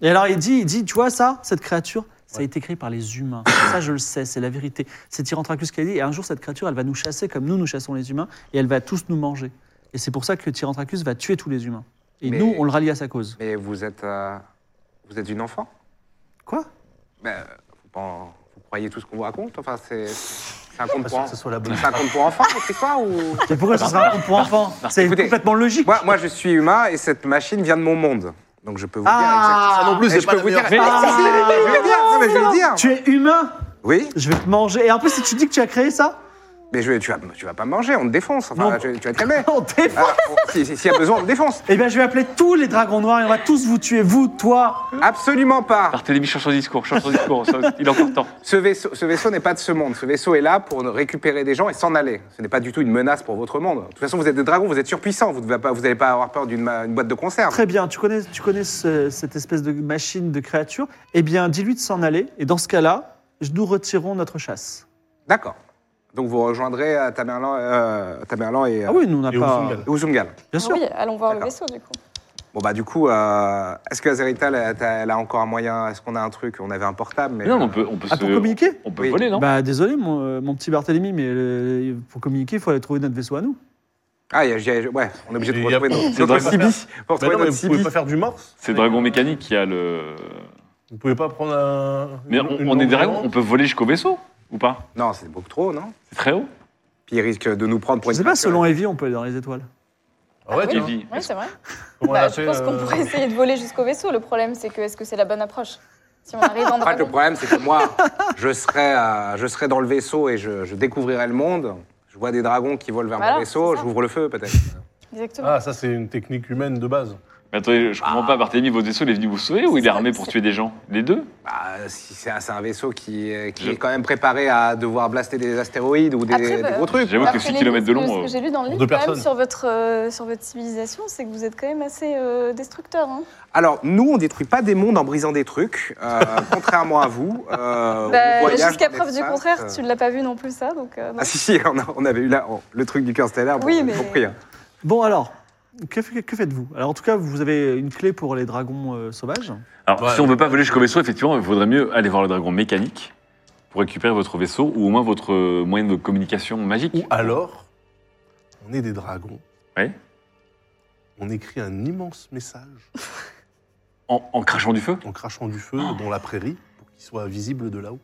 Speaker 1: Et alors il dit, il dit, tu vois ça, cette créature, ça a été créé par les humains. ça, je le sais, c'est la vérité. C'est Tyrantracus qui a dit, et un jour, cette créature, elle va nous chasser comme nous, nous chassons les humains, et elle va tous nous manger. Et c'est pour ça que Tyrantracus va tuer tous les humains. Et
Speaker 4: Mais-
Speaker 1: nous, on le rallie à sa cause.
Speaker 4: Mais vous êtes. euh, vous êtes une enfant
Speaker 1: Quoi
Speaker 4: Ben, vous, pen- vous croyez tout ce qu'on vous raconte Enfin, c'est. C'est un conte pour
Speaker 3: que ce soit la bonne
Speaker 4: C'est un conte pour enfants, votre histoire ou...
Speaker 1: Mais pourquoi ce sera un conte pour enfants C'est
Speaker 4: Écoutez,
Speaker 1: complètement logique.
Speaker 4: moi, moi, je suis humain et cette machine vient de mon monde. Donc, je peux vous
Speaker 1: Ah,
Speaker 4: dire
Speaker 3: ça non plus,
Speaker 4: exactement. Et
Speaker 3: c'est
Speaker 4: je
Speaker 3: pas
Speaker 4: peux vous dire.
Speaker 3: la meilleure
Speaker 4: Mais
Speaker 3: réponse.
Speaker 4: si, si, je vais le dire, non, mais je vais le dire.
Speaker 1: Tu es humain
Speaker 4: Oui,
Speaker 1: Je vais te manger. Et en plus, si tu dis que tu as créé ça,
Speaker 4: mais je vais- tu, vas, tu vas pas me manger, on te défonce.
Speaker 1: Non.
Speaker 4: Enfin, tu, tu vas te calmer.
Speaker 1: on t'est...
Speaker 4: Alors, on- si- si- S'il y a besoin, on te défonce.
Speaker 1: Eh bien, je vais appeler tous les dragons noirs et on va tous vous tuer, vous, toi.
Speaker 4: Absolument pas.
Speaker 6: Barthélémy, change son discours, change son discours. ça- Il est encore temps.
Speaker 4: Ce vaisseau, ce vaisseau n'est pas de ce monde. Ce vaisseau est là pour récupérer des gens et s'en aller. Ce n'est pas du tout une menace pour votre monde. De toute façon, vous êtes des dragons, vous êtes surpuissants. Vous n'allez pas, vous allez pas avoir peur d'une ma- une boîte de conserve.
Speaker 1: Très bien, tu connais, tu connais ce- cette espèce de machine, de créature. Eh bien, dis-lui de s'en aller. Et dans ce cas-là, je- nous retirons notre chasse.
Speaker 4: D'accord. Donc vous rejoindrez euh, Tamerlan, euh, Tamerlan et, euh,
Speaker 1: Ah oui, nous, on n'a
Speaker 3: Et
Speaker 1: pas...
Speaker 3: Ozungal.
Speaker 4: et Uzungal.
Speaker 1: Bien sûr.
Speaker 2: Ah Oui, allons voir le
Speaker 4: D'accord.
Speaker 2: vaisseau du coup.
Speaker 4: Bon bah du coup, euh, est-ce que Azerital, elle, a- elle a encore un moyen Est-ce qu'on a un truc On avait un portable, mais
Speaker 6: Non,
Speaker 4: euh,
Speaker 6: on peut, on peut
Speaker 1: Ah,
Speaker 6: se.
Speaker 1: pour communiquer
Speaker 6: On peut
Speaker 4: Oui.
Speaker 6: voler, non
Speaker 1: Bah, désolé, mon, euh, mon petit Barthélemy, mais euh, pour communiquer, il faut aller trouver notre vaisseau à nous.
Speaker 4: ah, il y a- il y a- ouais, on est obligé de
Speaker 3: Il y a-
Speaker 4: retrouver
Speaker 6: C'est
Speaker 4: notre, notre
Speaker 6: drôle.
Speaker 4: Sibi. Pour
Speaker 3: Mais
Speaker 4: retrouver
Speaker 3: non, mais
Speaker 4: notre
Speaker 3: vous pouvez
Speaker 4: Sibi.
Speaker 3: pas faire du morse
Speaker 6: C'est Dragon Mécanique qui a le.
Speaker 3: Vous pouvez pas prendre un.
Speaker 6: Mais on, on est des dragons, on peut voler jusqu'au vaisseau ou pas
Speaker 4: Non, c'est beaucoup trop, non
Speaker 6: C'est très haut.
Speaker 4: Puis il risque de nous prendre pour
Speaker 1: Je
Speaker 4: une.
Speaker 1: sais pas,
Speaker 4: créature.
Speaker 1: selon Evie, on peut aller dans les étoiles.
Speaker 3: Ah ouais,
Speaker 2: Oui,
Speaker 3: tu
Speaker 6: Evie.
Speaker 2: Oui, c'est vrai.
Speaker 3: comment elle
Speaker 2: Bah,
Speaker 3: a
Speaker 2: je
Speaker 3: fait,
Speaker 2: pense qu'on
Speaker 3: euh,
Speaker 2: pourrait essayer de voler jusqu'au vaisseau. Le problème, c'est que est-ce que c'est la bonne approche Si on arrive en
Speaker 4: En fait, le
Speaker 2: dragon.
Speaker 4: problème, c'est que moi, je serais, euh, je serais dans le vaisseau et je, je découvrirais le monde. Je vois des dragons qui volent vers
Speaker 2: Voilà,
Speaker 4: mon
Speaker 2: c'est
Speaker 4: vaisseau,
Speaker 2: ça.
Speaker 4: j'ouvre le feu peut-être.
Speaker 2: Exactement.
Speaker 3: Ah, ça, c'est une technique humaine de base.
Speaker 6: Mais attendez, je comprends pas, Barthélemy, votre vaisseau, il est venu vous sauver ou il est armé pour tuer des gens Les deux
Speaker 4: Bah, si c'est un, c'est un vaisseau qui, euh, qui est quand même préparé à devoir blaster des astéroïdes ou des,
Speaker 2: Après,
Speaker 4: des
Speaker 2: bah,
Speaker 4: gros trucs.
Speaker 6: J'avoue que
Speaker 2: D'après
Speaker 6: 6
Speaker 2: les
Speaker 6: km de
Speaker 2: livres,
Speaker 6: long.
Speaker 2: Ce que
Speaker 6: euh,
Speaker 2: j'ai lu dans le
Speaker 3: deux
Speaker 2: livre, quand même,
Speaker 3: personnes.
Speaker 2: sur votre, euh, sur votre civilisation, c'est que vous êtes quand même assez euh, destructeur. hein.
Speaker 4: Alors, nous, on détruit pas des mondes en brisant des trucs, euh, contrairement à vous. Euh, on
Speaker 2: Bah,
Speaker 4: voyage
Speaker 2: Jusqu'à
Speaker 4: dans
Speaker 2: preuve du
Speaker 4: l'espace,
Speaker 2: contraire,
Speaker 4: euh.
Speaker 2: tu ne l'as pas vu non plus, ça. Donc, euh, non.
Speaker 4: Ah si, si, on, a- on avait eu là oh, le truc du cœur stellaire, bon,
Speaker 2: Oui,
Speaker 4: on a
Speaker 2: mais-
Speaker 4: compris. hein.
Speaker 1: Bon, alors, que, que faites-vous Alors, en tout cas, vous avez une clé pour les dragons euh, sauvages.
Speaker 6: Alors,
Speaker 3: Ouais.
Speaker 6: si on veut pas voler jusqu'au vaisseau, effectivement, il vaudrait mieux aller voir le dragon mécanique pour récupérer votre vaisseau ou au moins votre euh, moyen de communication magique.
Speaker 3: Ou alors, on est des dragons.
Speaker 6: Ouais.
Speaker 3: On écrit un immense message
Speaker 6: En, en crachant du feu
Speaker 3: en crachant du feu
Speaker 6: Ah.
Speaker 3: dans la prairie pour qu'il soit visible de là-haut.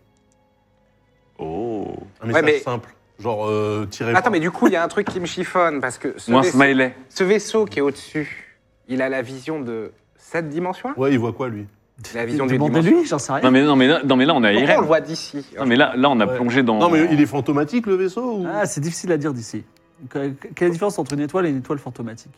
Speaker 6: Oh
Speaker 3: Un message
Speaker 4: mais-
Speaker 3: simple, genre euh, tirer.
Speaker 4: Attends, mais du coup, il y a un truc qui me chiffonne, parce que ce,
Speaker 6: Ou un
Speaker 4: vaisseau,
Speaker 6: smiley.
Speaker 4: ce vaisseau qui est au-dessus, il a la vision de cette dimension là
Speaker 3: Ouais, il voit quoi lui
Speaker 4: La vision d'une dimension.
Speaker 1: Demandez-lui, j'en sais rien.
Speaker 6: Non mais, non, mais, là, non, mais là, on a
Speaker 4: Pourquoi on le
Speaker 6: Irem.
Speaker 4: voit d'ici
Speaker 6: Non, mais là, là on a
Speaker 3: Ouais.
Speaker 6: plongé dans.
Speaker 3: Non, mais
Speaker 4: bah-
Speaker 3: il est fantomatique le vaisseau ou...
Speaker 1: Ah, c'est difficile à dire d'ici. Que- que- Quelle est la différence entre une étoile et une étoile fantomatique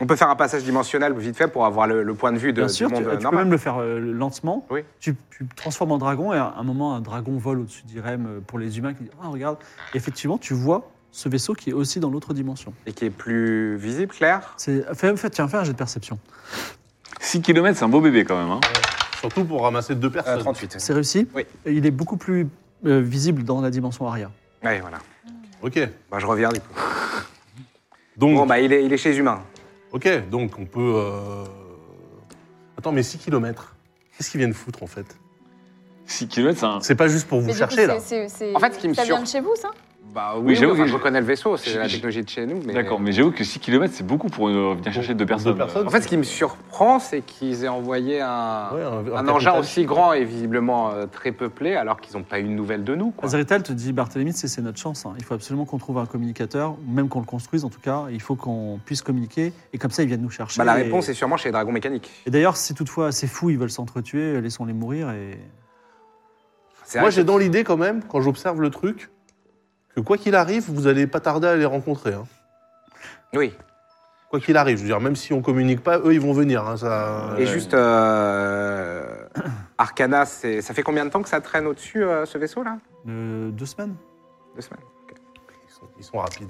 Speaker 4: On peut faire un passage dimensionnel vite fait pour avoir le, le point de vue de,
Speaker 1: Bien
Speaker 4: du
Speaker 1: sûr, tu,
Speaker 4: monde
Speaker 1: tu
Speaker 4: euh,
Speaker 1: peux
Speaker 4: normal.
Speaker 1: même le faire euh, lentement.
Speaker 4: Oui.
Speaker 1: Tu, tu transformes en dragon et à un moment, un dragon vole au-dessus d'Irem euh, pour les humains qui disent Ah, regarde. Et effectivement, tu vois ce vaisseau qui est aussi dans l'autre dimension.
Speaker 4: Et qui est plus visible, clair
Speaker 1: C'est- Fais, fais- tiens, fais un jet de perception.
Speaker 6: 6 km, c'est un beau bébé quand même. Hein.
Speaker 3: Surtout pour ramasser deux
Speaker 4: Euh,
Speaker 3: personnes.
Speaker 4: 38.
Speaker 1: C'est réussi
Speaker 4: Oui.
Speaker 1: Et Il est beaucoup plus euh, visible dans la dimension arrière.
Speaker 4: Ouais, voilà.
Speaker 3: ok.
Speaker 4: Bah, je reviens du coup.
Speaker 3: Donc,
Speaker 4: Bon, bah, il est, il est chez Humain.
Speaker 3: ok, donc on peut. euh, Attends, mais 6 km. Qu'est-ce qu'ils viennent foutre en fait
Speaker 6: 6 km, c'est un.
Speaker 3: C'est pas juste pour vous
Speaker 2: Mais du coup,
Speaker 3: chercher là.
Speaker 2: c'est- c'est- c'est-
Speaker 4: En fait, ce qui me
Speaker 2: Ça vient
Speaker 4: sur-
Speaker 2: de chez vous, ça
Speaker 4: Bah
Speaker 6: oui, j'avoue
Speaker 4: enfin,
Speaker 6: que
Speaker 4: je
Speaker 6: je-
Speaker 4: reconnais le vaisseau, c'est
Speaker 6: je-
Speaker 4: la
Speaker 6: je-
Speaker 4: technologie de chez nous. Mais...
Speaker 6: D'accord, mais j'avoue que 6 km, c'est beaucoup pour euh, venir chercher deux
Speaker 3: deux
Speaker 6: personnes.
Speaker 3: personnes.
Speaker 4: En fait, ce qui me surprend, c'est qu'ils aient envoyé un,
Speaker 3: Ouais, un- un
Speaker 4: un engin
Speaker 3: capital.
Speaker 4: aussi grand et visiblement euh, très peuplé, alors qu'ils n'ont pas eu de nouvelles de nous. Quoi.
Speaker 1: Azerital te dit Barthélemy, c'est c'est notre chance. hein. Il faut absolument qu'on trouve un communicateur, ou même qu'on le construise en tout cas. Il faut qu'on puisse communiquer et comme ça, ils viennent nous chercher.
Speaker 4: Bah, la
Speaker 1: Et-
Speaker 4: réponse est sûrement chez Dragon Mécanique.
Speaker 1: Et d'ailleurs, si toutefois ces fous ils veulent s'entretuer, laissons-les mourir et.
Speaker 4: C'est
Speaker 3: Moi,
Speaker 4: vrai
Speaker 3: j'ai dans l'idée quand même, quand j'observe le truc, que quoi qu'il arrive, vous allez pas tarder à les rencontrer. hein.
Speaker 4: que- Oui.
Speaker 3: Quoi qu'il arrive, je veux dire, même si on communique pas, eux, ils vont venir. hein, ça...
Speaker 4: Et juste, euh, Arcana, c'est- ça fait combien de temps que ça traîne au-dessus, euh, ce vaisseau-là
Speaker 1: Euh, deux semaines
Speaker 4: Deux semaines.
Speaker 3: Ils sont, ils sont rapides.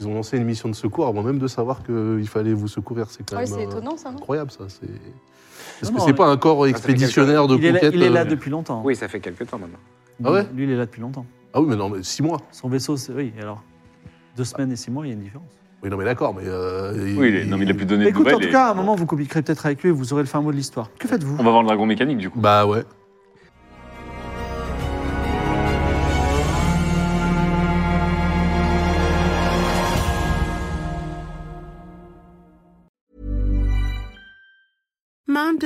Speaker 3: Ils ont lancé une mission de secours avant même de savoir qu'il fallait vous secourir. C'est quand
Speaker 2: Ah oui,
Speaker 3: même
Speaker 2: c'est
Speaker 3: euh,
Speaker 2: étonnant, ça, non
Speaker 3: incroyable, ça. C'est... Est-ce
Speaker 1: Non, non,
Speaker 3: que c'est
Speaker 1: mais-
Speaker 3: pas un corps
Speaker 4: fait quelques-
Speaker 3: expéditionnaire de
Speaker 1: il est, là,
Speaker 3: conquête
Speaker 1: il est là
Speaker 3: euh,
Speaker 1: depuis longtemps.
Speaker 4: Oui, ça fait quelques temps maintenant.
Speaker 1: Lui,
Speaker 3: Ah ouais
Speaker 1: lui, il est là depuis longtemps.
Speaker 3: Ah oui, mais non, mais six mois.
Speaker 1: Son vaisseau, c'est. Oui, alors. Deux semaines et six mois, il y a une différence.
Speaker 3: Oui, non, mais d'accord, mais. euh,
Speaker 6: Oui, il est- non, mais il a plus donné de
Speaker 1: Écoute,
Speaker 6: nouvelles.
Speaker 1: en tout
Speaker 6: et-
Speaker 1: cas, à un moment, vous communiquerez peut-être avec lui et vous aurez le fin mot de l'histoire. Que faites-vous
Speaker 6: On va voir le dragon mécanique du coup.
Speaker 3: Bah ouais.
Speaker 7: Mom